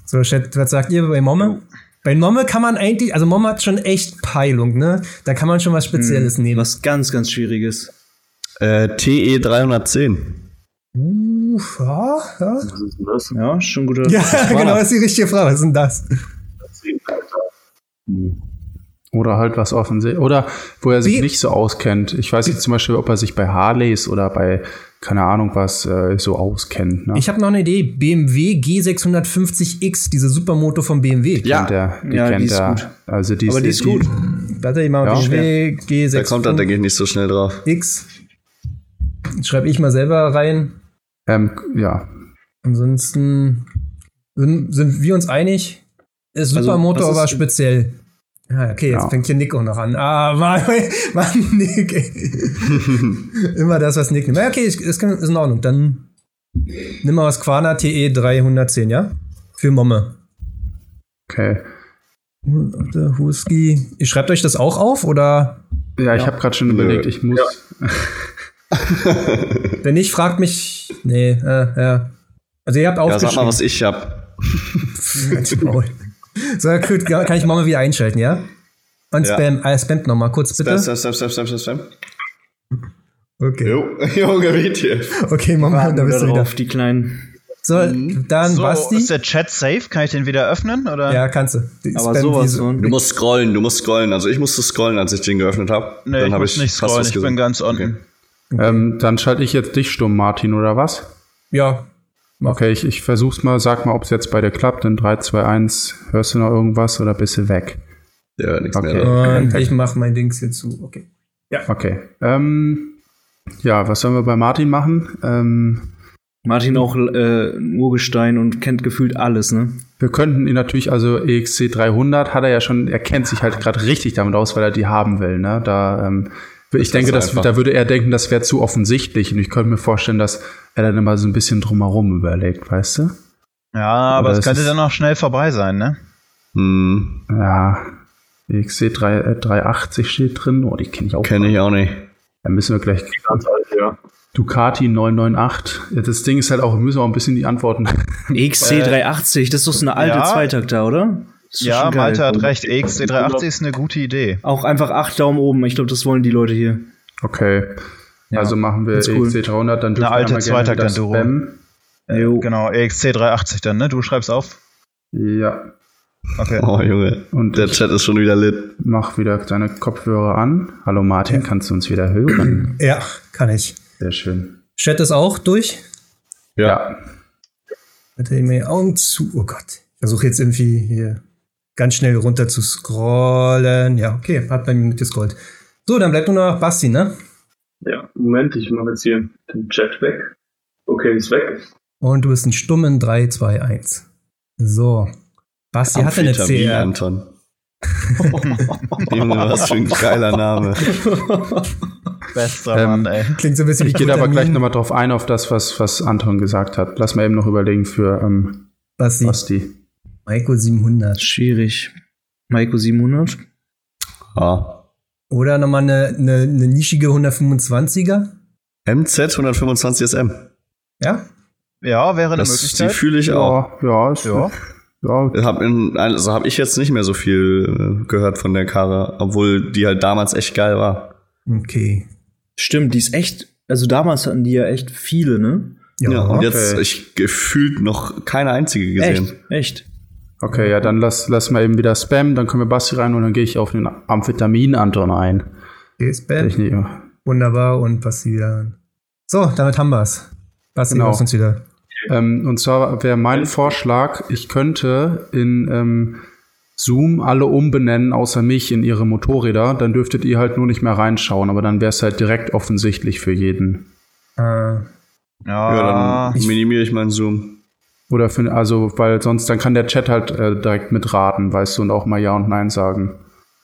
Speaker 2: So, Chat, was sagt ihr bei Momme? Bei Momme kann man eigentlich, also Momme hat schon echt Peilung, ne? Da kann man schon was Spezielles nehmen.
Speaker 4: Was ganz, ganz Schwieriges.
Speaker 1: Äh, TE 310.
Speaker 2: Uff, ja, ja.
Speaker 5: Was ist denn das?
Speaker 4: Ja, schon guter.
Speaker 2: ja *laughs* genau, das ist die richtige Frage. Was ist denn das?
Speaker 3: Oder halt was offensichtlich. Oder wo er sich
Speaker 2: Wie-
Speaker 3: nicht so auskennt. Ich weiß jetzt zum Beispiel, ob er sich bei Harleys oder bei, keine Ahnung was, äh, so auskennt. Ne?
Speaker 2: Ich habe noch eine Idee. BMW G650X, diese Supermoto von BMW.
Speaker 3: Die kennt er, die
Speaker 4: Ja, die
Speaker 3: kennt
Speaker 4: ist
Speaker 3: er.
Speaker 4: gut.
Speaker 3: Also die
Speaker 4: Aber die ist gut.
Speaker 2: Warte, ich mal
Speaker 3: Ja.
Speaker 2: BMW
Speaker 1: Da kommt halt er, denke ich, nicht so schnell drauf.
Speaker 2: G650X. Schreibe ich mal selber rein.
Speaker 3: Ähm, ja.
Speaker 2: Ansonsten sind, sind wir uns einig. Ist
Speaker 4: Also,
Speaker 2: Supermotor
Speaker 4: was ist-
Speaker 2: aber speziell. Ja, okay, jetzt
Speaker 3: Ja.
Speaker 2: fängt hier Nick auch noch an. Ah, *laughs* Mann, Mann Nick. ey. Immer das, was Nick nimmt. Ja, Okay, ist, ist kann- ist in Ordnung. Dann nimm mal was Quana TE 310, ja? Für Momme.
Speaker 3: Okay.
Speaker 2: Warte, Husky. Ihr schreibt euch das auch auf? Oder
Speaker 3: Ja, ich habe gerade schon überlegt, ich muss.
Speaker 2: wenn nicht, fragt mich. Nee, äh, ja. Also ihr habt
Speaker 1: Ja,
Speaker 2: aufgeschrieben.
Speaker 1: sag mal, was ich hab.
Speaker 2: *laughs* Halt die Maul. so, gut, kann ich Mama wieder einschalten, ja? Und
Speaker 1: Ja.
Speaker 2: spam, äh, spamt nochmal kurz, bitte.
Speaker 1: Spam, spam, spam, spam, spam, spam, spam.
Speaker 2: Okay,
Speaker 1: Jo, *laughs* Junge, weht hier.
Speaker 2: okay, Mama, Ah, da bist du wieder.
Speaker 4: Drauf, die kleinen.
Speaker 2: So, dann
Speaker 6: So,
Speaker 2: Basti.
Speaker 6: ist der Chat safe? Kann ich den wieder öffnen? Oder?
Speaker 2: Ja, kannst du. Die
Speaker 4: Aber
Speaker 2: spammt
Speaker 4: sowas
Speaker 2: diese-
Speaker 4: von.
Speaker 1: Du musst scrollen, du musst scrollen. Also ich musste scrollen, als ich den geöffnet habe.
Speaker 6: Nee, ich
Speaker 1: hab
Speaker 6: muss nicht
Speaker 1: fast was
Speaker 6: scrollen, ich bin
Speaker 1: gesehen.
Speaker 6: ganz unten.
Speaker 3: Ähm, dann schalte ich jetzt dich stumm, Martin, oder was?
Speaker 2: Ja,
Speaker 3: Okay, ich, ich versuch's mal, sag mal, ob's jetzt bei dir klappt. In 3, 2, 1, hörst du noch irgendwas oder bist du weg?
Speaker 1: Der hört nichts
Speaker 3: Okay.
Speaker 1: mehr. drauf.
Speaker 2: und Ähm, ich mach mein Dings hier zu. Okay.
Speaker 3: Okay. Ähm, ja, was sollen wir bei Martin machen? Ähm,
Speaker 4: Martin auch äh, ein Urgestein und kennt gefühlt alles, ne?
Speaker 3: wir könnten ihn natürlich, also EXC 300 hat er ja schon, er kennt sich halt gerade richtig damit aus, weil er die haben will. Ne? Da, ähm, ich denke,
Speaker 1: ist
Speaker 3: dass,
Speaker 1: einfach.
Speaker 3: da würde er denken, das wäre zu offensichtlich. Und ich könnte mir vorstellen, dass er dann immer so ein bisschen drumherum überlegt, weißt du?
Speaker 6: Ja, aber
Speaker 3: Oder
Speaker 6: es
Speaker 3: es
Speaker 6: könnte
Speaker 3: ist-
Speaker 6: dann auch schnell vorbei sein, ne?
Speaker 1: Hm,
Speaker 3: Ja, EXC 3, äh, 380 steht drin. Oh, die kenne ich auch.
Speaker 1: kenne ich auch nicht.
Speaker 3: Da müssen wir gleich
Speaker 5: Ganz alt, ja.
Speaker 3: Ducati 998. Ja, Das Ding ist halt auch, wir müssen auch ein bisschen die Antworten.
Speaker 4: XC380, das ist doch so eine alte
Speaker 6: ja.
Speaker 4: Zweitakter, oder? Ist
Speaker 6: Ja,
Speaker 4: schon geil.
Speaker 6: Malte hat recht. EXC380 ist eine gute Idee.
Speaker 4: Auch einfach acht Daumen oben. Ich glaube, das wollen die Leute hier.
Speaker 3: *laughs* Okay. Also machen wir
Speaker 4: Ist cool.
Speaker 3: EXC300, dann dürfen
Speaker 6: Eine alte
Speaker 3: wir einmal gerne wieder
Speaker 6: Zweitakt-Enduro.
Speaker 3: spammen.
Speaker 6: Äh,
Speaker 4: Jo.
Speaker 6: genau, EXC380 dann, ne? Du schreibst auf.
Speaker 3: Ja.
Speaker 6: Okay.
Speaker 1: Oh, Junge.
Speaker 3: Und
Speaker 1: Der Chat ist schon wieder lit.
Speaker 3: Mach wieder deine Kopfhörer an. Hallo Martin, kannst du uns wieder hören? *clears throat*
Speaker 2: Ja, kann ich.
Speaker 3: Sehr schön.
Speaker 2: Chat ist auch durch.
Speaker 3: Ja.
Speaker 2: Hatte mir die Augen zu. Oh Gott. Ich versuche jetzt irgendwie hier ganz schnell runter zu scrollen. Ja, okay, hat bei mir mitgescrollt. So, dann bleibt nur noch Basti, ne?
Speaker 5: Ja, Moment, ich mache jetzt hier den Chat weg. Okay, ist weg.
Speaker 2: Und du bist ein stummen 3, 2, 1. So. Basti hatte eine
Speaker 1: Amphetamin,
Speaker 2: CR.
Speaker 6: *laughs*
Speaker 1: Anton. Junge, was für ein geiler Name.
Speaker 6: Bester
Speaker 3: Ähm,
Speaker 6: Mann, ey.
Speaker 2: Klingt so ein bisschen wie
Speaker 3: Ich gehe aber
Speaker 2: Glutamin.
Speaker 3: gleich nochmal drauf ein, auf das, was, was Anton gesagt hat. Lass mal eben noch überlegen für ähm,
Speaker 2: Basti.
Speaker 3: Basti.
Speaker 2: Maiko 700.
Speaker 4: Schwierig. Maiko 700?
Speaker 1: Ah.
Speaker 2: Oder nochmal eine, eine, eine nischige 125er.
Speaker 1: MZ 125 SM.
Speaker 2: Ja?
Speaker 6: Ja, wäre eine
Speaker 1: Das, die
Speaker 6: Möglichkeit.
Speaker 1: fühle ich auch.
Speaker 3: Ja, ja, ist,
Speaker 6: Ja.
Speaker 3: ja. ja.
Speaker 1: Hab in, also habe ich jetzt nicht mehr so viel äh, gehört von der Karre, obwohl die halt damals echt geil war.
Speaker 2: Okay.
Speaker 4: Stimmt, die ist echt. Also damals hatten die ja echt viele, ne?
Speaker 1: Ja, und
Speaker 2: okay.
Speaker 1: jetzt ich gefühlt noch keine einzige gesehen.
Speaker 4: Echt, echt.
Speaker 3: Okay, ja, dann lass, lass mal eben wieder Spam, dann können wir Basti rein und dann gehe ich auf den Amphetamin-Anton ein.
Speaker 2: ist Bam.
Speaker 3: Der Ich nehme.
Speaker 2: Wunderbar und Basti wieder an. So, damit haben wir's. Basti,
Speaker 3: Genau.
Speaker 2: lass uns wieder.
Speaker 3: Ähm, und zwar wäre mein Vorschlag, ich könnte in ähm, Zoom alle umbenennen, außer mich, in ihre Motorräder. Dann dürftet ihr halt nur nicht mehr reinschauen, aber dann wäre es halt direkt offensichtlich für jeden.
Speaker 2: Äh,
Speaker 6: Ja,
Speaker 1: Ja,
Speaker 6: Ah.
Speaker 1: dann minimiere ich meinen Zoom.
Speaker 3: Oder für, also, weil sonst, dann kann der Chat halt äh, direkt mitraten, weißt du, und auch mal Ja und Nein sagen.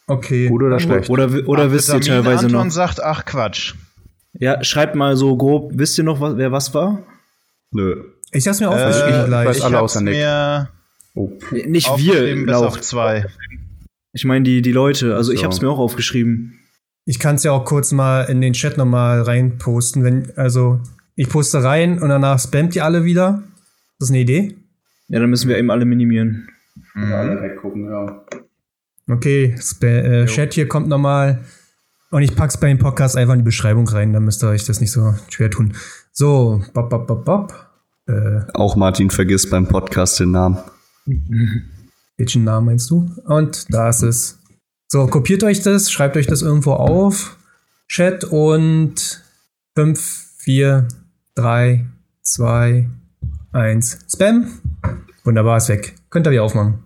Speaker 2: okay.
Speaker 3: Gut oder schlecht?
Speaker 4: Oder, wi- oder wisst ihr
Speaker 6: Vitamin
Speaker 4: teilweise
Speaker 6: Anton
Speaker 4: noch?
Speaker 6: sagt, ach Quatsch.
Speaker 4: Ja, schreibt mal so grob, wisst ihr noch, was, wer was war?
Speaker 1: Nö.
Speaker 2: Ich lass mir
Speaker 6: Äh,
Speaker 2: aufgeschrieben
Speaker 3: weiß
Speaker 2: gleich.
Speaker 3: alle
Speaker 6: hab's
Speaker 3: außer Nick.
Speaker 6: mir
Speaker 3: Oh.
Speaker 4: Nee, Nicht wir,
Speaker 6: aufgeschrieben bis auf
Speaker 4: Lauf.
Speaker 6: zwei.
Speaker 4: Ich meine die, die Leute. Also ich
Speaker 1: So.
Speaker 4: hab's mir auch aufgeschrieben.
Speaker 2: Ich kann's ja auch kurz mal in den Chat nochmal rein posten. Wenn, also, ich poste rein und danach spammt ihr alle wieder. Ist das eine Idee?
Speaker 4: Ja, dann müssen wir eben alle minimieren.
Speaker 3: Alle weggucken, ja.
Speaker 2: Okay, Spa äh, Chat hier kommt nochmal. Und ich pack's bei dem Podcast einfach in die Beschreibung rein, dann müsst ihr euch das nicht so schwer tun. So, bop, bop, bop, bop. Äh,
Speaker 1: Auch Martin vergisst beim Podcast den Namen.
Speaker 2: Welchen Namen meinst du? Und da ist es. So, kopiert euch das, schreibt euch das irgendwo auf. Chat und 5, 4, 3, 2, 1. Spam. Wunderbar, ist weg. Könnt ihr wieder aufmachen.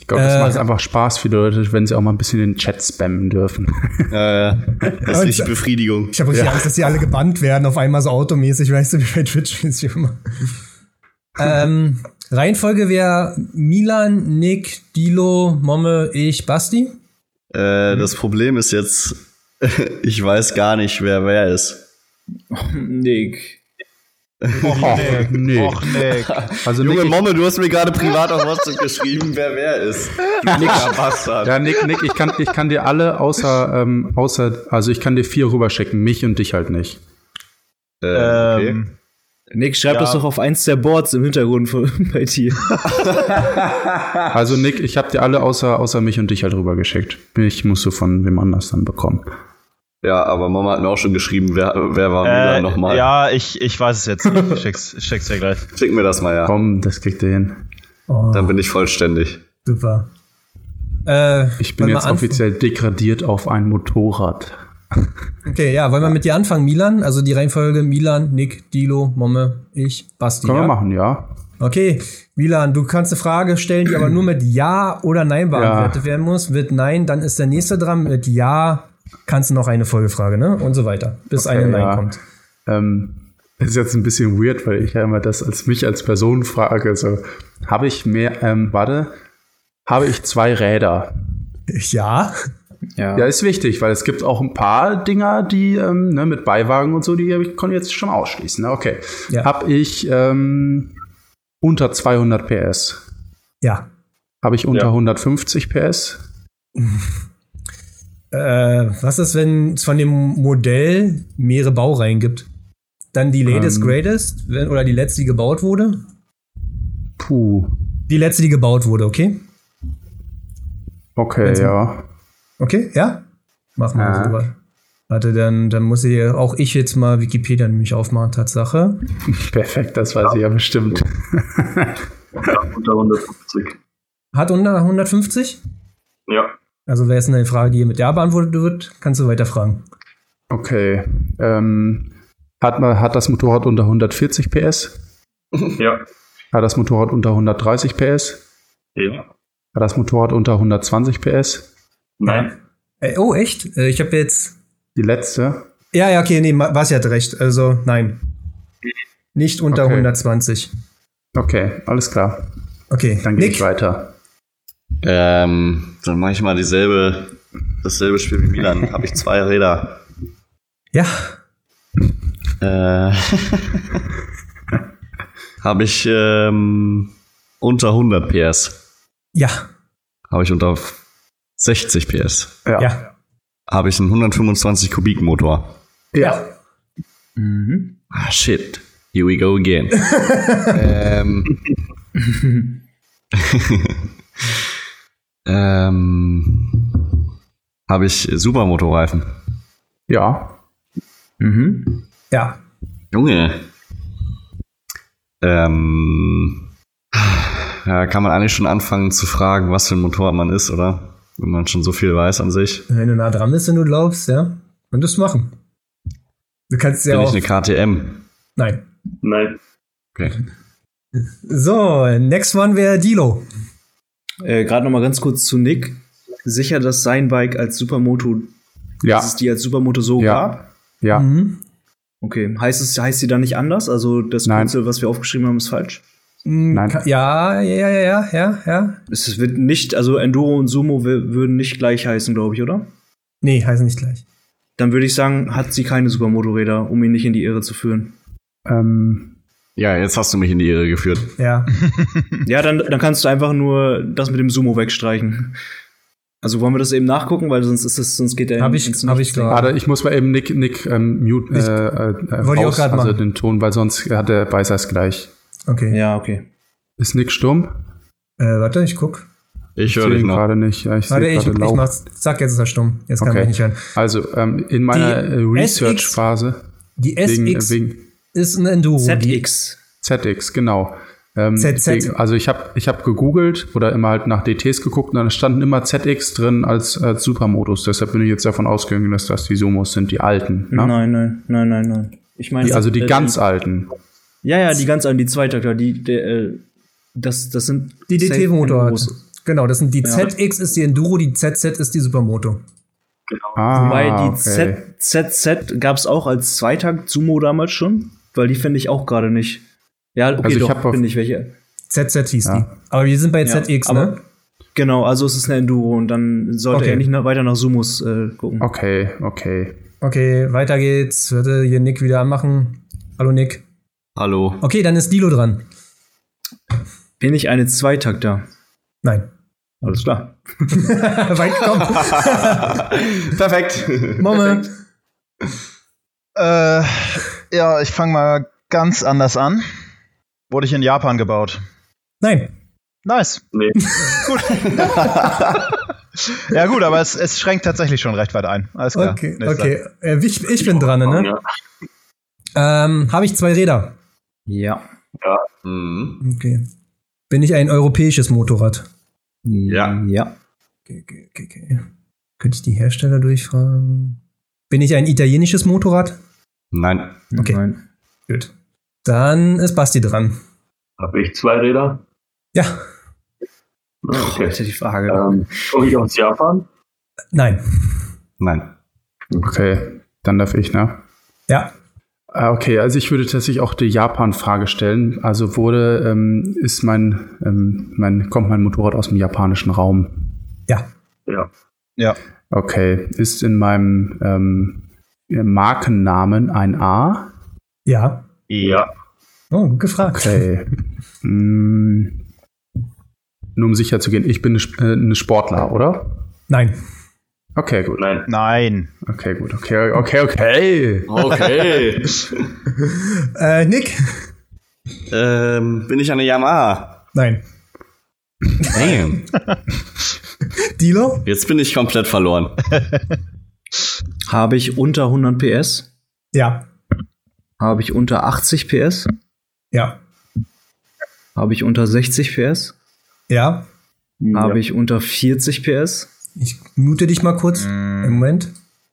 Speaker 3: Ich glaube, das
Speaker 2: Äh,
Speaker 3: macht einfach Spaß für die Leute, wenn sie auch mal ein bisschen den Chat spammen dürfen.
Speaker 1: Äh, das ist nicht Befriedigung.
Speaker 2: Ich habe richtig Angst, dass die alle gebannt werden, auf einmal so automäßig, weißt du, wie bei Twitch ist hier immer. ähm, Reihenfolge wäre Milan, Nick, Dilo, Momme, ich, Basti.
Speaker 1: Äh, das Problem ist jetzt, *laughs* ich weiß gar nicht, wer wer ist.
Speaker 4: *laughs* Nick.
Speaker 3: Oh, *laughs* nee.
Speaker 6: Och, Nick.
Speaker 3: Also
Speaker 1: Junge
Speaker 3: Nick,
Speaker 1: Momme, du hast mir gerade privat auf *laughs* WhatsApp geschrieben, wer wer *laughs* ist. Nicker Bastard.
Speaker 3: ja, Nick, Nick, ich kann, ich kann dir alle außer, ähm, außer, also ich kann dir vier rüberschicken, mich und dich halt nicht.
Speaker 1: Äh, okay.
Speaker 6: ähm,
Speaker 4: Nick, schreib
Speaker 6: Ja.
Speaker 4: das doch auf eins der Boards im Hintergrund von, *laughs* bei dir.
Speaker 3: Also Nick, ich habe dir alle außer, außer mich und dich halt rübergeschickt. Mich musst du von wem anders dann bekommen.
Speaker 1: Ja, aber Mama hat mir auch schon geschrieben, wer, wer war
Speaker 6: äh,
Speaker 1: Milan nochmal.
Speaker 6: ja, ich, ich weiß es jetzt nicht. Ich schick's, ich schick's dir gleich.
Speaker 1: Schick mir das mal, ja.
Speaker 3: Komm, das kriegt ihr hin.
Speaker 2: Oh,
Speaker 1: Dann bin ich vollständig.
Speaker 2: super. Äh,
Speaker 3: Ich bin
Speaker 2: wollen wir
Speaker 3: jetzt
Speaker 2: anfangen?
Speaker 3: offiziell degradiert auf ein Motorrad.
Speaker 2: Okay, ja, wollen wir mit dir anfangen, Milan? Also die Reihenfolge Milan, Nick, Dilo, Momme, ich, Basti.
Speaker 3: Können
Speaker 2: ja?
Speaker 3: wir machen, ja?
Speaker 2: Okay, Milan, du kannst eine Frage stellen, die aber nur mit Ja oder Nein beantwortet werden muss. Wird Nein, dann ist der nächste dran. Mit Ja kannst du noch eine Folgefrage, ne? Und so weiter, bis
Speaker 3: Okay,
Speaker 2: eine Nein
Speaker 3: ja.
Speaker 2: kommt.
Speaker 3: Ähm, das ist jetzt ein bisschen weird, weil ich ja immer das als mich als Person frage. So, habe ich mehr, ähm, warte, habe ich zwei Räder?
Speaker 2: Ja,
Speaker 3: Ja, ist wichtig, weil es gibt auch ein paar Dinger, die ähm, ne, mit Beiwagen und so, die hab ich konnte jetzt schon ausschließen. Ne? Okay.
Speaker 2: Ja.
Speaker 3: Habe ich ähm, unter 200 PS?
Speaker 2: ja.
Speaker 3: Habe ich unter
Speaker 5: Ja.
Speaker 3: 150 PS?
Speaker 2: Äh, was ist, wenn es von dem Modell mehrere Baureihen gibt? Dann die latest
Speaker 3: Ähm.
Speaker 2: greatest wenn, oder die letzte, die gebaut wurde?
Speaker 3: Puh.
Speaker 2: Die letzte, die gebaut wurde, okay?
Speaker 3: Okay,
Speaker 2: Wenn's-
Speaker 5: Also-
Speaker 3: ja.
Speaker 2: Okay, ja? Machen wir
Speaker 3: Ja.
Speaker 2: so weit. Warte, dann, dann muss ich auch ich jetzt mal Wikipedia nämlich aufmachen, Tatsache.
Speaker 3: Perfekt, das weiß ich ja bestimmt.
Speaker 5: Ja, unter 150.
Speaker 2: Hat unter 150?
Speaker 5: Ja,
Speaker 2: Also wäre es eine Frage, die hier mit Ja beantwortet wird, kannst du weiterfragen.
Speaker 3: Okay. Ähm, hat, man, hat das Motorrad unter 140 PS?
Speaker 5: ja,
Speaker 3: Hat das Motorrad unter 130 PS?
Speaker 5: ja.
Speaker 3: Hat das Motorrad unter 120 PS?
Speaker 5: Nein.
Speaker 2: Äh, oh, echt? Äh, ich habe jetzt.
Speaker 3: Die letzte?
Speaker 2: Ja, ja, okay, nee, Ma- Basti hat recht. Also nein. Nicht unter
Speaker 3: Okay.
Speaker 2: 120.
Speaker 3: Okay, alles klar.
Speaker 2: Okay,
Speaker 3: Dann gehe
Speaker 2: Nick,
Speaker 3: ich weiter.
Speaker 1: Ähm, dann mache ich mal dieselbe, dasselbe Spiel wie Milan. Habe ich zwei Räder.
Speaker 2: ja,
Speaker 1: Äh, *laughs* Habe ich ähm, unter 100 PS.
Speaker 2: ja,
Speaker 1: Habe ich unter 60 PS.
Speaker 2: ja,
Speaker 3: Ja.
Speaker 2: ja.
Speaker 1: Habe ich einen 125 Kubik Motor.
Speaker 3: Ja.
Speaker 4: Mhm.
Speaker 1: Ah, shit. Here we go again. ähm. *laughs* ähm. Habe ich Supermotorreifen.
Speaker 3: Ja.
Speaker 4: Mhm.
Speaker 2: ja.
Speaker 1: Junge. Ähm. Ja, kann man eigentlich schon anfangen zu fragen, was für ein Motorrad man ist, oder? Wenn man schon so viel weiß an sich.
Speaker 2: Wenn du nah dran bist und du glaubst, ja, könntest du machen. Du kannst ja
Speaker 1: Bin
Speaker 2: auch.
Speaker 1: ich eine KTM?
Speaker 2: Nein.
Speaker 5: Nein.
Speaker 1: Okay.
Speaker 2: So, next one wäre Dilo.
Speaker 4: Äh, Gerade noch mal ganz kurz zu Nick. Sicher, dass sein Bike als Supermoto, dass
Speaker 3: Ja.
Speaker 4: es die als Supermoto so gab?
Speaker 3: Ja. Ja.
Speaker 2: Mhm.
Speaker 4: Okay. Heißt es, heißt sie dann nicht anders? Also das
Speaker 3: Nein.
Speaker 4: Kürzel, was wir aufgeschrieben haben, ist falsch.
Speaker 2: Mhm,
Speaker 3: Nein.
Speaker 2: ka- Ja, ja, ja, ja, ja, ja.
Speaker 4: Es wird nicht, also Enduro und Sumo wi- würden nicht gleich heißen, glaube ich, oder?
Speaker 2: Nee, heißt nicht gleich.
Speaker 4: Dann würde ich sagen, hat sie keine Supermotorräder, um ihn nicht in die Irre zu führen.
Speaker 3: Ähm,
Speaker 1: Ja, jetzt hast du mich in die Irre geführt.
Speaker 3: *laughs*
Speaker 2: Ja.
Speaker 4: Ja, dann, dann kannst du einfach nur das mit dem Sumo wegstreichen. Also wollen wir das eben nachgucken, weil sonst ist es, sonst geht der
Speaker 2: Hab ich-
Speaker 4: ins
Speaker 2: hab
Speaker 4: Nichts.
Speaker 2: ich gerade.
Speaker 3: warte, ich muss mal eben Nick, Nick ähm, mute, äh, äh,
Speaker 2: Wollte ich auch
Speaker 3: raus,
Speaker 2: grad
Speaker 3: also
Speaker 2: machen.
Speaker 3: den Ton, weil sonst hat der Beißers gleich.
Speaker 2: Okay.
Speaker 4: Ja, okay.
Speaker 3: Ist Nick stumm?
Speaker 2: Äh, warte, ich guck.
Speaker 1: Ich
Speaker 3: Ich
Speaker 1: höre
Speaker 3: sehe
Speaker 1: dich
Speaker 3: ihn
Speaker 1: noch.
Speaker 3: gerade nicht. Ja, ich
Speaker 2: Warte,
Speaker 3: sehe
Speaker 2: ich, ich
Speaker 3: gerade Laub.
Speaker 2: mach's. Zack, jetzt ist er stumm. Jetzt kann
Speaker 3: Okay.
Speaker 2: man mich nicht hören.
Speaker 3: Also ähm, in meiner
Speaker 2: Die
Speaker 3: äh,
Speaker 2: SX
Speaker 3: Research-Phase
Speaker 2: Die
Speaker 3: wegen, äh,
Speaker 2: SX
Speaker 3: wegen
Speaker 2: ist ein Enduro. Oh, Die-
Speaker 4: ZX.
Speaker 3: ZX, genau. Ähm,
Speaker 2: ZZ.
Speaker 3: wegen- Also ich habe ich hab gegoogelt oder immer halt nach DTs geguckt und dann standen immer ZX drin als, als Supermodus. Deshalb bin ich jetzt davon ausgegangen, dass das die Sumos sind, die alten. Ne?
Speaker 4: Nein, nein, nein, nein, nein. Ich meine,
Speaker 3: Die, also die
Speaker 4: äh,
Speaker 3: ganz alten.
Speaker 4: Ja, ja, die ganz alten, die Zweitakter, die, der, äh, das, das sind
Speaker 2: Die
Speaker 4: safe
Speaker 2: DT-Motor.
Speaker 4: Enduros.
Speaker 2: Genau, das sind die ZX ist die Enduro, die ZZ ist die Supermoto.
Speaker 3: Ah,
Speaker 4: Wobei die
Speaker 3: okay.
Speaker 4: Z, ZZ gab es auch als Zweitakt Sumo damals schon, weil die finde ich auch gerade nicht. Ja, okay,
Speaker 3: Also ich hab
Speaker 4: doch,
Speaker 3: auf-
Speaker 4: finde ich welche.
Speaker 2: ZZ hieß
Speaker 3: Ja.
Speaker 2: die. Aber wir sind bei
Speaker 4: Ja,
Speaker 2: ZX,
Speaker 4: aber-
Speaker 2: ne?
Speaker 4: Genau, also es ist eine Enduro und dann sollte
Speaker 2: Okay.
Speaker 4: er nicht nach, weiter nach Sumos äh, gucken.
Speaker 3: Okay, okay.
Speaker 2: Okay, weiter geht's. Warte, hier Nick wieder anmachen. Hallo Nick.
Speaker 1: Hallo.
Speaker 2: Okay, dann ist Dilo dran.
Speaker 4: Bin ich eine Zweitakter?
Speaker 2: Nein. *laughs*
Speaker 4: Alles klar.
Speaker 2: Weit
Speaker 3: *laughs*
Speaker 2: kommt.
Speaker 1: Perfekt.
Speaker 2: Moment.
Speaker 6: *laughs* Äh, ja, ich fange mal ganz anders an. Wurde ich in Japan gebaut.
Speaker 2: Nein.
Speaker 6: Nice. *laughs*
Speaker 5: Nee.
Speaker 6: Ja, gut, aber es, es schränkt tatsächlich schon recht weit ein. Alles klar.
Speaker 2: Okay,
Speaker 6: Nächster.
Speaker 2: okay. Äh, ich, ich bin dran, ne?
Speaker 5: Ja.
Speaker 2: Ähm, Habe ich zwei Räder?
Speaker 4: Ja.
Speaker 1: *laughs* Mhm.
Speaker 2: Okay. Bin ich ein europäisches Motorrad?
Speaker 1: Ja.
Speaker 4: Ja.
Speaker 2: Okay, okay, okay, okay. Könnte ich die Hersteller durchfragen? Bin ich ein italienisches Motorrad?
Speaker 1: Nein.
Speaker 2: Okay.
Speaker 4: Nein.
Speaker 2: Gut. Dann ist Basti dran.
Speaker 5: Habe ich zwei Räder?
Speaker 2: Ja.
Speaker 5: Ah,
Speaker 4: Boah,
Speaker 5: Okay.
Speaker 4: Alter, die Frage.
Speaker 5: Ähm, komme ich aus Japan?
Speaker 2: Nein.
Speaker 1: Nein.
Speaker 3: Okay, dann darf ich, ne?
Speaker 2: Ja.
Speaker 3: Ah, Okay, also ich würde tatsächlich auch die Japan-Frage stellen. Also wurde, ähm, ist mein, ähm, mein, kommt mein Motorrad aus dem japanischen Raum?
Speaker 2: Ja.
Speaker 5: Ja.
Speaker 3: Okay, ist in meinem ähm, Markennamen ein A?
Speaker 2: Ja.
Speaker 5: Ja.
Speaker 2: Oh, gut gefragt.
Speaker 3: Okay. mm, nur um sicher zu gehen, ich bin eine, Sp- äh, eine Sportler, oder?
Speaker 2: Nein.
Speaker 3: Okay, gut.
Speaker 5: Nein.
Speaker 6: Nein.
Speaker 3: Okay, gut. Okay, okay, okay.
Speaker 1: Okay.
Speaker 2: Äh, Nick?
Speaker 1: ähm, bin ich eine Yamaha?
Speaker 2: Nein.
Speaker 1: Damn.
Speaker 2: Dealer?
Speaker 1: Jetzt bin ich komplett verloren.
Speaker 4: Habe ich unter 100 PS?
Speaker 2: Ja.
Speaker 4: Habe ich unter 80 PS?
Speaker 2: Ja.
Speaker 4: Habe ich unter 60 PS?
Speaker 2: Ja.
Speaker 4: Habe ich unter 40 PS?
Speaker 2: Ich mute dich mal kurz.
Speaker 6: Mm,
Speaker 2: Im Moment.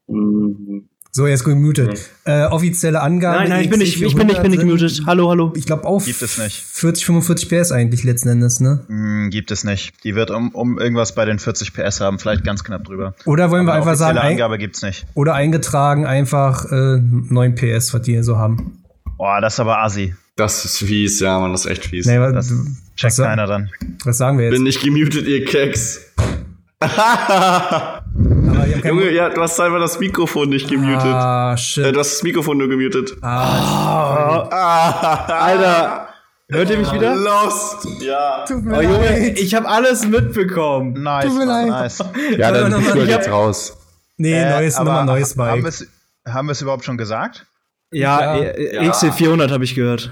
Speaker 5: Mhm.
Speaker 2: So, jetzt gemutet. Äh, offizielle Angaben.
Speaker 7: Nein, nein, ich bin nicht, ich bin nicht, ich bin nicht gemutet. Hallo, hallo.
Speaker 2: Ich glaube auch
Speaker 6: Gibt es nicht.
Speaker 2: 40, 45 PS eigentlich letzten Endes, ne?
Speaker 6: Hm, gibt es nicht. Die wird um, um irgendwas bei den 40 PS haben, vielleicht ganz knapp drüber.
Speaker 2: Oder wollen wir
Speaker 6: Aber
Speaker 2: einfach sagen,
Speaker 6: offizielle
Speaker 2: ein,
Speaker 6: Angabe gibt's nicht.
Speaker 2: oder eingetragen einfach äh, 9 PS, was die so haben.
Speaker 6: Oh, das ist aber assi.
Speaker 1: Das ist fies, ja, Mann, das ist echt fies.
Speaker 2: Nee,
Speaker 6: Das
Speaker 2: was,
Speaker 6: checkt
Speaker 2: so.
Speaker 6: keiner dann.
Speaker 2: was sagen wir jetzt?
Speaker 1: bin nicht gemutet, ihr Keks.
Speaker 2: Aber die haben kein-
Speaker 1: Junge, ja, du hast einfach das Mikrofon nicht gemutet.
Speaker 2: ah, shit.
Speaker 1: Äh, du hast das Mikrofon nur gemutet. Ah,
Speaker 4: Alter, hört ihr mich wieder?
Speaker 1: Lost! Ja.
Speaker 2: Tut
Speaker 4: oh,
Speaker 2: mir leid.
Speaker 4: ich habe alles mitbekommen.
Speaker 6: Nice,
Speaker 2: mir
Speaker 6: Mann,
Speaker 2: leid.
Speaker 6: nice.
Speaker 3: Ja,
Speaker 2: Soll
Speaker 3: dann
Speaker 2: er noch
Speaker 3: bist
Speaker 2: mal-
Speaker 3: du halt
Speaker 2: Ich
Speaker 3: jetzt raus.
Speaker 2: Nee,
Speaker 6: Äh,
Speaker 2: neues
Speaker 6: aber
Speaker 2: Nummer, neues
Speaker 6: Haben
Speaker 2: Bike.
Speaker 6: wir's- haben wir es überhaupt schon gesagt?
Speaker 4: Ja,
Speaker 2: Ja.
Speaker 4: äh, XC400 habe ich gehört.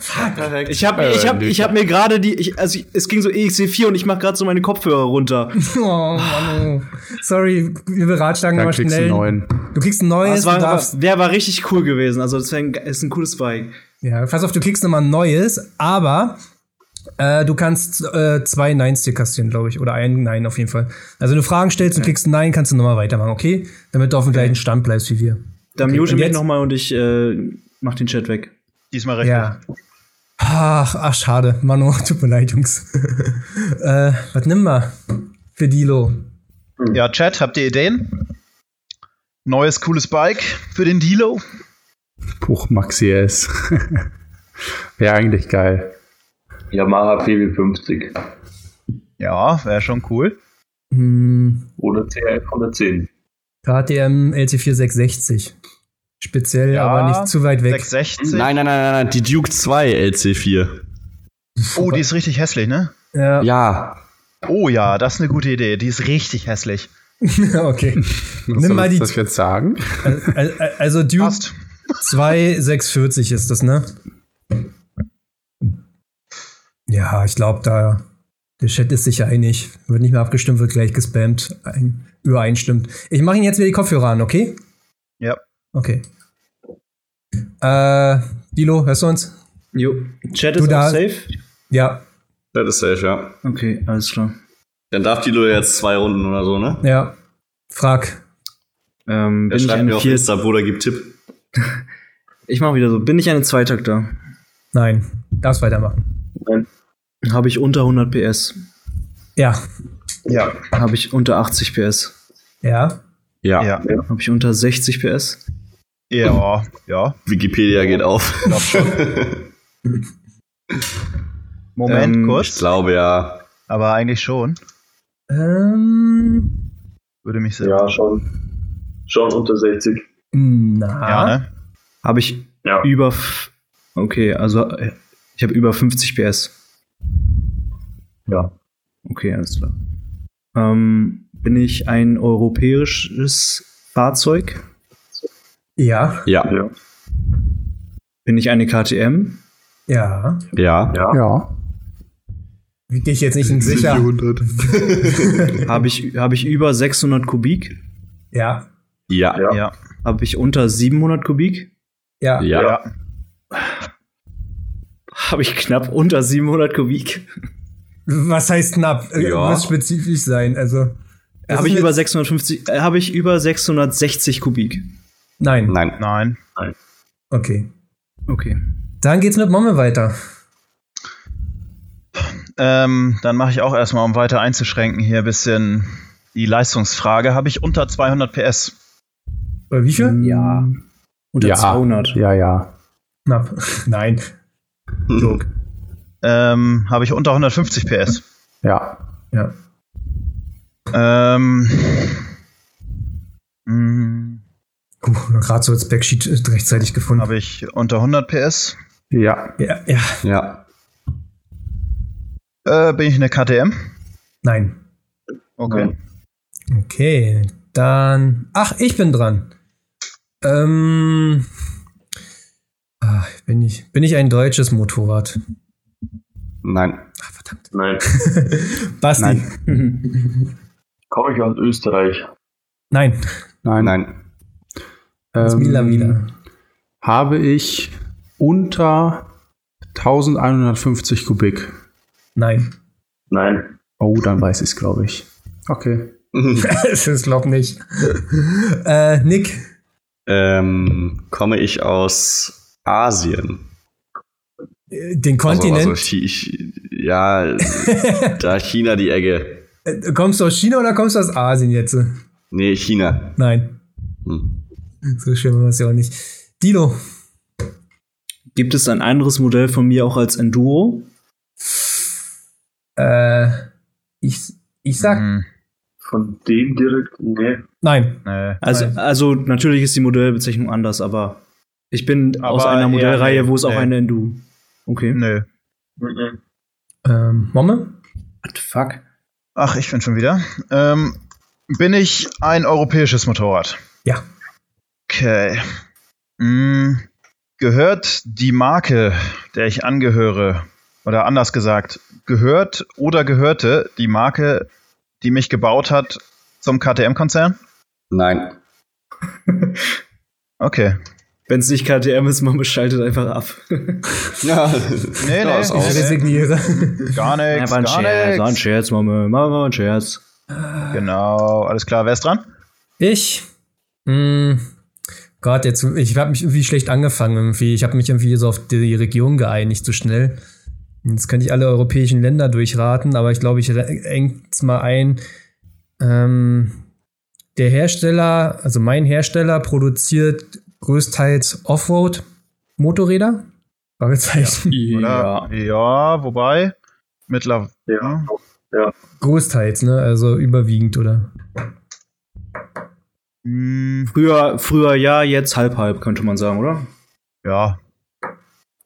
Speaker 6: Fuck. Äh,
Speaker 4: Ich habe ich hab, ich hab mir gerade die, ich, also ich, es ging so EXC4 und ich mache gerade so meine
Speaker 2: *laughs*
Speaker 4: Kopfhörer runter.
Speaker 2: Oh, Mann, oh. Sorry, wir beratschlagen
Speaker 3: Dann
Speaker 2: mal
Speaker 3: kriegst du
Speaker 2: schnell.
Speaker 3: einen neuen.
Speaker 2: Du kriegst ein
Speaker 4: Das
Speaker 2: neues,
Speaker 4: war,
Speaker 2: du darfst.
Speaker 4: der war richtig cool gewesen. Also das wär ein, ist ein cooles Bike.
Speaker 2: Ja, pass auf, du kriegst nochmal ein neues, aber äh, du kannst äh, zwei Neins dir kassieren, glaube ich. Oder ein Nein auf jeden Fall. Also wenn du Fragen stellst und kriegst ein Nein, kannst du nochmal weitermachen, okay? Damit du auf dem gleichen Stand bleibst wie wir.
Speaker 4: Da mute
Speaker 2: und
Speaker 4: mich
Speaker 2: jetzt?
Speaker 4: nochmal und ich äh, mach den Chat weg.
Speaker 6: Diesmal richtig.
Speaker 2: Ja. Ach, ach, schade. Manu, *laughs* tut mir leid,
Speaker 6: *laughs*
Speaker 2: Jungs. äh, was nimm mal für Dilo?
Speaker 6: Ja, Chat, habt ihr Ideen? Neues cooles Bike für den Dilo?
Speaker 3: Puch Maxi S. *laughs* Wäre eigentlich geil.
Speaker 5: Yamaha PW50
Speaker 6: Ja, wäre schon cool.
Speaker 2: Hm,
Speaker 5: oder CRF 110.
Speaker 2: KTM LC4660. Speziell,
Speaker 6: Ja,
Speaker 2: aber nicht zu weit weg.
Speaker 6: 660.
Speaker 1: Nein, nein, nein, nein, nein, die Duke 2 LC4.
Speaker 6: Oh, die ist richtig hässlich, ne?
Speaker 2: Ja,
Speaker 1: Ja.
Speaker 6: Oh ja, das ist eine gute Idee. Die ist richtig hässlich.
Speaker 2: *laughs* okay.
Speaker 6: *laughs*
Speaker 3: Was
Speaker 2: mal
Speaker 3: soll
Speaker 2: die-
Speaker 3: ich das jetzt sagen?
Speaker 2: Also, also Duke
Speaker 6: Passt.
Speaker 2: 2640 ist das, ne? Ja, ich glaube, da der Chat ist sich einig. Wird nicht mehr abgestimmt, wird gleich gespammt, ein, übereinstimmt. Ich mache Ihnen jetzt wieder die Kopfhörer an, okay?
Speaker 6: Ja.
Speaker 2: Okay. Äh, Dilo, hörst du uns?
Speaker 4: Jo. Chat
Speaker 2: Du
Speaker 4: ist
Speaker 2: da-
Speaker 4: auch safe?
Speaker 2: Ja,
Speaker 1: Das ist safe, ja.
Speaker 4: Okay, alles klar.
Speaker 1: Dann darf Dilo jetzt zwei Runden oder so, ne?
Speaker 2: ja. Frag.
Speaker 4: Ähm,
Speaker 1: Er
Speaker 4: bin ich
Speaker 1: schreibt mir
Speaker 4: eine
Speaker 1: auf
Speaker 4: vier
Speaker 1: Insta, Bruder, gib Tipp.
Speaker 4: Ich mach wieder so. Bin ich eine Zweitakter?
Speaker 2: Nein, darfst weitermachen.
Speaker 4: Habe ich unter 100 PS?
Speaker 2: Ja,
Speaker 6: Ja.
Speaker 4: Habe ich unter 80 PS?
Speaker 2: ja.
Speaker 1: Ja.
Speaker 6: Ja.
Speaker 4: Habe ich unter 60 PS?
Speaker 6: Ja, ja.
Speaker 1: Wikipedia geht auf.
Speaker 6: Moment
Speaker 4: Ähm,
Speaker 1: Ich
Speaker 6: kurz.
Speaker 1: glaube ja.
Speaker 6: Aber eigentlich schon.
Speaker 2: Ähm,
Speaker 6: Würde mich sehr.
Speaker 5: Ja, schon. Schon unter 60.
Speaker 2: na.
Speaker 6: Ja, ne?
Speaker 4: Habe ich
Speaker 5: Ja.
Speaker 4: über. f- Okay, also äh, ich habe über 50 PS.
Speaker 5: Ja.
Speaker 4: Okay, alles klar. Ähm, bin ich ein europäisches Fahrzeug?
Speaker 2: ja,
Speaker 1: Ja.
Speaker 5: Ja.
Speaker 4: Bin ich eine KTM?
Speaker 2: ja.
Speaker 1: Ja.
Speaker 5: Ja.
Speaker 3: Ja.
Speaker 2: Wieg dich jetzt nicht in sicher.
Speaker 4: Habe ich, hab ich über 600 Kubik?
Speaker 2: *laughs* Ja,
Speaker 1: Ja.
Speaker 5: Ja.
Speaker 6: Ja.
Speaker 4: Habe ich unter 700 Kubik?
Speaker 2: ja.
Speaker 1: Ja. ja.
Speaker 6: ja.
Speaker 4: Habe ich knapp unter 700 Kubik?
Speaker 2: Was heißt knapp? Äh,
Speaker 1: Ja.
Speaker 2: Muss spezifisch sein. Also Das
Speaker 4: Habe
Speaker 2: ist
Speaker 4: ich
Speaker 2: mir-
Speaker 4: über 650, äh, habe ich über 660 Kubik?
Speaker 2: nein.
Speaker 1: Nein.
Speaker 6: Nein.
Speaker 2: Okay.
Speaker 4: Okay.
Speaker 2: Dann geht's mit Momme weiter.
Speaker 6: Ähm, dann mache ich auch erstmal, um weiter einzuschränken, hier ein bisschen die Leistungsfrage. Habe ich unter 200 PS?
Speaker 2: Oder Äh, wie viel?
Speaker 4: Ja. Hm. Unter
Speaker 3: ja.
Speaker 4: 200.
Speaker 3: Ja, ja.
Speaker 2: Knapp. *laughs* Nein. Joke.
Speaker 6: Ähm, habe ich unter 150 PS?
Speaker 3: Ja.
Speaker 2: Ja.
Speaker 6: Ähm. mh,
Speaker 2: Puh, gerade so als Backsheet äh, rechtzeitig gefunden.
Speaker 6: Habe ich unter 100 PS?
Speaker 3: Ja.
Speaker 2: ja, ja.
Speaker 1: Ja.
Speaker 6: Äh, bin ich eine KTM?
Speaker 2: Nein.
Speaker 6: Okay.
Speaker 2: Okay. Dann. Ach, ich bin dran. Ähm. Ach, bin ich, bin ich ein deutsches Motorrad?
Speaker 1: *laughs* Nein.
Speaker 2: *laughs* Ach, verdammt.
Speaker 5: Nein.
Speaker 2: *laughs* Basti.
Speaker 5: Komme ich aus Österreich?
Speaker 2: Nein,
Speaker 3: Nein. Ähm,
Speaker 1: Nein.
Speaker 2: das ist Mila wieder.
Speaker 3: Habe ich unter 1150 Kubik.
Speaker 2: Nein.
Speaker 5: Nein.
Speaker 3: Oh, dann weiß ich es, glaube ich. Okay.
Speaker 2: *laughs* ich glaube nicht. äh, Nick,
Speaker 1: Ähm, komme ich aus Asien.
Speaker 2: äh, den
Speaker 1: Also-
Speaker 2: Kontinent.
Speaker 1: Also, Chi- Chi-
Speaker 4: *laughs*
Speaker 1: ja, da China die Ecke.
Speaker 2: Äh, kommst du aus China oder kommst du aus Asien jetzt?
Speaker 1: Nee, China.
Speaker 2: Nein.
Speaker 1: Hm.
Speaker 2: So schön war es ja auch nicht. Dino,
Speaker 4: Gibt es ein anderes Modell von mir auch als Enduro?
Speaker 2: äh, ich, ich sag
Speaker 1: Mhm.
Speaker 6: Hm,
Speaker 5: Von dem direkt? Nee.
Speaker 2: nein.
Speaker 6: nee.
Speaker 4: Also,
Speaker 2: Nein.
Speaker 4: also natürlich ist die Modellbezeichnung anders, aber ich bin
Speaker 6: Aber
Speaker 4: aus einer
Speaker 6: eher
Speaker 4: Modellreihe,
Speaker 6: nee,
Speaker 4: wo es auch
Speaker 6: nee.
Speaker 4: eine Enduro. Okay.
Speaker 6: Nö.
Speaker 5: Mhm.
Speaker 2: Ähm, Momme?
Speaker 4: What the fuck?
Speaker 6: Ach, ich bin schon wieder. Ähm, bin ich ein europäisches Motorrad?
Speaker 2: Ja.
Speaker 6: Okay. Mm, gehört die Marke, der ich angehöre, oder anders gesagt, gehört oder gehörte die Marke, die mich gebaut hat, zum KTM-Konzern?
Speaker 1: Nein.
Speaker 6: Okay.
Speaker 4: Wenn es nicht KTM ist, man schaltet einfach ab.
Speaker 1: Ja,
Speaker 6: Nee,
Speaker 1: Ja,
Speaker 6: nee,
Speaker 1: ist
Speaker 6: nee,
Speaker 1: aus.
Speaker 2: Ich
Speaker 6: nee,
Speaker 2: resigniere.
Speaker 6: gar nichts,
Speaker 4: Einfach ein Scherz,
Speaker 6: gar
Speaker 4: ein
Speaker 6: nichts.
Speaker 4: Scherz, Mama. Mama, ein Scherz.
Speaker 6: Genau, alles klar. Wer ist dran?
Speaker 2: Ich? Mm, Gott, jetzt, ich habe mich irgendwie schlecht angefangen. Irgendwie. Ich habe mich irgendwie so auf die Region geeinigt, so schnell. Jetzt könnte ich alle europäischen Länder durchraten, aber ich glaube, ich eng's mal ein. Ähm, der Hersteller, also mein Hersteller, produziert größtenteils Offroad-Motorräder. Fragezeichen.
Speaker 6: Oder? Ja, wobei, Hm? mittlerweile.
Speaker 5: Ja.
Speaker 2: Großteils, ne? Also überwiegend, oder?
Speaker 6: Mm,
Speaker 4: Früher, früher ja, jetzt halb halb, könnte man sagen, oder?
Speaker 6: ja,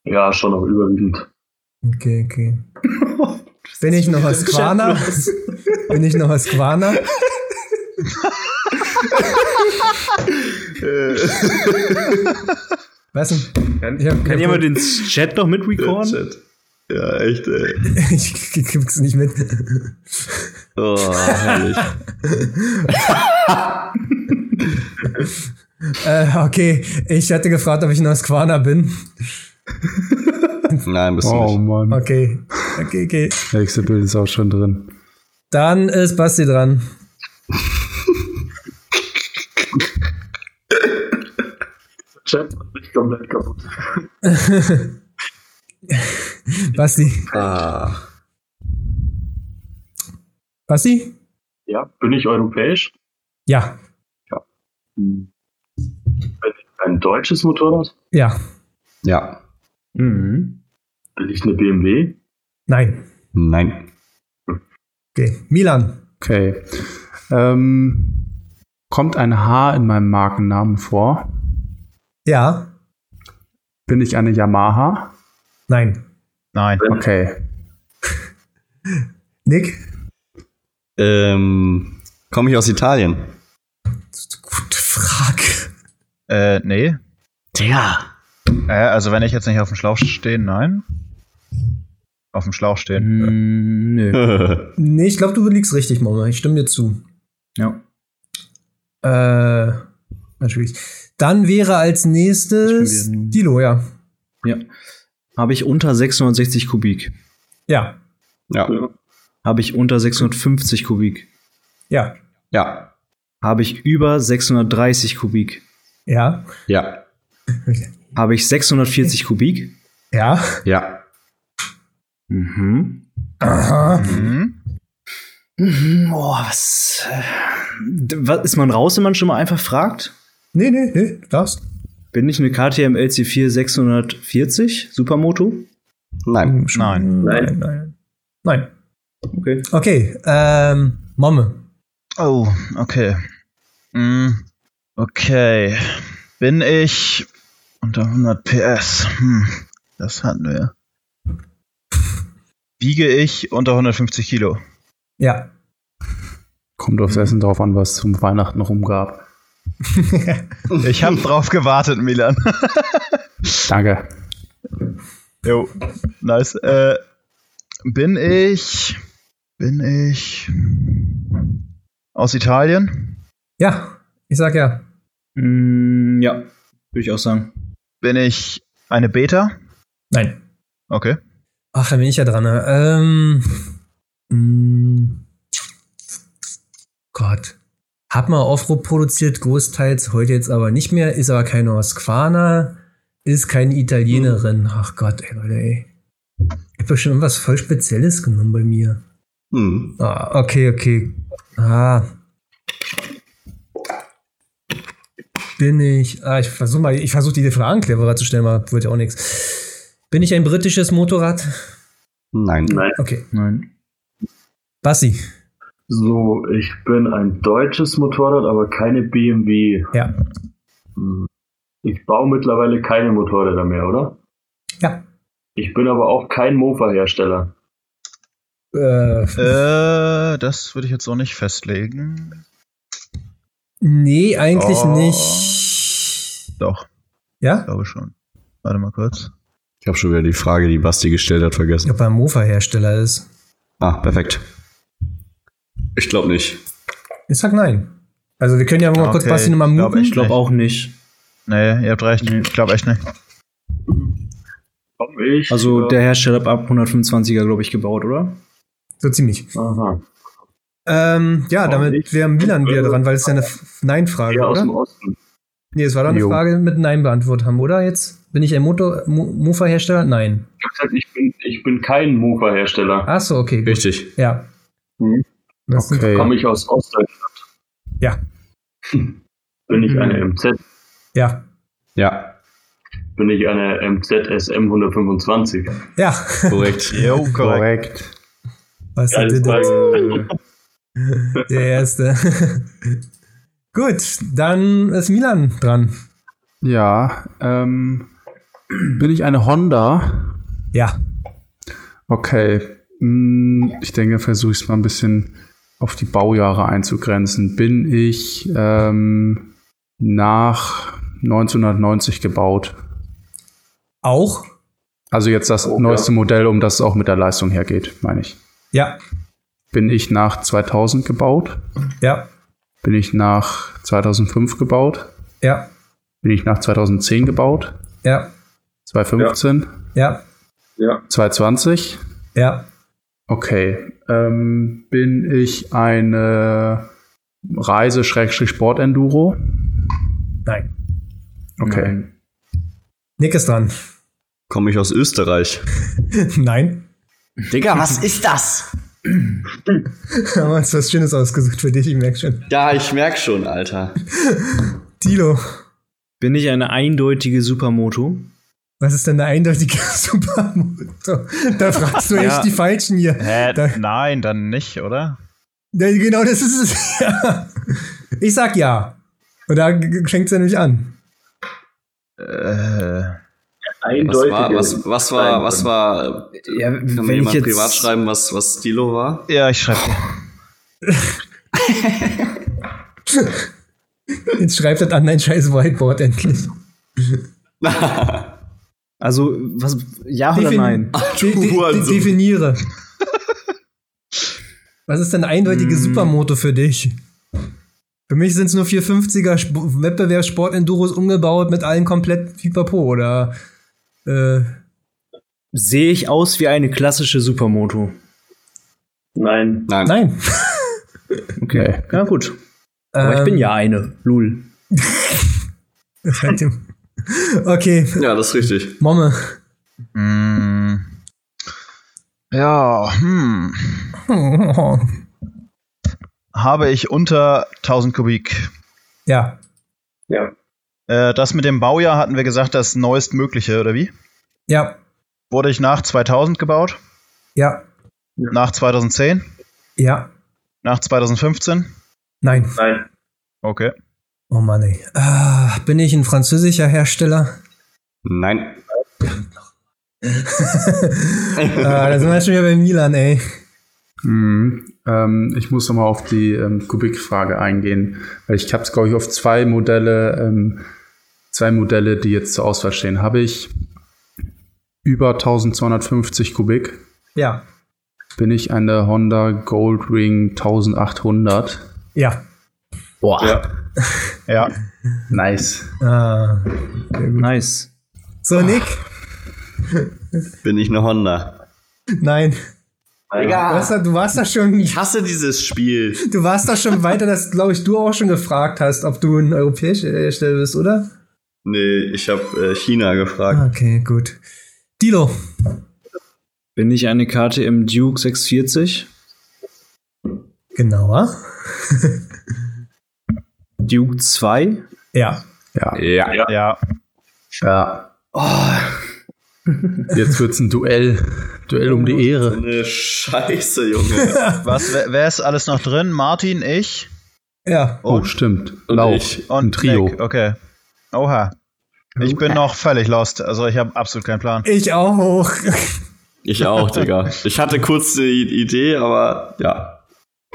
Speaker 5: ja, schon auch überwiegend.
Speaker 2: Okay, okay. Bin ich noch aus Quana? Bin ich noch aus Quana? Was denn? Ich hab-
Speaker 4: Kann
Speaker 2: ich hab-
Speaker 4: jemand den Chat noch mitrecorden?
Speaker 1: ja echt, ey.
Speaker 2: *laughs* Ich krieg's nicht mit.
Speaker 1: Oh, *laughs* herrlich.
Speaker 2: Äh, okay, ich hatte gefragt, ob ich noch aus Quana bin.
Speaker 1: Nein, bist du
Speaker 3: *laughs* Oh
Speaker 1: nicht.
Speaker 3: Mann.
Speaker 2: Okay, okay, okay.
Speaker 3: Nächste Bild ist auch schon drin.
Speaker 2: Dann ist Basti dran.
Speaker 5: Chat macht mich komplett kaputt.
Speaker 2: Basti.
Speaker 1: Ah.
Speaker 2: Basti?
Speaker 5: Ja, bin ich europäisch?
Speaker 2: Ja,
Speaker 5: Bin ich ein deutsches Motorrad?
Speaker 2: ja,
Speaker 1: Ja.
Speaker 4: *laughs* Mhm.
Speaker 5: Bin ich eine BMW?
Speaker 2: nein.
Speaker 1: Nein.
Speaker 2: Okay, Milan.
Speaker 3: Okay. Ähm, kommt ein H in meinem Markennamen vor?
Speaker 2: Ja,
Speaker 3: Bin ich eine Yamaha?
Speaker 2: nein.
Speaker 6: nein.
Speaker 3: Okay.
Speaker 2: Nick?
Speaker 1: Ähm, komme ich aus Italien? *laughs*
Speaker 2: Gute Frage.
Speaker 6: Äh, nee. Tja. Äh, also wenn ich jetzt nicht auf dem Schlauch stehe, nein. Auf dem Schlauch stehen.
Speaker 4: Mm, nö.
Speaker 1: Nein.
Speaker 2: Nee, ich glaube, du liegst richtig, Mama. Ich stimme dir zu.
Speaker 4: Ja.
Speaker 2: Äh, natürlich. Dann wäre als nächstes
Speaker 4: Ich bin wieder-
Speaker 2: Dilo, ja.
Speaker 4: ja. Habe ich unter 660 Kubik?
Speaker 2: Ja,
Speaker 1: Ja.
Speaker 4: Habe ich unter 650 Kubik?
Speaker 2: ja,
Speaker 1: Ja.
Speaker 4: Habe ich über 630 Kubik?
Speaker 2: ja,
Speaker 1: Ja.
Speaker 4: Habe ich 640 Kubik?
Speaker 2: ja.
Speaker 1: Ja.
Speaker 4: Mhm.
Speaker 2: Aha.
Speaker 6: Mhm.
Speaker 4: Mhm, Oh, was, äh, d- was? Ist man raus, wenn man schon mal einfach fragt?
Speaker 2: Nee, nee, nee, du darfst.
Speaker 4: Bin ich eine KTM LC4 640 Supermoto?
Speaker 1: Nein.
Speaker 6: Nein.
Speaker 2: Nein, nein. Nein.
Speaker 4: Okay.
Speaker 2: Okay, ähm, Momme.
Speaker 6: Oh, okay. Mm, okay. Bin ich unter 100 PS? Hm, das hatten wir. Wiege ich unter 150 Kilo?
Speaker 2: Ja. *laughs*
Speaker 3: Kommt aufs Essen drauf an, was es zum Weihnachten rumgab.
Speaker 6: Ich habe drauf gewartet, Milan.
Speaker 3: Danke.
Speaker 6: Jo, nice. Äh, bin ich. Bin ich. Aus Italien?
Speaker 2: Ja, ich sag ja.
Speaker 4: Mm, ja, würde ich auch sagen.
Speaker 6: Bin ich eine Beta?
Speaker 2: Nein.
Speaker 6: Okay.
Speaker 2: Ach, dann bin ich ja dran. Ne? Ähm, mm, Gott. Hab mal Offroad produziert, großteils, heute jetzt aber nicht mehr, ist aber keine Oskvaner, ist keine Italienerin. Ach Gott, ey, Leute, ey. Ich hab bestimmt irgendwas voll Spezielles genommen bei mir.
Speaker 1: Hm.
Speaker 2: Ah, okay, okay. Ah. Bin ich. Ah, ich versuche mal, ich versuche die Fragen cleverer zu stellen, aber wird ja auch nichts. Bin ich ein britisches Motorrad?
Speaker 1: Nein.
Speaker 5: Nein.
Speaker 2: Okay.
Speaker 4: Nein.
Speaker 2: Bassi.
Speaker 5: So, ich bin ein deutsches Motorrad, aber keine BMW.
Speaker 2: Ja.
Speaker 5: Hm. Ich baue mittlerweile keine Motorräder mehr, oder?
Speaker 2: Ja.
Speaker 5: Ich bin aber auch kein Mofa-Hersteller.
Speaker 2: Äh,
Speaker 6: Äh, das würde ich jetzt noch nicht festlegen.
Speaker 2: nee, eigentlich
Speaker 6: Oh.
Speaker 2: nicht.
Speaker 6: Doch,
Speaker 2: Ja?
Speaker 6: glaube schon. Warte mal kurz.
Speaker 1: Ich habe schon wieder die Frage, die Basti gestellt hat, vergessen.
Speaker 2: Ob er ein Mofa-Hersteller ist.
Speaker 1: Ah, perfekt. Ich glaube nicht.
Speaker 2: Ich sag nein. Also wir können ja mal kurz
Speaker 6: Okay,
Speaker 2: Basti nochmal
Speaker 6: ich glaub,
Speaker 2: muten.
Speaker 6: ich
Speaker 4: Ich glaube auch nicht.
Speaker 6: Nee, ihr habt recht. Ich glaube echt nicht.
Speaker 5: Komm ich.
Speaker 4: Also
Speaker 5: äh,
Speaker 4: der Hersteller hat ab 125er, glaube ich, gebaut, oder?
Speaker 2: so ziemlich.
Speaker 5: Aha.
Speaker 2: Ähm, ja,
Speaker 6: Oh,
Speaker 5: Auch
Speaker 2: damit
Speaker 5: nicht.
Speaker 2: wäre Milan wieder dran, weil es ja eine F- Nein-Frage,
Speaker 5: Eher aus dem
Speaker 2: oder?
Speaker 5: Osten.
Speaker 2: Nee, es war doch eine
Speaker 3: Jo.
Speaker 2: Frage mit Nein beantwortet haben, oder? Jetzt bin ich ein Motor Mo Mofa-Hersteller? Nein.
Speaker 5: Ich hab gesagt, ich bin, ich bin kein Mofa-Hersteller.
Speaker 2: Ach so, okay. Gut.
Speaker 1: Richtig.
Speaker 2: Ja.
Speaker 5: Mhm.
Speaker 2: Das sind-
Speaker 5: Komme ich aus Ostdeutschland?
Speaker 2: Ja.
Speaker 5: Bin ich
Speaker 4: Mhm.
Speaker 5: eine MZ?
Speaker 2: Ja.
Speaker 1: Ja,
Speaker 5: Bin ich eine MZSM 125?
Speaker 2: Ja. *laughs*
Speaker 1: *laughs* korrekt.
Speaker 6: Jo, korrekt.
Speaker 3: Korrekt.
Speaker 2: Was
Speaker 5: Geile
Speaker 2: hatte das?
Speaker 5: Frage.
Speaker 2: Der erste. *laughs* Gut, dann ist Milan dran.
Speaker 3: Ja, ähm, bin ich eine Honda?
Speaker 2: Ja.
Speaker 3: Okay. Hm, Ich denke, versuche ich es mal ein bisschen auf die Baujahre einzugrenzen. Bin ich ähm, nach 1990 gebaut?
Speaker 2: Auch?
Speaker 3: Also jetzt das neueste Modell, um das es auch mit der Leistung hergeht, meine ich.
Speaker 2: Ja.
Speaker 3: Bin ich nach 2000 gebaut?
Speaker 2: Ja.
Speaker 3: Bin ich nach 2005 gebaut?
Speaker 2: Ja.
Speaker 3: Bin ich nach 2010 gebaut?
Speaker 2: Ja.
Speaker 3: 2015?
Speaker 2: Ja.
Speaker 3: 2020?
Speaker 2: Ja.
Speaker 3: Okay. Ähm, bin ich eine Reise-Sport-Enduro?
Speaker 2: Nein.
Speaker 3: Okay.
Speaker 2: Nick ist dran. *laughs*
Speaker 1: Komme ich aus Österreich?
Speaker 2: Nein. *laughs*
Speaker 4: *laughs*
Speaker 7: Digga, was ist das?
Speaker 2: Haben wir uns was Schönes ausgesucht für dich, ich merke schon.
Speaker 1: Ja, ich merk schon, Alter.
Speaker 2: Tilo,
Speaker 4: Bin ich eine eindeutige Supermoto?
Speaker 2: was ist denn der eindeutige *laughs* Supermotor? Da fragst du
Speaker 6: Ja.
Speaker 2: echt die Falschen hier.
Speaker 6: Hä?
Speaker 2: *laughs* Da-
Speaker 6: Nein, dann nicht, oder?
Speaker 2: Ja, genau das ist es. *laughs* Ja. Ich sag ja. Und da fängt ja nämlich an.
Speaker 6: Äh,
Speaker 1: Was war,
Speaker 5: Eindeutig.
Speaker 1: was, was war, was war,
Speaker 4: Ja,
Speaker 1: kann mir
Speaker 4: wenn ich
Speaker 1: jemand
Speaker 4: jetzt-
Speaker 1: privat schreiben, was, was Stilo war?
Speaker 6: ja, ich schreibe.
Speaker 2: Jetzt schreibt das an dein scheiß Whiteboard endlich.
Speaker 4: Also, was, ja oder
Speaker 2: Defin- Ah.
Speaker 4: nein?
Speaker 2: De de de
Speaker 1: Hurensohn.
Speaker 4: *laughs*
Speaker 2: definiere. Was ist denn eine
Speaker 4: Mm.
Speaker 2: eindeutige Supermoto für dich? Für mich sind es nur 450er Sp Wettbewerbssport-Enduros umgebaut mit allen komplett Pipapo oder äh,
Speaker 4: Sehe ich aus wie eine klassische Supermoto?
Speaker 5: Nein.
Speaker 1: Nein.
Speaker 2: nein.
Speaker 4: Okay. Ja, gut. Aber ich
Speaker 2: Ähm,
Speaker 4: bin ja eine. Lul.
Speaker 2: *laughs* halt okay,
Speaker 1: Ja, das ist richtig.
Speaker 4: *laughs*
Speaker 2: Momme.
Speaker 6: Hm. Ja, hm. Habe ich unter 1000 Kubik.
Speaker 2: Ja,
Speaker 5: Ja.
Speaker 6: Äh, das mit dem Baujahr hatten wir gesagt, das neuestmögliche, oder wie?
Speaker 2: ja,
Speaker 6: Wurde ich nach 2000 gebaut?
Speaker 2: ja,
Speaker 6: Nach 2010?
Speaker 2: ja,
Speaker 6: Nach 2015?
Speaker 2: nein.
Speaker 5: Nein.
Speaker 6: Okay.
Speaker 2: Oh Mann, ey. Ah, bin ich ein französischer Hersteller? *laughs*
Speaker 1: Nein.
Speaker 2: Ah, da sind wir schon wieder bei Milan, ey.
Speaker 3: Mhm. Ähm, ich muss nochmal auf die ähm, Kubikfrage eingehen, weil ich habe es, glaube ich, auf zwei Modelle, ähm, zwei Modelle, die jetzt zur Auswahl stehen. Habe ich über 1250 Kubik?
Speaker 2: Ja,
Speaker 3: Bin ich eine Honda Goldwing 1800?
Speaker 2: Ja.
Speaker 3: Boah.
Speaker 6: Ja.
Speaker 3: Nice.
Speaker 2: Ah.
Speaker 4: Nice.
Speaker 2: So, Nick.
Speaker 1: Bin ich eine Honda?
Speaker 2: Nein. Du,
Speaker 7: Digga,
Speaker 2: hast da, du warst da schon.
Speaker 1: Ich hasse dieses Spiel.
Speaker 2: Du warst da schon weiter, dass, glaube ich, du auch schon gefragt hast, ob du ein europäischer Hersteller bist, oder? Ah,
Speaker 1: Nee, ich habe äh, China gefragt.
Speaker 2: Okay, gut. Dilo.
Speaker 4: Bin ich eine Karte im Duke 640?
Speaker 2: Genauer.
Speaker 4: Duke 2?
Speaker 2: Ja.
Speaker 3: Ja.
Speaker 1: Ja.
Speaker 6: Ja.
Speaker 3: ja. Oh. Jetzt wird's ein Duell. Duell um die Ehre.
Speaker 1: Eine Scheiße, Junge.
Speaker 6: Was, wer, wer ist alles noch drin? Martin, ich
Speaker 2: Ja.
Speaker 3: Oh, stimmt.
Speaker 1: und
Speaker 3: Lauf.
Speaker 1: ich.
Speaker 6: und
Speaker 3: Ein Trio.
Speaker 6: Nick. Okay. Oha. Ich bin noch völlig lost. Also ich habe absolut keinen Plan.
Speaker 2: Ich auch.
Speaker 1: *laughs* ich auch, Digga. Ich hatte kurz die Idee, aber ja.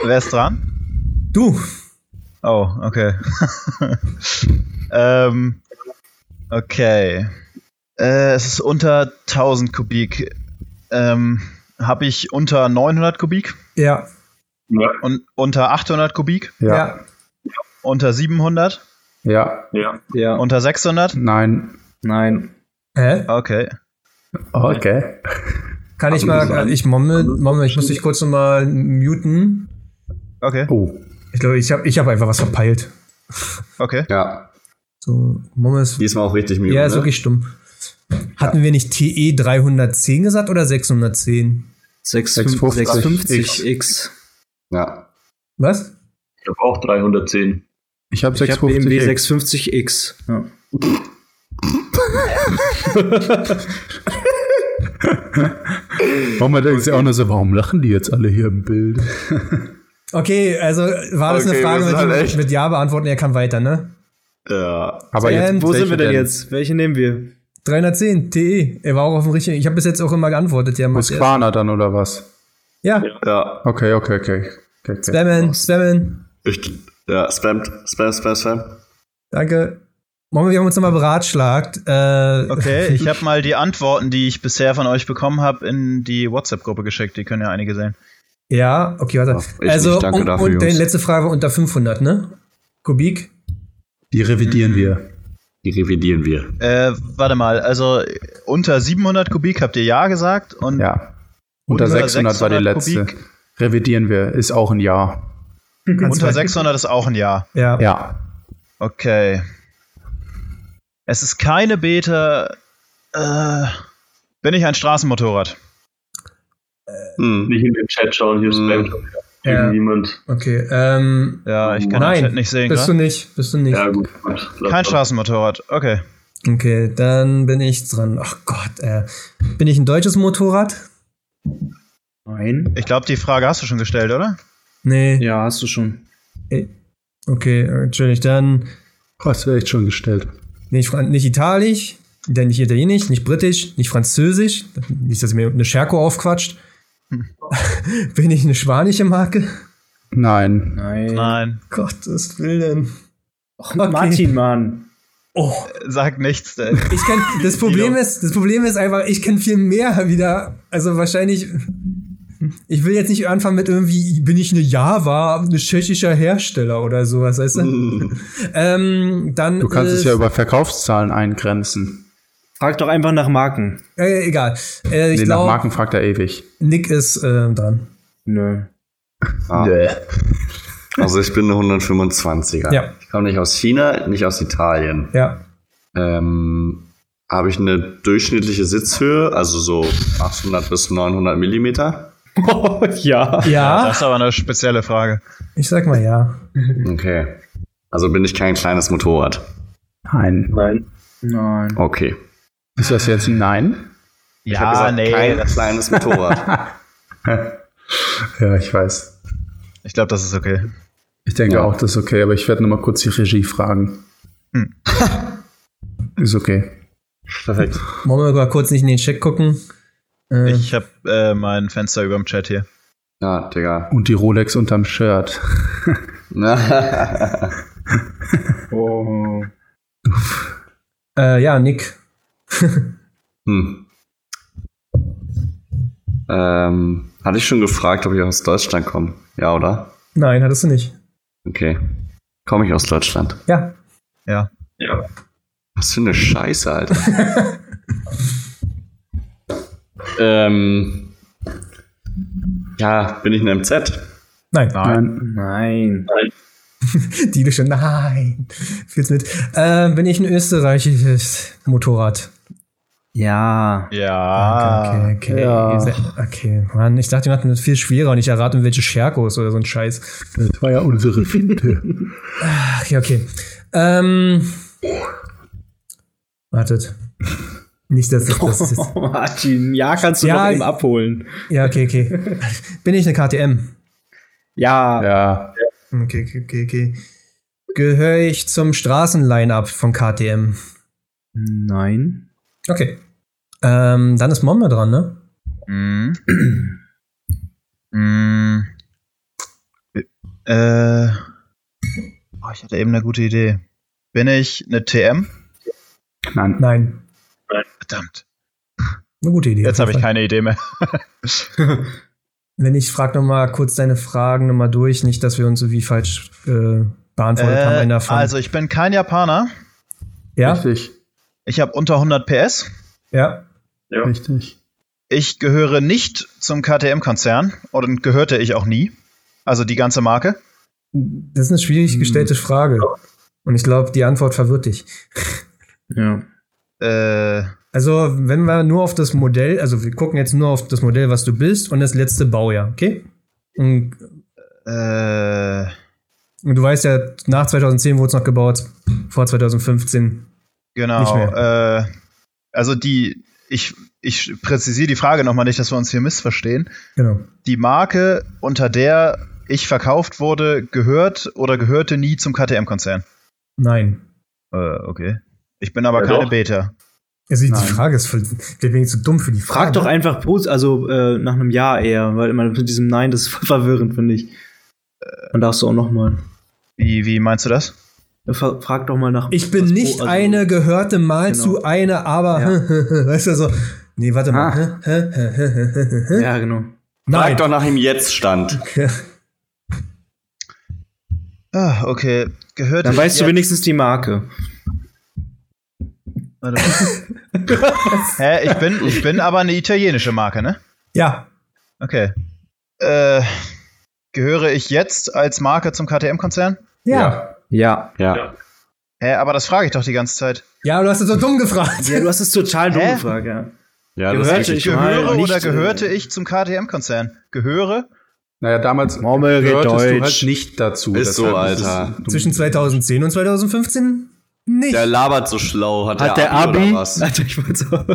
Speaker 6: Wer ist dran?
Speaker 2: Du.
Speaker 6: Oh, okay. *laughs* ähm, okay. Äh, es ist unter 1000 Kubik. Ähm, habe ich unter 900 Kubik
Speaker 2: Ja.
Speaker 5: Ja,
Speaker 6: und unter 800 Kubik,
Speaker 3: Ja.
Speaker 6: unter 700,
Speaker 3: Ja.
Speaker 5: ja.
Speaker 4: Ja.
Speaker 6: unter 600?
Speaker 3: Nein.
Speaker 4: Nein.
Speaker 2: Hä?
Speaker 6: Okay.
Speaker 3: Okay.
Speaker 2: Kann ich mal. Ich momme, momme, ich muss dich kurz nochmal muten.
Speaker 6: Okay.
Speaker 3: Oh.
Speaker 2: Ich glaube, ich habe ich hab einfach was verpeilt.
Speaker 6: Okay.
Speaker 1: Ja.
Speaker 2: So, Momme ist.
Speaker 1: Diesmal auch richtig müde.
Speaker 2: Ja, ist
Speaker 1: ne?
Speaker 2: wirklich stumm. Hatten wir nicht TE 310 gesagt oder 610?
Speaker 4: 650 X.
Speaker 1: Ja.
Speaker 2: Was?
Speaker 5: Ich habe auch 310.
Speaker 3: Ich habe
Speaker 4: Ich habe BMW
Speaker 3: 650.
Speaker 4: 650 X. Ja.
Speaker 3: Warum denkt sich auch nur so, warum lachen die jetzt alle hier im Bild?
Speaker 2: Okay, also war das eine
Speaker 1: Okay,
Speaker 2: Frage
Speaker 1: das ist
Speaker 2: mit,
Speaker 1: halt echt-
Speaker 2: ihm- mit Ja beantworten, er kann weiter, ne?
Speaker 1: Ja.
Speaker 3: Aber
Speaker 2: Ähm,
Speaker 4: Wo
Speaker 3: welche
Speaker 4: sind wir denn jetzt? Welche nehmen wir?
Speaker 2: 310 TE. E. Er war auch auf dem richtigen. Ich habe bis jetzt auch immer geantwortet. Ja, macht er.
Speaker 3: Husqvarna dann oder was?
Speaker 2: ja.
Speaker 1: Ja.
Speaker 3: Okay, okay, okay. okay, okay.
Speaker 2: Spammen, spammen.
Speaker 1: Ich, ja, spammt. Spam, spam, spam.
Speaker 2: Danke. Moment, wir haben uns nochmal beratschlagt. Äh, *laughs*
Speaker 6: Okay, ich habe mal die Antworten, die ich bisher von euch bekommen habe, in die WhatsApp-Gruppe geschickt. Die können ja einige sehen.
Speaker 2: Ja, okay, warte.
Speaker 1: ich
Speaker 2: also,
Speaker 1: nicht, danke
Speaker 2: und,
Speaker 1: dafür,
Speaker 2: und
Speaker 1: Jungs.
Speaker 2: deine letzte Frage war unter 500, ne? Kubik?
Speaker 3: Die revidieren wir.
Speaker 1: Die revidieren wir.
Speaker 6: Äh, warte mal. Also unter 700 Kubik habt ihr ja gesagt und
Speaker 3: Ja. Unter 600 war die
Speaker 6: 600
Speaker 3: letzte.
Speaker 6: Kubik.
Speaker 3: Revidieren wir. Ist auch ein Ja.
Speaker 6: unter 600 ist auch ein Ja.
Speaker 2: Ja.
Speaker 3: Ja.
Speaker 6: Okay. Es ist keine Beta. Äh, bin ich ein Straßenmotorrad?
Speaker 1: Hm.
Speaker 5: Nicht in den Chat schauen, hier spammt
Speaker 1: Mhm.
Speaker 2: Ja.
Speaker 5: irgendjemand.
Speaker 2: Okay, ähm.
Speaker 6: Ja, ich kann
Speaker 2: Nein,
Speaker 6: den Chat nicht sehen.
Speaker 2: bist du
Speaker 6: grad.
Speaker 2: nicht, bist du nicht.
Speaker 5: Ja, gut. gut. Lass
Speaker 6: Kein
Speaker 5: das.
Speaker 6: Straßenmotorrad. Okay.
Speaker 2: Okay, dann bin ich dran. Ach Gott, äh, bin ich ein deutsches Motorrad?
Speaker 4: Nein.
Speaker 6: Ich glaube, die Frage hast du schon gestellt, oder?
Speaker 2: Nee.
Speaker 4: Ja, hast du schon.
Speaker 2: Okay, äh, natürlich. Dann
Speaker 3: Hast du echt schon gestellt.
Speaker 2: nicht, Fran- nicht Italisch, dann nicht Italienisch, nicht Britisch, nicht Französisch. Nicht, dass ihr mir eine Scherko aufquatscht.
Speaker 6: Hm.
Speaker 2: *laughs* bin ich eine spanische Marke? *laughs*
Speaker 3: Nein.
Speaker 4: Nein.
Speaker 6: Nein.
Speaker 2: Gottes Willen.
Speaker 4: Och, Martin, Mann.
Speaker 2: Oh,
Speaker 6: Sag nichts. Äh, Denn.
Speaker 2: ich kenn, das Problem ist, das Problem ist einfach, ich kenne viel mehr wieder. Also wahrscheinlich, ich will jetzt nicht anfangen mit irgendwie, bin ich eine Java, eine tschechischer Hersteller oder sowas, weißt du?
Speaker 3: *laughs*
Speaker 2: ähm, dann
Speaker 3: Du kannst es
Speaker 2: ist-
Speaker 3: ja über Verkaufszahlen eingrenzen.
Speaker 4: Frag doch einfach nach Marken.
Speaker 2: äh, egal. Äh, ich
Speaker 3: Nee, nach
Speaker 2: glaube,
Speaker 3: Marken fragt er ewig.
Speaker 2: Nick ist äh, dran.
Speaker 4: Nö.
Speaker 1: Ah.
Speaker 3: Nö.
Speaker 1: Also ich bin eine 125er.
Speaker 2: Ja.
Speaker 1: Ich komme nicht aus China, nicht aus Italien.
Speaker 2: Ja.
Speaker 1: Ähm, habe ich eine durchschnittliche Sitzhöhe, also so 800 bis 900 Millimeter.
Speaker 4: ja.
Speaker 2: Ja,
Speaker 6: Das ist aber eine spezielle Frage.
Speaker 2: ich sag mal ja.
Speaker 1: Okay. Also bin ich kein kleines Motorrad.
Speaker 3: Nein.
Speaker 5: Nein.
Speaker 4: Nein.
Speaker 1: Okay.
Speaker 3: Ist das jetzt ein Nein?
Speaker 1: Ich hab gesagt, kein kleines Motorrad.
Speaker 3: Ja, ich weiß.
Speaker 6: Ich glaube, das ist okay.
Speaker 3: Ich denke auch, das ist okay, aber ich werde nochmal kurz die Regie fragen.
Speaker 2: Hm.
Speaker 3: *laughs* ist okay.
Speaker 1: Perfekt.
Speaker 2: Wollen wir mal kurz nicht in den Chat gucken? Äh,
Speaker 6: Ich habe äh, mein Fenster über dem Chat hier.
Speaker 1: Ja, Digga. *laughs*
Speaker 3: Und die Rolex unterm Shirt.
Speaker 4: Oh.
Speaker 2: äh, ja, Nick.
Speaker 1: hm. ähm, hatte ich schon gefragt, ob ich aus Deutschland komme? Ja, oder?
Speaker 2: Nein, hattest du nicht.
Speaker 1: Okay. Komme ich aus Deutschland?
Speaker 2: Ja.
Speaker 6: Ja.
Speaker 5: Ja.
Speaker 1: Was für eine Scheiße, Alter. ähm, ja, bin ich ein MZ?
Speaker 2: Nein.
Speaker 6: Nein.
Speaker 4: Nein.
Speaker 2: Die du schon, nein. Fühl's mit. Ähm, bin ich ein österreichisches Motorrad?
Speaker 4: Ja.
Speaker 6: Ja.
Speaker 2: Okay, okay.
Speaker 3: Ja.
Speaker 2: Ihr seid- Okay, Mann, ich dachte, wir hatten das viel schwerer und ich errate, um welche Scherkos oder so ein Scheiß.
Speaker 3: Das war ja unsere Finte.
Speaker 2: Ach ja, okay. Ähm. Wartet. Nicht, dass ich das ist
Speaker 6: *laughs*
Speaker 2: jetzt.
Speaker 4: Martin, ja, kannst du
Speaker 2: Ja,
Speaker 4: noch
Speaker 2: ich-
Speaker 4: eben abholen.
Speaker 2: Ja, okay, okay. Bin ich eine KTM?
Speaker 4: Ja.
Speaker 3: *laughs* Ja.
Speaker 2: Okay, okay, okay, okay. Gehöre ich zum Straßenline-Up von KTM?
Speaker 4: Nein.
Speaker 2: Okay. Ähm, dann ist Momma dran, ne?
Speaker 6: Mhm. Mhm. Äh. Oh, ich hatte eben eine gute Idee. Bin ich eine TM?
Speaker 3: Nein.
Speaker 2: Nein.
Speaker 6: Verdammt.
Speaker 2: Eine gute Idee.
Speaker 6: Jetzt habe ich keine Idee mehr.
Speaker 2: Wenn ich frage nochmal kurz deine Fragen nochmal durch, nicht, dass wir uns irgendwie falsch äh, beantwortet haben.
Speaker 6: Äh,
Speaker 2: Einer von.
Speaker 6: also, ich bin kein Japaner.
Speaker 2: ja,
Speaker 3: Richtig.
Speaker 6: Ich habe unter 100 PS.
Speaker 2: ja.
Speaker 3: Richtig.
Speaker 6: Ich gehöre nicht zum KTM-Konzern und gehörte ich auch nie. Also die ganze Marke.
Speaker 2: Das ist eine schwierig gestellte Frage. Und ich glaube, die Antwort verwirrt dich.
Speaker 4: Ja.
Speaker 6: Äh,
Speaker 2: Also, wenn wir nur auf das Modell, also wir gucken jetzt nur auf das Modell, was du bist und das letzte Baujahr, okay? Und,
Speaker 6: äh,
Speaker 2: und du weißt ja, nach 2010 wurde es noch gebaut, vor 2015. Nicht
Speaker 6: genau. Äh, also die, ich, ich präzisiere die Frage nochmal nicht, dass wir uns hier missverstehen.
Speaker 2: Genau.
Speaker 6: Die Marke, unter der ich verkauft wurde, gehört oder gehörte nie zum KTM-Konzern.
Speaker 2: Nein.
Speaker 6: Äh, okay. Ich bin aber
Speaker 5: Ja,
Speaker 6: keine
Speaker 5: doch.
Speaker 6: Beta.
Speaker 2: Also, die
Speaker 3: Nein.
Speaker 2: Frage ist, voll- der bin ich zu dumm für die Frage.
Speaker 4: Frag doch einfach pos- also äh, nach einem Ja eher, weil immer mit diesem Nein, das ist voll verwirrend, finde ich. Äh, Dann darfst du auch noch mal. Äh,
Speaker 6: Wie, wie meinst du das?
Speaker 4: Fra- Frag doch mal nach.
Speaker 2: Ich bin
Speaker 4: was-
Speaker 2: nicht
Speaker 4: also-
Speaker 2: eine gehörte mal
Speaker 4: Genau.
Speaker 2: zu einer, aber *laughs* weißt du so. Nee, warte
Speaker 4: Ah.
Speaker 2: mal.
Speaker 4: Ja, genau.
Speaker 1: Frag
Speaker 2: Nein.
Speaker 1: doch nach dem Jetzt-Stand.
Speaker 6: Ah, okay. Gehörte
Speaker 4: Dann weißt
Speaker 6: ich
Speaker 4: du wenigstens die Marke.
Speaker 6: Warte mal. *laughs* Hä, ich bin, ich bin aber eine italienische Marke, ne?
Speaker 2: Ja,
Speaker 6: Okay. Äh, gehöre ich jetzt als Marke zum KTM-Konzern?
Speaker 2: ja.
Speaker 4: Ja.
Speaker 1: Ja.
Speaker 6: Hä, aber das frage ich doch die ganze Zeit.
Speaker 2: Ja, du hast es so dumm gefragt.
Speaker 4: Ja, du hast es total dumm
Speaker 6: Hä?
Speaker 4: gefragt, ja.
Speaker 1: Ja, das
Speaker 4: Gehört
Speaker 1: ist richtig.
Speaker 4: Ich meine,
Speaker 6: Gehöre
Speaker 4: nicht,
Speaker 6: oder gehörte
Speaker 4: äh,
Speaker 6: ich zum KTM-Konzern? Gehöre?
Speaker 3: Naja, damals
Speaker 4: Murmel redet
Speaker 3: gehörtest du
Speaker 4: Deutsch.
Speaker 3: halt nicht dazu.
Speaker 1: Ist so,
Speaker 3: Deshalb es
Speaker 1: Alter.
Speaker 3: dumm.
Speaker 2: Zwischen 2010 und 2015? Nicht.
Speaker 1: Der labert so schlau. Hat,
Speaker 4: Hat der Abi?
Speaker 1: oder was?
Speaker 4: Alter, ich wollte so.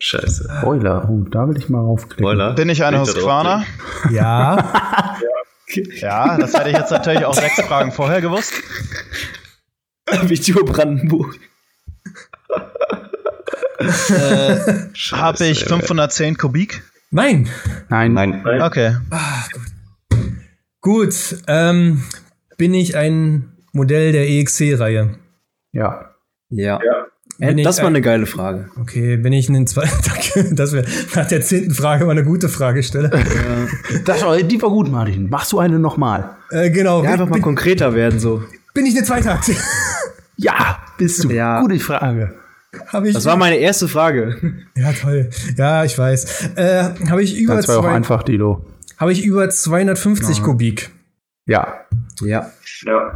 Speaker 1: Scheiße.
Speaker 3: Spoiler. Oh, da will ich mal raufklicken.
Speaker 1: Spoiler.
Speaker 6: Bin ich eine
Speaker 1: Nicht da drauf
Speaker 6: Husqvarna?
Speaker 1: klicken.
Speaker 2: Ja.
Speaker 6: Ja, das hätte ich jetzt natürlich auch sechs Fragen vorher gewusst.
Speaker 4: *laughs* Video Brandenburg.
Speaker 1: Scheiße,
Speaker 6: Habe ich
Speaker 1: ey.
Speaker 6: 510 Kubik?
Speaker 2: Nein.
Speaker 3: Nein.
Speaker 1: Nein.
Speaker 6: Okay.
Speaker 2: Gut. Ähm, bin ich ein Modell der E EXC-Reihe?
Speaker 3: Ja.
Speaker 4: Ja.
Speaker 2: Bin
Speaker 4: Äh,
Speaker 2: ich
Speaker 4: das war
Speaker 2: ein-
Speaker 4: eine geile Frage.
Speaker 2: Okay, bin ich ein zweiter? *laughs* Danke, dass wir nach der zehnten Frage mal eine gute Frage stellen.
Speaker 3: Das, oh, die war gut, Martin. Machst du eine nochmal?
Speaker 2: Äh, genau.
Speaker 4: Ja, einfach mal
Speaker 2: bin,
Speaker 4: konkreter werden so.
Speaker 2: bin ich eine Zweitakt? *laughs*
Speaker 3: Ja, bist du.
Speaker 4: Ja.
Speaker 3: Gute Frage.
Speaker 2: Habe ich.
Speaker 4: Das war meine erste Frage.
Speaker 2: ja, toll. Ja, ich weiß. Äh, Habe ich über
Speaker 3: Das war auch
Speaker 2: zwei,
Speaker 3: einfach, Dilo.
Speaker 2: habe ich über 250 Kubik.
Speaker 3: Ja.
Speaker 4: Ja.
Speaker 5: Ja.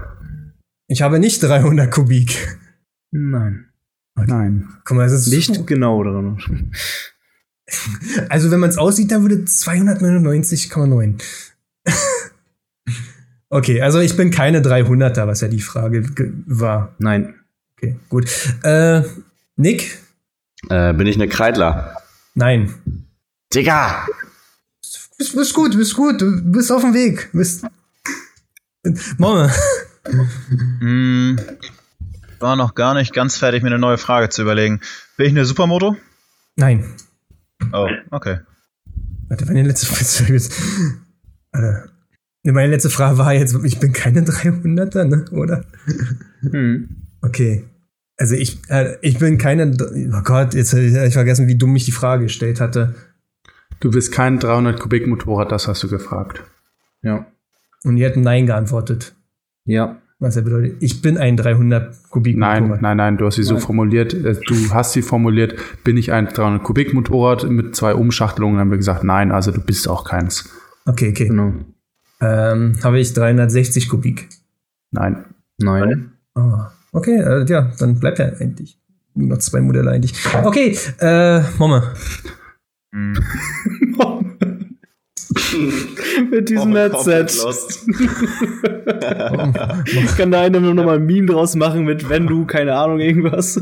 Speaker 2: Ich habe nicht 300 Kubik.
Speaker 4: Nein.
Speaker 3: Nein.
Speaker 2: Guck mal, das ist
Speaker 4: Nicht genau dran.
Speaker 2: Also, wenn man es aussieht, dann würde 299,9. *laughs* okay, also ich bin keine 300er, was ja die Frage ge- war.
Speaker 4: Nein.
Speaker 2: Okay, gut. Äh, Nick?
Speaker 1: Äh, bin ich eine Kreidler?
Speaker 2: Nein.
Speaker 1: Digga!
Speaker 2: Bist, bist gut, bist gut, du bist auf dem Weg. Bist. Mama.
Speaker 6: Hm, war noch gar nicht ganz fertig, mir eine neue Frage zu überlegen. Bin ich eine Supermoto?
Speaker 2: Nein.
Speaker 6: Oh, okay.
Speaker 2: Warte, meine letzte Frage ist. Warte. Nee, Meine letzte Frage war jetzt, ich bin keine *laughs* 300er, ne? oder?
Speaker 4: Hm.
Speaker 2: Okay. Also ich, äh, ich bin keine. Oh Gott, jetzt habe ich vergessen, wie dumm ich die Frage gestellt hatte.
Speaker 3: Du bist kein 300 Kubik Motorrad, das hast du gefragt.
Speaker 4: Ja.
Speaker 2: Und ihr hätten Nein geantwortet.
Speaker 4: Ja.
Speaker 2: Was ja bedeutet, ich bin ein 300 Kubik
Speaker 3: Nein,
Speaker 2: Motorrad.
Speaker 3: nein, nein, du hast sie so formuliert. äh, Du hast sie formuliert, bin ich ein 300 Kubik Motorrad mit zwei Umschachtelungen? Dann haben wir gesagt, nein, also du bist auch keins.
Speaker 2: Okay, okay.
Speaker 4: Genau.
Speaker 2: Ähm, Habe ich 360 Kubik.
Speaker 3: Nein.
Speaker 4: Nein.
Speaker 2: Ah, okay, äh, ja, dann bleibt ja eigentlich nur noch zwei Modelle eigentlich. Okay, äh, Momme.
Speaker 4: *laughs* Mit diesem
Speaker 1: Oh, komplett
Speaker 4: Headset.
Speaker 1: lost.
Speaker 4: Ich kann da einem nochmal ein Meme draus machen mit, wenn du, keine Ahnung, irgendwas.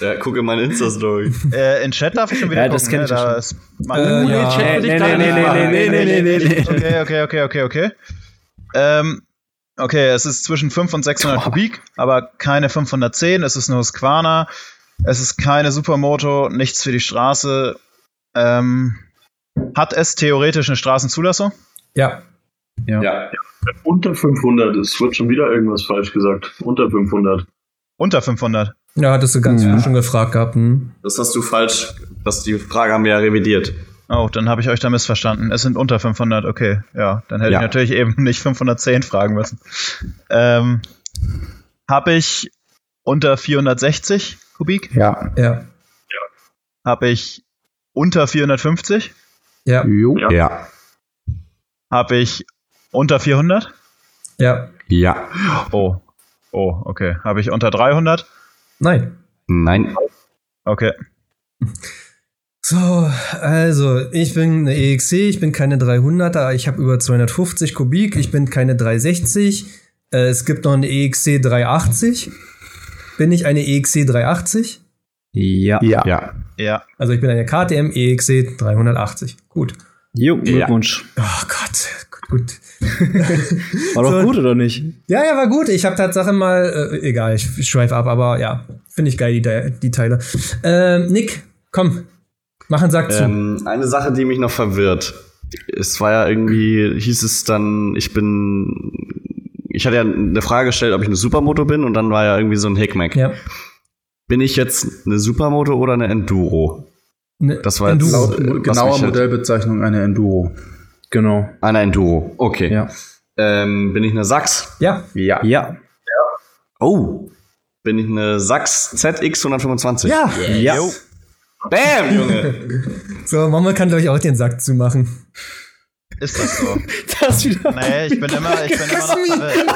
Speaker 1: Ja, gucke meine Insta-Story.
Speaker 6: Äh, in Chat darf ich schon wieder
Speaker 4: Ja, das
Speaker 6: gucken,
Speaker 4: kenn ich
Speaker 6: ne?
Speaker 4: ja
Speaker 6: Da
Speaker 4: schon.
Speaker 6: ist-
Speaker 2: Äh, ja.
Speaker 4: Nee, nee, nee, nee, nee, nee, nee, nee, nee.
Speaker 6: Okay, okay, okay, okay, okay. Ähm, okay, es ist zwischen 5 und 600 Kubik, aber keine 510. Es ist eine Husqvarna. Es ist keine Supermoto, nichts für die Straße. Ähm, hat es theoretisch eine Straßenzulassung?
Speaker 2: Ja,
Speaker 1: ja.
Speaker 5: Unter 500, es wird schon wieder irgendwas falsch gesagt. Unter 500.
Speaker 6: Unter 500.
Speaker 2: ja, hattest du ganz früh schon gefragt gehabt. Hm?
Speaker 1: Das hast du falsch. Das, die Frage haben wir ja revidiert.
Speaker 6: Oh, dann habe ich euch da missverstanden. Es sind unter 500, okay. Ja, dann hätte
Speaker 1: Ja.
Speaker 6: ich natürlich eben nicht 510 fragen müssen. Ähm, habe ich unter 460 Kubik?
Speaker 3: Ja.
Speaker 2: Ja,
Speaker 6: Habe ich unter 450?
Speaker 2: ja,
Speaker 3: Jo.
Speaker 5: Ja.
Speaker 1: Ja.
Speaker 6: Habe ich unter 400?
Speaker 2: ja.
Speaker 1: Ja.
Speaker 6: Oh. Oh, okay. Habe ich unter 300?
Speaker 2: Nein.
Speaker 1: Nein.
Speaker 6: Okay.
Speaker 2: So, also, ich bin eine EXC, ich bin keine 300er, ich habe über 250 Kubik, ich bin keine 360. Äh, es gibt noch eine EXC 380. Bin ich eine E EXC 380?
Speaker 4: Ja.
Speaker 3: Ja.
Speaker 1: Ja.
Speaker 6: Ja.
Speaker 2: Also, ich bin eine KTM EXC 380. Gut.
Speaker 4: Jo, Glückwunsch.
Speaker 2: Oh Gott, gut. gut.
Speaker 4: War doch
Speaker 2: So.
Speaker 4: gut, oder nicht?
Speaker 2: Ja, ja, war gut. Ich habe Tatsache mal, äh, egal, ich schweife ab, aber ja, finde ich geil, die, Te- die Teile. Ähm, Nick, komm, mach einen Sack zu.
Speaker 1: Ähm, eine Sache, die mich noch verwirrt. Es war ja irgendwie, hieß es dann, ich bin. Ich hatte ja eine Frage gestellt, ob ich eine Supermoto bin, und dann war ja irgendwie so ein Hickmack.
Speaker 2: Ja.
Speaker 1: Bin ich jetzt eine Supermoto oder eine Enduro?
Speaker 2: Ne,
Speaker 1: Das war
Speaker 2: wenn
Speaker 1: jetzt-
Speaker 2: du,
Speaker 3: Laut
Speaker 1: äh, was
Speaker 3: Genau, genauer
Speaker 1: mich halt-
Speaker 3: Modellbezeichnung eine Enduro.
Speaker 4: Genau.
Speaker 1: Ah, Eine Enduro, okay.
Speaker 4: Ja.
Speaker 1: Ähm, bin ich eine Sachs?
Speaker 2: ja,
Speaker 3: Ja.
Speaker 4: Ja.
Speaker 1: Oh. Bin ich eine Sachs ZX 125?
Speaker 2: ja.
Speaker 4: Ja.
Speaker 1: Bam, Junge!
Speaker 2: So, Mama kann, glaube ich, auch den Sack zumachen.
Speaker 6: Ist das so?
Speaker 4: Das wieder.
Speaker 6: Nee, ich bin immer, ich bin immer noch verwirrt.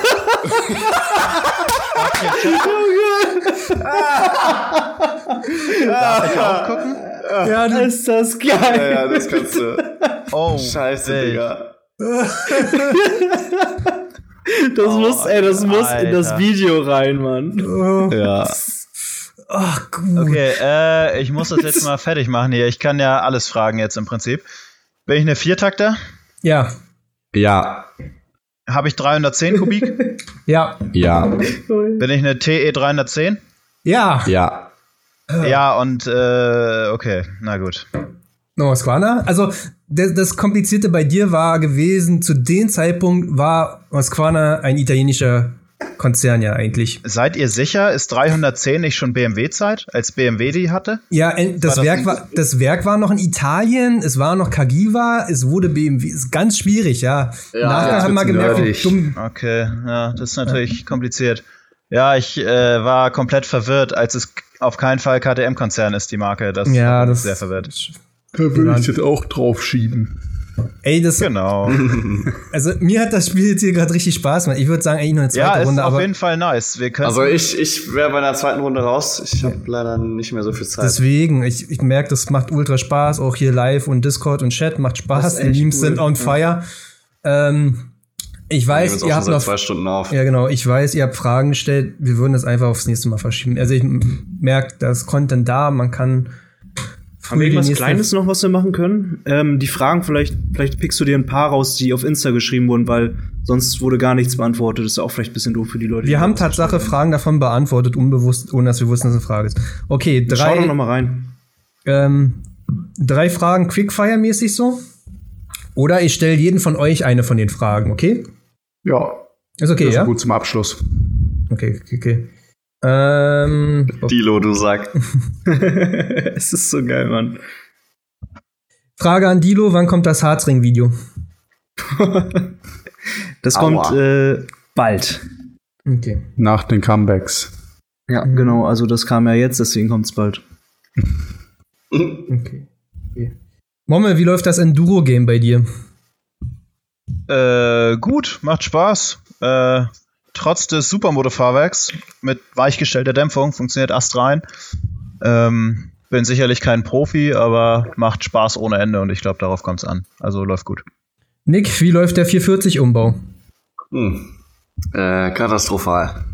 Speaker 6: Darf ich im Chat- Darf ich auch gucken?
Speaker 2: *laughs* Ja, du,
Speaker 4: Ist das geil.
Speaker 1: ja, das kannst du.
Speaker 6: Oh, wild.
Speaker 4: Das muss, ey, das muss in das
Speaker 6: Alter.
Speaker 4: Video rein, Mann.
Speaker 1: Ja.
Speaker 2: oh, gut.
Speaker 6: Okay, äh, ich muss das jetzt mal fertig machen hier. Ich kann ja alles fragen jetzt im Prinzip. Bin ich eine Viertakter?
Speaker 2: Ja,
Speaker 1: Ja.
Speaker 6: Habe ich 310 Kubik?
Speaker 2: ja,
Speaker 1: Ja.
Speaker 6: Bin ich eine E TE 310?
Speaker 2: ja.
Speaker 1: Ja.
Speaker 6: Ja, und äh, okay, na gut.
Speaker 2: No, Squana. Also, das, das Komplizierte bei dir war gewesen, zu dem Zeitpunkt war Squana ein italienischer Konzern ja eigentlich.
Speaker 6: Seid ihr sicher, ist 310 nicht schon BMW-Zeit, als BMW die hatte?
Speaker 2: Ja, en- das,
Speaker 6: das
Speaker 2: Werk
Speaker 6: ein-
Speaker 2: war, das Werk war noch in Italien, es war noch Kagiva, es wurde BMW, ist ganz schwierig, ja. Nachher
Speaker 3: jetzt
Speaker 2: haben wir
Speaker 3: wird's
Speaker 2: gemerkt, wie
Speaker 3: nerdig.
Speaker 2: dumm.
Speaker 6: Okay, ja, das ist natürlich kompliziert. Ja, ich äh, war komplett verwirrt, als es k- auf keinen Fall KTM-Konzern ist, die Marke. Das
Speaker 2: Ja,
Speaker 6: hat mich
Speaker 2: das-
Speaker 6: sehr verwirrt.
Speaker 3: Da würde ich jetzt auch drauf schieben.
Speaker 2: Ey, das,
Speaker 6: Genau.
Speaker 2: also mir hat das Spiel jetzt hier gerade richtig Spaß gemacht. Ich würde sagen, eigentlich nur eine
Speaker 6: ja,
Speaker 2: zweite
Speaker 6: ist
Speaker 2: Runde,
Speaker 6: auf
Speaker 2: aber
Speaker 6: jeden Fall nice. Wir können
Speaker 1: Also ich, ich wäre bei einer zweiten Runde raus. Ich habe leider nicht mehr so viel Zeit.
Speaker 2: Deswegen, ich, ich merke, das macht ultra Spaß, auch hier live und Discord und Chat macht Spaß. Die Memes sind on fire. Ähm, ich
Speaker 1: Wir nehmen
Speaker 2: weiß,
Speaker 1: jetzt auch
Speaker 2: ihr
Speaker 1: schon
Speaker 2: habt
Speaker 1: seit
Speaker 2: noch.
Speaker 1: zwei Stunden auf.
Speaker 2: Ja, genau, ich weiß, ihr habt Fragen gestellt. Wir würden das einfach aufs nächste Mal verschieben. Also ich merke, da ist Content da, man kann.
Speaker 4: Haben
Speaker 2: früh
Speaker 4: wir
Speaker 2: die
Speaker 4: irgendwas
Speaker 2: nächsten-
Speaker 4: Kleines noch, was wir machen können? Ähm, die Fragen, vielleicht, vielleicht pickst du dir ein paar raus, die auf Insta geschrieben wurden, weil sonst wurde gar nichts beantwortet. Ist ja auch vielleicht ein bisschen doof für die Leute. die
Speaker 2: Wir haben
Speaker 4: das gestellt
Speaker 2: Tatsache Fragen davon beantwortet, unbewusst, ohne dass wir wussten, dass es eine Frage ist. Okay,
Speaker 4: Schau doch
Speaker 2: drei,
Speaker 4: noch mal rein.
Speaker 2: ähm, drei Fragen Quickfire-mäßig so. Oder ich stelle jeden von euch eine von den Fragen, okay?
Speaker 3: Ja.
Speaker 2: Ist okay,
Speaker 3: Das ist
Speaker 2: ja?
Speaker 3: gut zum Abschluss.
Speaker 2: Okay, okay, okay. Ähm,
Speaker 4: *laughs*
Speaker 1: Dilo, du Sack.
Speaker 4: es ist so geil, Mann.
Speaker 2: Frage an Dilo, wann kommt das Harzring-Video?
Speaker 4: Das kommt äh, bald.
Speaker 2: Okay.
Speaker 3: Nach den Comebacks.
Speaker 4: Ja, genau. Also das kam ja jetzt, deswegen kommt's bald.
Speaker 2: okay. okay. Mommel, wie läuft das Enduro-Game bei dir?
Speaker 6: Äh, gut, macht Spaß. Äh, trotz des Supermode-Fahrwerks mit weichgestellter Dämpfung funktioniert astrein. Ähm, bin sicherlich kein Profi, aber macht Spaß ohne Ende und ich glaube, darauf kommt's an. Also läuft gut.
Speaker 2: Nick, wie läuft der 440-Umbau?
Speaker 1: Hm. Äh, katastrophal.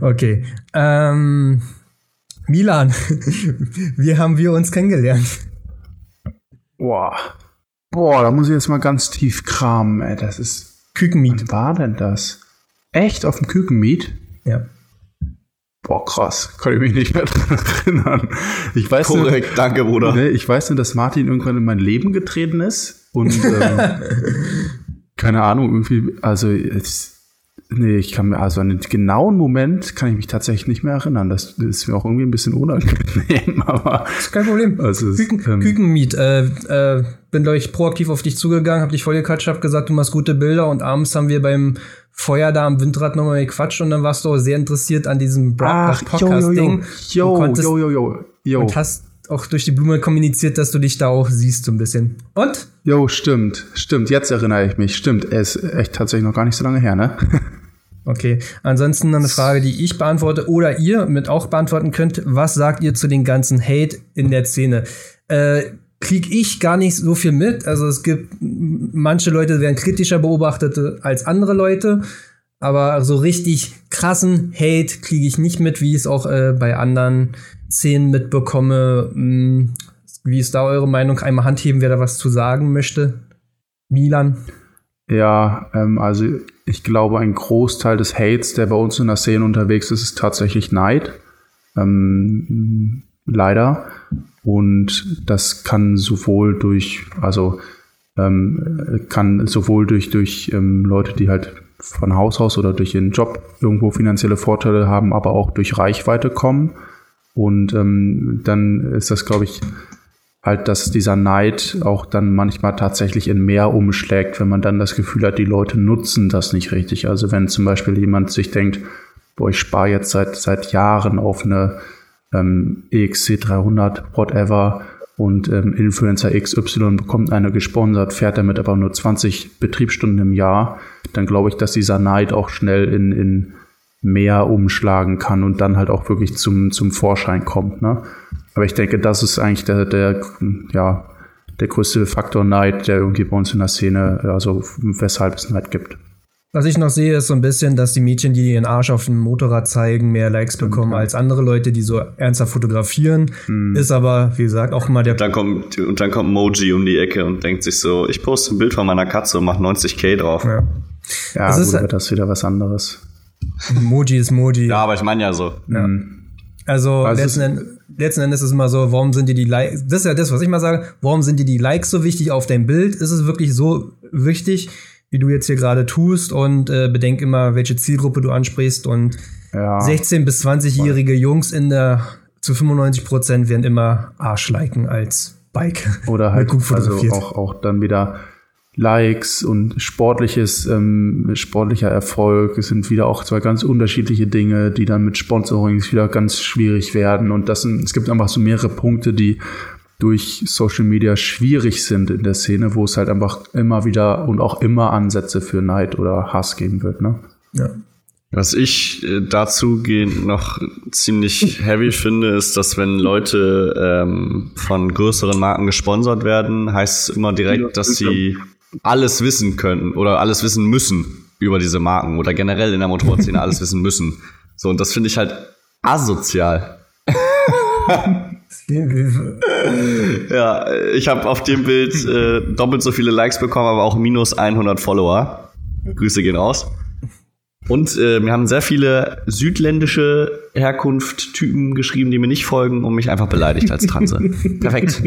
Speaker 2: okay. Ähm, Milan, *laughs* wie haben wir uns kennengelernt?
Speaker 3: Boah. Boah, da muss ich jetzt mal ganz tief kramen, ey. Das ist.
Speaker 2: Kükenmiet.
Speaker 3: Wann war denn das? Echt auf dem Kükenmeet?
Speaker 2: Ja.
Speaker 3: Boah, krass. Kann ich mich nicht mehr *laughs* dran erinnern. Ich weiß
Speaker 1: Korrekt, *laughs* danke, Bruder.
Speaker 3: Ne, ich weiß nur, dass Martin irgendwann in mein Leben getreten ist und ähm, keine Ahnung, irgendwie, also jetzt, nee, ich kann mir, also an den genauen Moment kann ich mich tatsächlich nicht mehr erinnern. Das ist mir auch irgendwie ein bisschen unangenehm, *laughs* aber
Speaker 2: Ist kein Problem.
Speaker 3: Also es-
Speaker 2: Küken,
Speaker 3: ähm,
Speaker 2: Kükenmiet. Äh, äh, bin, glaube ich, proaktiv auf dich zugegangen, hab dich vollgequatscht, hab gesagt, du machst gute Bilder und abends haben wir beim Feuer da am Windrad nochmal gequatscht und dann warst du auch sehr interessiert an diesem Bra- äh, Podcast-Ding. Du
Speaker 3: jo,
Speaker 2: konntest-
Speaker 3: jo, jo, jo, jo,
Speaker 2: Und hast auch durch die Blume kommuniziert, dass du dich da auch siehst, so ein bisschen. Und?
Speaker 3: jo, stimmt, stimmt, jetzt erinnere ich mich, stimmt, es ist echt tatsächlich noch gar nicht so lange her, ne?
Speaker 2: Okay. Ansonsten eine Frage, die ich beantworte oder ihr mit auch beantworten könnt. Was sagt ihr zu den ganzen Hate in der Szene? Äh, krieg ich gar nicht so viel mit. Also es gibt m- manche Leute werden kritischer beobachtet als andere Leute. Aber so richtig krassen Hate kriege ich nicht mit, wie ich es auch äh, bei anderen Szenen mitbekomme. Hm, wie ist da eure Meinung? Einmal Hand heben, wer da was zu sagen möchte. Milan.
Speaker 3: Ja, ähm, also ich glaube, ein Großteil des Hates, der bei uns in der Szene unterwegs ist, ist tatsächlich Neid. Ähm, leider. Und das kann sowohl durch, also ähm, kann sowohl durch, durch ähm, Leute, die halt von Haus aus oder durch ihren Job irgendwo finanzielle Vorteile haben, aber auch durch Reichweite kommen. Und ähm, dann ist das, glaube ich, halt, dass dieser Neid auch dann manchmal tatsächlich in mehr umschlägt, wenn man dann das Gefühl hat, die Leute nutzen das nicht richtig. Also wenn zum Beispiel jemand sich denkt, boah, ich spare jetzt seit, seit Jahren auf eine ähm, EXC 300, whatever, und ähm, Influencer XY bekommt eine gesponsert, fährt damit aber nur 20 Betriebsstunden im Jahr, dann glaube ich, dass dieser Neid auch schnell in, in mehr umschlagen kann und dann halt auch wirklich zum, zum Vorschein kommt. Ne? Aber ich denke, das ist eigentlich der, der, ja, der größte Faktor Neid, der irgendwie bei uns in der Szene, also weshalb es Neid gibt.
Speaker 2: Was ich noch sehe, ist so ein bisschen, dass die Mädchen, die ihren Arsch auf dem Motorrad zeigen, mehr Likes bekommen als andere Leute, die so ernsthaft fotografieren.
Speaker 3: Mhm.
Speaker 2: Ist aber, wie gesagt, auch immer der.
Speaker 1: Dann kommt, und dann kommt Moji um die Ecke und denkt sich so, ich poste ein Bild von meiner Katze und mach 90k drauf. Ja,
Speaker 2: Ja.
Speaker 3: Ja,
Speaker 2: Das
Speaker 3: das
Speaker 2: ist-
Speaker 3: gut, wird das wieder was anderes.
Speaker 2: Moji ist Moji.
Speaker 1: aber ich meine ja so.
Speaker 2: Also,
Speaker 3: Also
Speaker 2: letzten,
Speaker 3: es-
Speaker 2: End, letzten Endes ist es immer so, warum sind dir die Likes, das ist ja das, was ich mal sage, warum sind dir die Likes so wichtig auf dein Bild? Ist es wirklich so wichtig, wie du jetzt hier gerade tust und äh, bedenk immer, welche Zielgruppe du ansprichst und
Speaker 3: Ja.
Speaker 2: 16- bis 20-jährige Jungs in der, zu 95 Prozent werden immer Arsch liken als Bike.
Speaker 3: Oder halt
Speaker 2: gut
Speaker 3: also
Speaker 2: fotografiert.
Speaker 3: auch, auch dann wieder Likes und sportliches, ähm, sportlicher Erfolg. Es sind wieder auch zwei ganz unterschiedliche Dinge, die dann mit Sponsorings wieder ganz schwierig werden. Und das sind, es gibt einfach so mehrere Punkte, die durch Social Media schwierig sind in der Szene, wo es halt einfach immer wieder und auch immer Ansätze für Neid oder Hass geben wird. Ne?
Speaker 2: Ja.
Speaker 1: Was ich äh, dazugehend noch ziemlich heavy finde, ist, dass wenn Leute ähm, von größeren Marken gesponsert werden, heißt es immer direkt, dass sie alles wissen können oder alles wissen müssen über diese Marken oder generell in der Motorradszene alles wissen müssen. So, und das finde ich halt asozial. Ja, ich habe auf
Speaker 2: *laughs*
Speaker 1: dem Bild äh, doppelt so viele Likes bekommen, aber auch minus 100 Follower. Grüße gehen raus. Und äh, mir haben sehr viele südländische Herkunft-Typen geschrieben, die mir nicht folgen und mich einfach beleidigt als
Speaker 2: *laughs*
Speaker 1: Trans sind. Perfekt.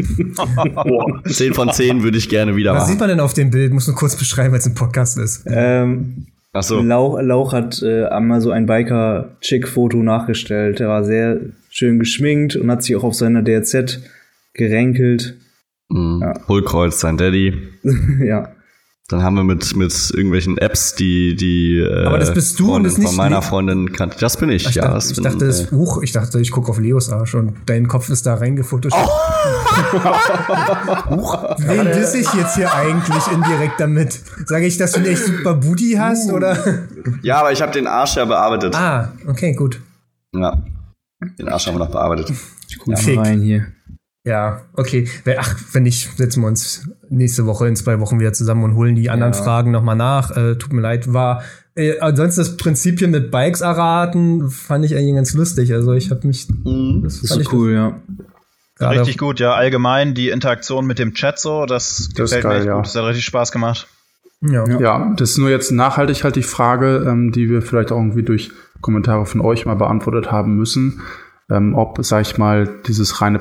Speaker 5: Boah.
Speaker 1: 10 von 10 würde ich gerne wieder
Speaker 2: Was sieht
Speaker 1: machen.
Speaker 2: man denn auf dem Bild? Muss nur kurz beschreiben, weil es ein Podcast ist.
Speaker 4: Ähm,
Speaker 1: Achso,
Speaker 4: Lauch, Lauch hat äh, einmal so ein Biker-Chick-Foto nachgestellt. Er war sehr schön geschminkt und hat sich auch auf seiner DRZ geränkelt. *laughs*
Speaker 1: Mhm.
Speaker 4: Ja.
Speaker 1: Hohlkreuz, sein Daddy.
Speaker 4: ja.
Speaker 1: Dann haben wir mit, mit irgendwelchen Apps, die die äh,
Speaker 2: Aber das bist du und
Speaker 1: Freundin
Speaker 2: das nicht-
Speaker 1: von meiner Freundin kannte. Das bin ich,
Speaker 2: Ich,
Speaker 1: ja.
Speaker 2: dachte,
Speaker 1: das
Speaker 2: ich
Speaker 1: bin, äh,
Speaker 2: dachte, es, huch, ich dachte, ich gucke auf Leos Arsch und dein Kopf ist da reingefotoshoppt.
Speaker 1: Oh.
Speaker 2: huch, wen disse ich jetzt hier eigentlich indirekt damit? Sage ich, dass du einen echt super Booty hast oder?
Speaker 1: äh, ja, aber ich habe den Arsch ja bearbeitet.
Speaker 2: Ah, okay, gut.
Speaker 1: Ja. Den Arsch haben wir noch bearbeitet.
Speaker 4: Gut
Speaker 2: Fick.
Speaker 4: rein hier.
Speaker 2: Ja, okay. Wer- Ach, wenn nicht, setzen wir uns nächste Woche in zwei Wochen wieder zusammen und holen die anderen Fragen nochmal nach. Äh, tut mir leid, war. Äh, ansonsten das Prinzip hier mit Bikes erraten, fand ich eigentlich ganz lustig. Also ich habe mich. Das
Speaker 4: Das ist so cool, ja.
Speaker 2: gerade-
Speaker 6: Richtig gut, ja. Allgemein die Interaktion mit dem Chat so, das,
Speaker 3: Das ist
Speaker 6: gefällt mir
Speaker 3: geil,
Speaker 6: echt
Speaker 3: ja.
Speaker 6: gut. Das hat richtig Spaß gemacht.
Speaker 2: Ja.
Speaker 3: Ja, das ist nur jetzt nachhaltig halt die Frage, ähm, die wir vielleicht auch irgendwie durch Kommentare von euch mal beantwortet haben müssen. Ähm, ob, sag ich mal, dieses reine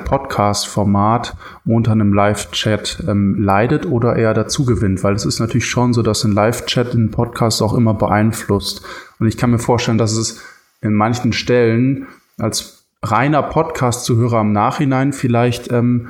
Speaker 3: Podcast-Format unter einem Live-Chat ähm, leidet oder eher dazu gewinnt, weil es ist natürlich schon so, dass ein Live-Chat einen Podcast auch immer beeinflusst. Und ich kann mir vorstellen, dass es in manchen Stellen als reiner Podcast-Zuhörer im Nachhinein vielleicht ähm,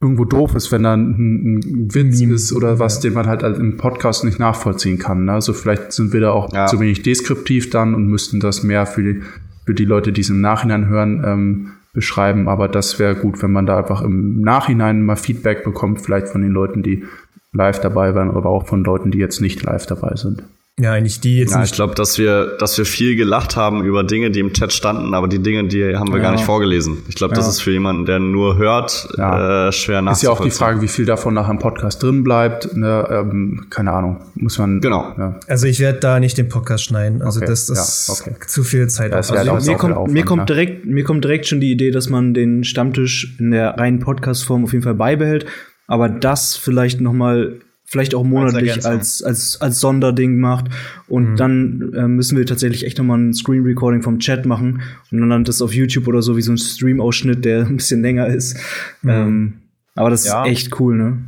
Speaker 3: irgendwo doof ist, wenn da ein, ein Witz ist oder was, den man halt als- im Podcast nicht nachvollziehen kann. Ne? Also vielleicht sind wir da auch
Speaker 1: Ja.
Speaker 3: zu wenig deskriptiv dann und müssten das mehr für die, für die Leute, die es im Nachhinein hören, ähm, beschreiben. Aber das wäre gut, wenn man da einfach im Nachhinein mal Feedback bekommt, vielleicht von den Leuten, die live dabei waren, aber auch von Leuten, die jetzt nicht live dabei sind.
Speaker 2: ja, eigentlich die jetzt
Speaker 1: Ja, ich
Speaker 2: nicht.
Speaker 1: glaube, dass wir, dass wir viel gelacht haben über Dinge, die im Chat standen, aber die Dinge, die haben wir gar nicht vorgelesen. Ich glaube, das ist für jemanden, der nur hört,
Speaker 3: Ja.
Speaker 1: äh, schwer
Speaker 3: Ist ja auch
Speaker 1: nachzuvollziehen.
Speaker 3: die Frage, wie viel davon nachher im Podcast drin bleibt. Ne? Ähm, keine Ahnung, muss man.
Speaker 1: Genau.
Speaker 3: Ja.
Speaker 2: Also ich werde da nicht den Podcast schneiden. Also
Speaker 3: Okay,
Speaker 2: das, das
Speaker 3: ja, okay.
Speaker 2: zu viel Zeit.
Speaker 3: Das
Speaker 2: auf-
Speaker 3: wär
Speaker 2: also,
Speaker 3: auch
Speaker 4: Mir
Speaker 3: viel
Speaker 4: kommt,
Speaker 3: Aufwand,
Speaker 4: mir, kommt
Speaker 3: ne?
Speaker 4: direkt, mir kommt direkt schon die Idee, dass man den Stammtisch in der reinen Podcast-Form auf jeden Fall beibehält, aber das vielleicht noch mal vielleicht auch monatlich
Speaker 6: Ergänzung.
Speaker 4: als, als, als Sonderding macht. Und
Speaker 3: Mhm.
Speaker 4: dann äh, müssen wir tatsächlich echt noch mal ein Screen-Recording vom Chat machen und dann das auf YouTube oder so wie so ein Stream-Ausschnitt, der *laughs* ein bisschen länger ist.
Speaker 3: Mhm.
Speaker 4: Ähm, aber das
Speaker 6: Ja.
Speaker 4: ist echt cool, ne?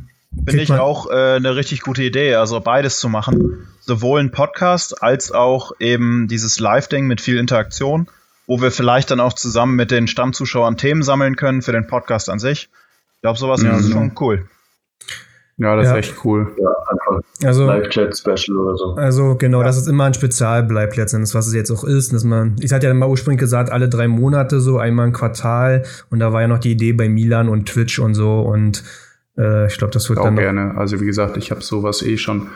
Speaker 6: Finde ich
Speaker 2: man-
Speaker 6: auch äh, eine richtig gute Idee, also beides zu machen. Sowohl ein Podcast als auch eben dieses Live-Ding mit viel Interaktion, wo wir vielleicht dann auch zusammen mit den Stammzuschauern Themen sammeln können für den Podcast an sich. Ich glaube, sowas ist schon cool.
Speaker 3: Ja, das
Speaker 2: Ja.
Speaker 3: ist echt cool.
Speaker 5: Ja, einfach
Speaker 2: also,
Speaker 5: Live-Chat-Special oder so.
Speaker 2: also genau, dass es immer ein Spezial bleibt letztendlich, was es jetzt auch ist. Dass man, ich hatte ja mal ursprünglich gesagt, alle drei Monate so, einmal ein Quartal. Und da war ja noch die Idee bei Milan und Twitch und so. Und äh, ich glaube, das wird
Speaker 3: auch
Speaker 2: dann noch
Speaker 3: gerne. Also wie gesagt, ich habe sowas eh schon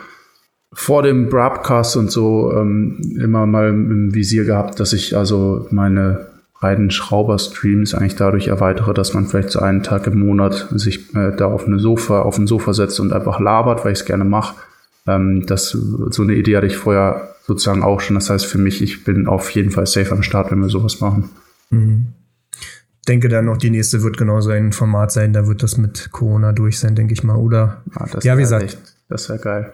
Speaker 3: vor dem Broadcast und so ähm, immer mal im Visier gehabt, dass ich also meine beiden Schrauber-Streams eigentlich dadurch erweitere, dass man vielleicht so einen Tag im Monat sich äh, da auf eine Sofa, auf ein Sofa setzt und einfach labert, weil ich es gerne mache. Ähm, das, so eine Idee hatte ich vorher sozusagen auch schon. Das heißt für mich, ich bin auf jeden Fall safe am Start, wenn wir sowas machen.
Speaker 2: denke dann noch, die nächste wird genauso ein Format sein. Da wird das mit Corona durch sein, denke ich mal, oder?
Speaker 3: Ah, das
Speaker 2: Ja, wie
Speaker 3: wär
Speaker 2: gesagt.
Speaker 3: echt- Das wäre geil.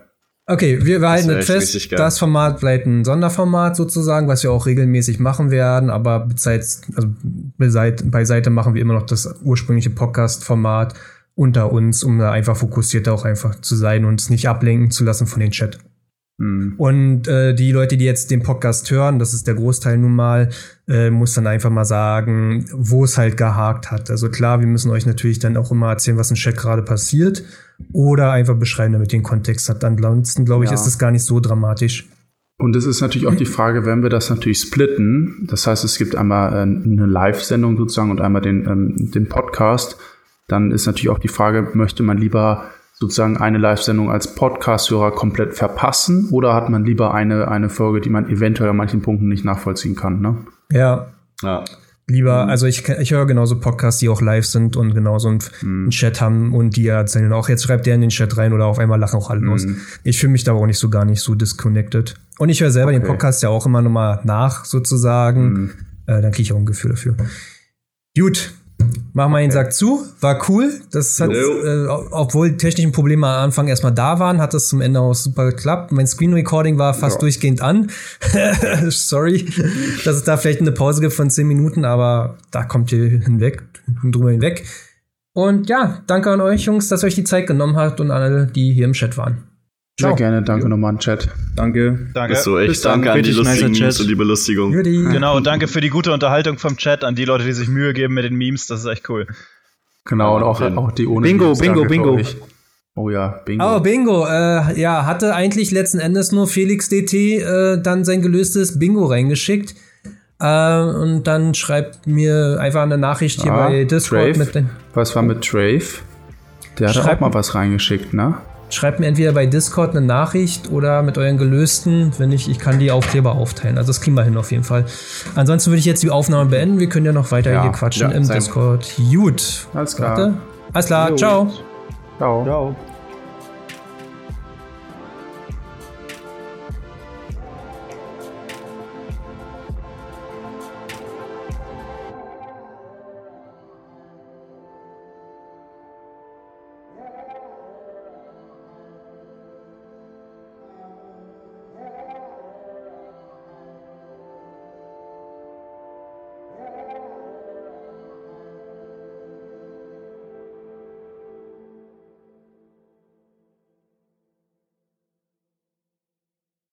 Speaker 2: Okay, wir behalten
Speaker 1: wär
Speaker 2: das
Speaker 1: echt
Speaker 2: fest.
Speaker 1: richtig geil.
Speaker 2: Das Format bleibt ein Sonderformat sozusagen, was wir auch regelmäßig machen werden, aber bezeits, also beiseite, beiseite machen wir immer noch das ursprüngliche Podcast-Format unter uns, um da einfach fokussierter auch einfach zu sein und es nicht ablenken zu lassen von den Chat.
Speaker 3: Hm.
Speaker 2: Und äh, die Leute, die jetzt den Podcast hören, das ist der Großteil nun mal, äh, muss dann einfach mal sagen, wo es halt gehakt hat. Also klar, wir müssen euch natürlich dann auch immer erzählen, was im Chat gerade passiert. Oder einfach beschreiben, damit ihr den Kontext habt. Ansonsten, glaube ich,
Speaker 3: Ja.
Speaker 2: ist das gar nicht so dramatisch.
Speaker 3: Und es ist natürlich auch die Frage, wenn wir das natürlich splitten, das heißt, es gibt einmal äh, eine Live-Sendung sozusagen und einmal den, ähm, den Podcast, dann ist natürlich auch die Frage, möchte man lieber sozusagen eine Live-Sendung als Podcast-Hörer komplett verpassen oder hat man lieber eine, eine Folge, die man eventuell an manchen Punkten nicht nachvollziehen kann? Ne?
Speaker 2: Ja,
Speaker 1: Ja.
Speaker 2: lieber, also ich, ich höre genauso Podcasts, die auch live sind und genauso einen, einen Chat haben und die erzählen auch, jetzt schreibt der in den Chat rein oder auf einmal lachen auch alle los. Ich fühle mich da aber auch nicht so gar nicht so disconnected. Und ich höre selber den Podcast ja auch immer nochmal nach, sozusagen.
Speaker 3: Mhm.
Speaker 2: Äh, dann kriege ich auch ein Gefühl dafür. Gut, machen wir den Sack zu. War cool. Das hat,
Speaker 1: Jo.
Speaker 2: äh, obwohl technische Probleme am Anfang erstmal da waren, hat das zum Ende auch super geklappt. Mein Screen Recording war fast durchgehend an. *laughs* Sorry, dass es da vielleicht eine Pause gibt von 10 Minuten, aber da kommt ihr hinweg, drüber hinweg. Und ja, danke an euch, Jungs, dass ihr euch die Zeit genommen habt und an alle, die hier im Chat waren.
Speaker 3: Sehr gerne, danke nochmal an den Chat.
Speaker 4: Danke.
Speaker 6: Danke.
Speaker 1: Ist so
Speaker 4: Bis
Speaker 1: echt.
Speaker 4: dann.
Speaker 1: Danke an die
Speaker 4: Richtig nicer
Speaker 1: lustigen
Speaker 4: Chat.
Speaker 1: Memes und die Belustigung.
Speaker 2: Judy.
Speaker 6: Genau, und danke für die gute Unterhaltung vom Chat an die Leute, die sich Mühe geben mit den Memes. Das ist echt cool.
Speaker 3: Genau, und auch, auch die ohne
Speaker 4: Bingo,
Speaker 3: Dienstag,
Speaker 4: Bingo, Bingo.
Speaker 3: glaub ich. Oh ja, Bingo.
Speaker 2: Oh, Bingo. Äh, ja, hatte eigentlich letzten Endes nur Felix DT äh, dann sein gelöstes Bingo reingeschickt. Äh, und dann schreibt mir einfach eine Nachricht hier
Speaker 3: Ah,
Speaker 2: bei Discord
Speaker 3: Trave.
Speaker 2: mit den.
Speaker 3: Was war mit Trave? Der hat
Speaker 2: Schreib-
Speaker 3: auch mal was reingeschickt, ne?
Speaker 2: Schreibt mir entweder bei Discord eine Nachricht oder mit euren gelösten, wenn ich, ich kann die Aufkleber aufteilen. Also das kriegen wir hin auf jeden Fall. Ansonsten würde ich jetzt die Aufnahme beenden. Wir können ja noch weiter
Speaker 3: Ja,
Speaker 2: hier quatschen
Speaker 3: ja,
Speaker 2: im
Speaker 3: sein-
Speaker 2: Discord. Gut.
Speaker 3: Alles klar.
Speaker 2: Warte. Alles klar, ciao.
Speaker 3: Ciao.
Speaker 6: Ciao.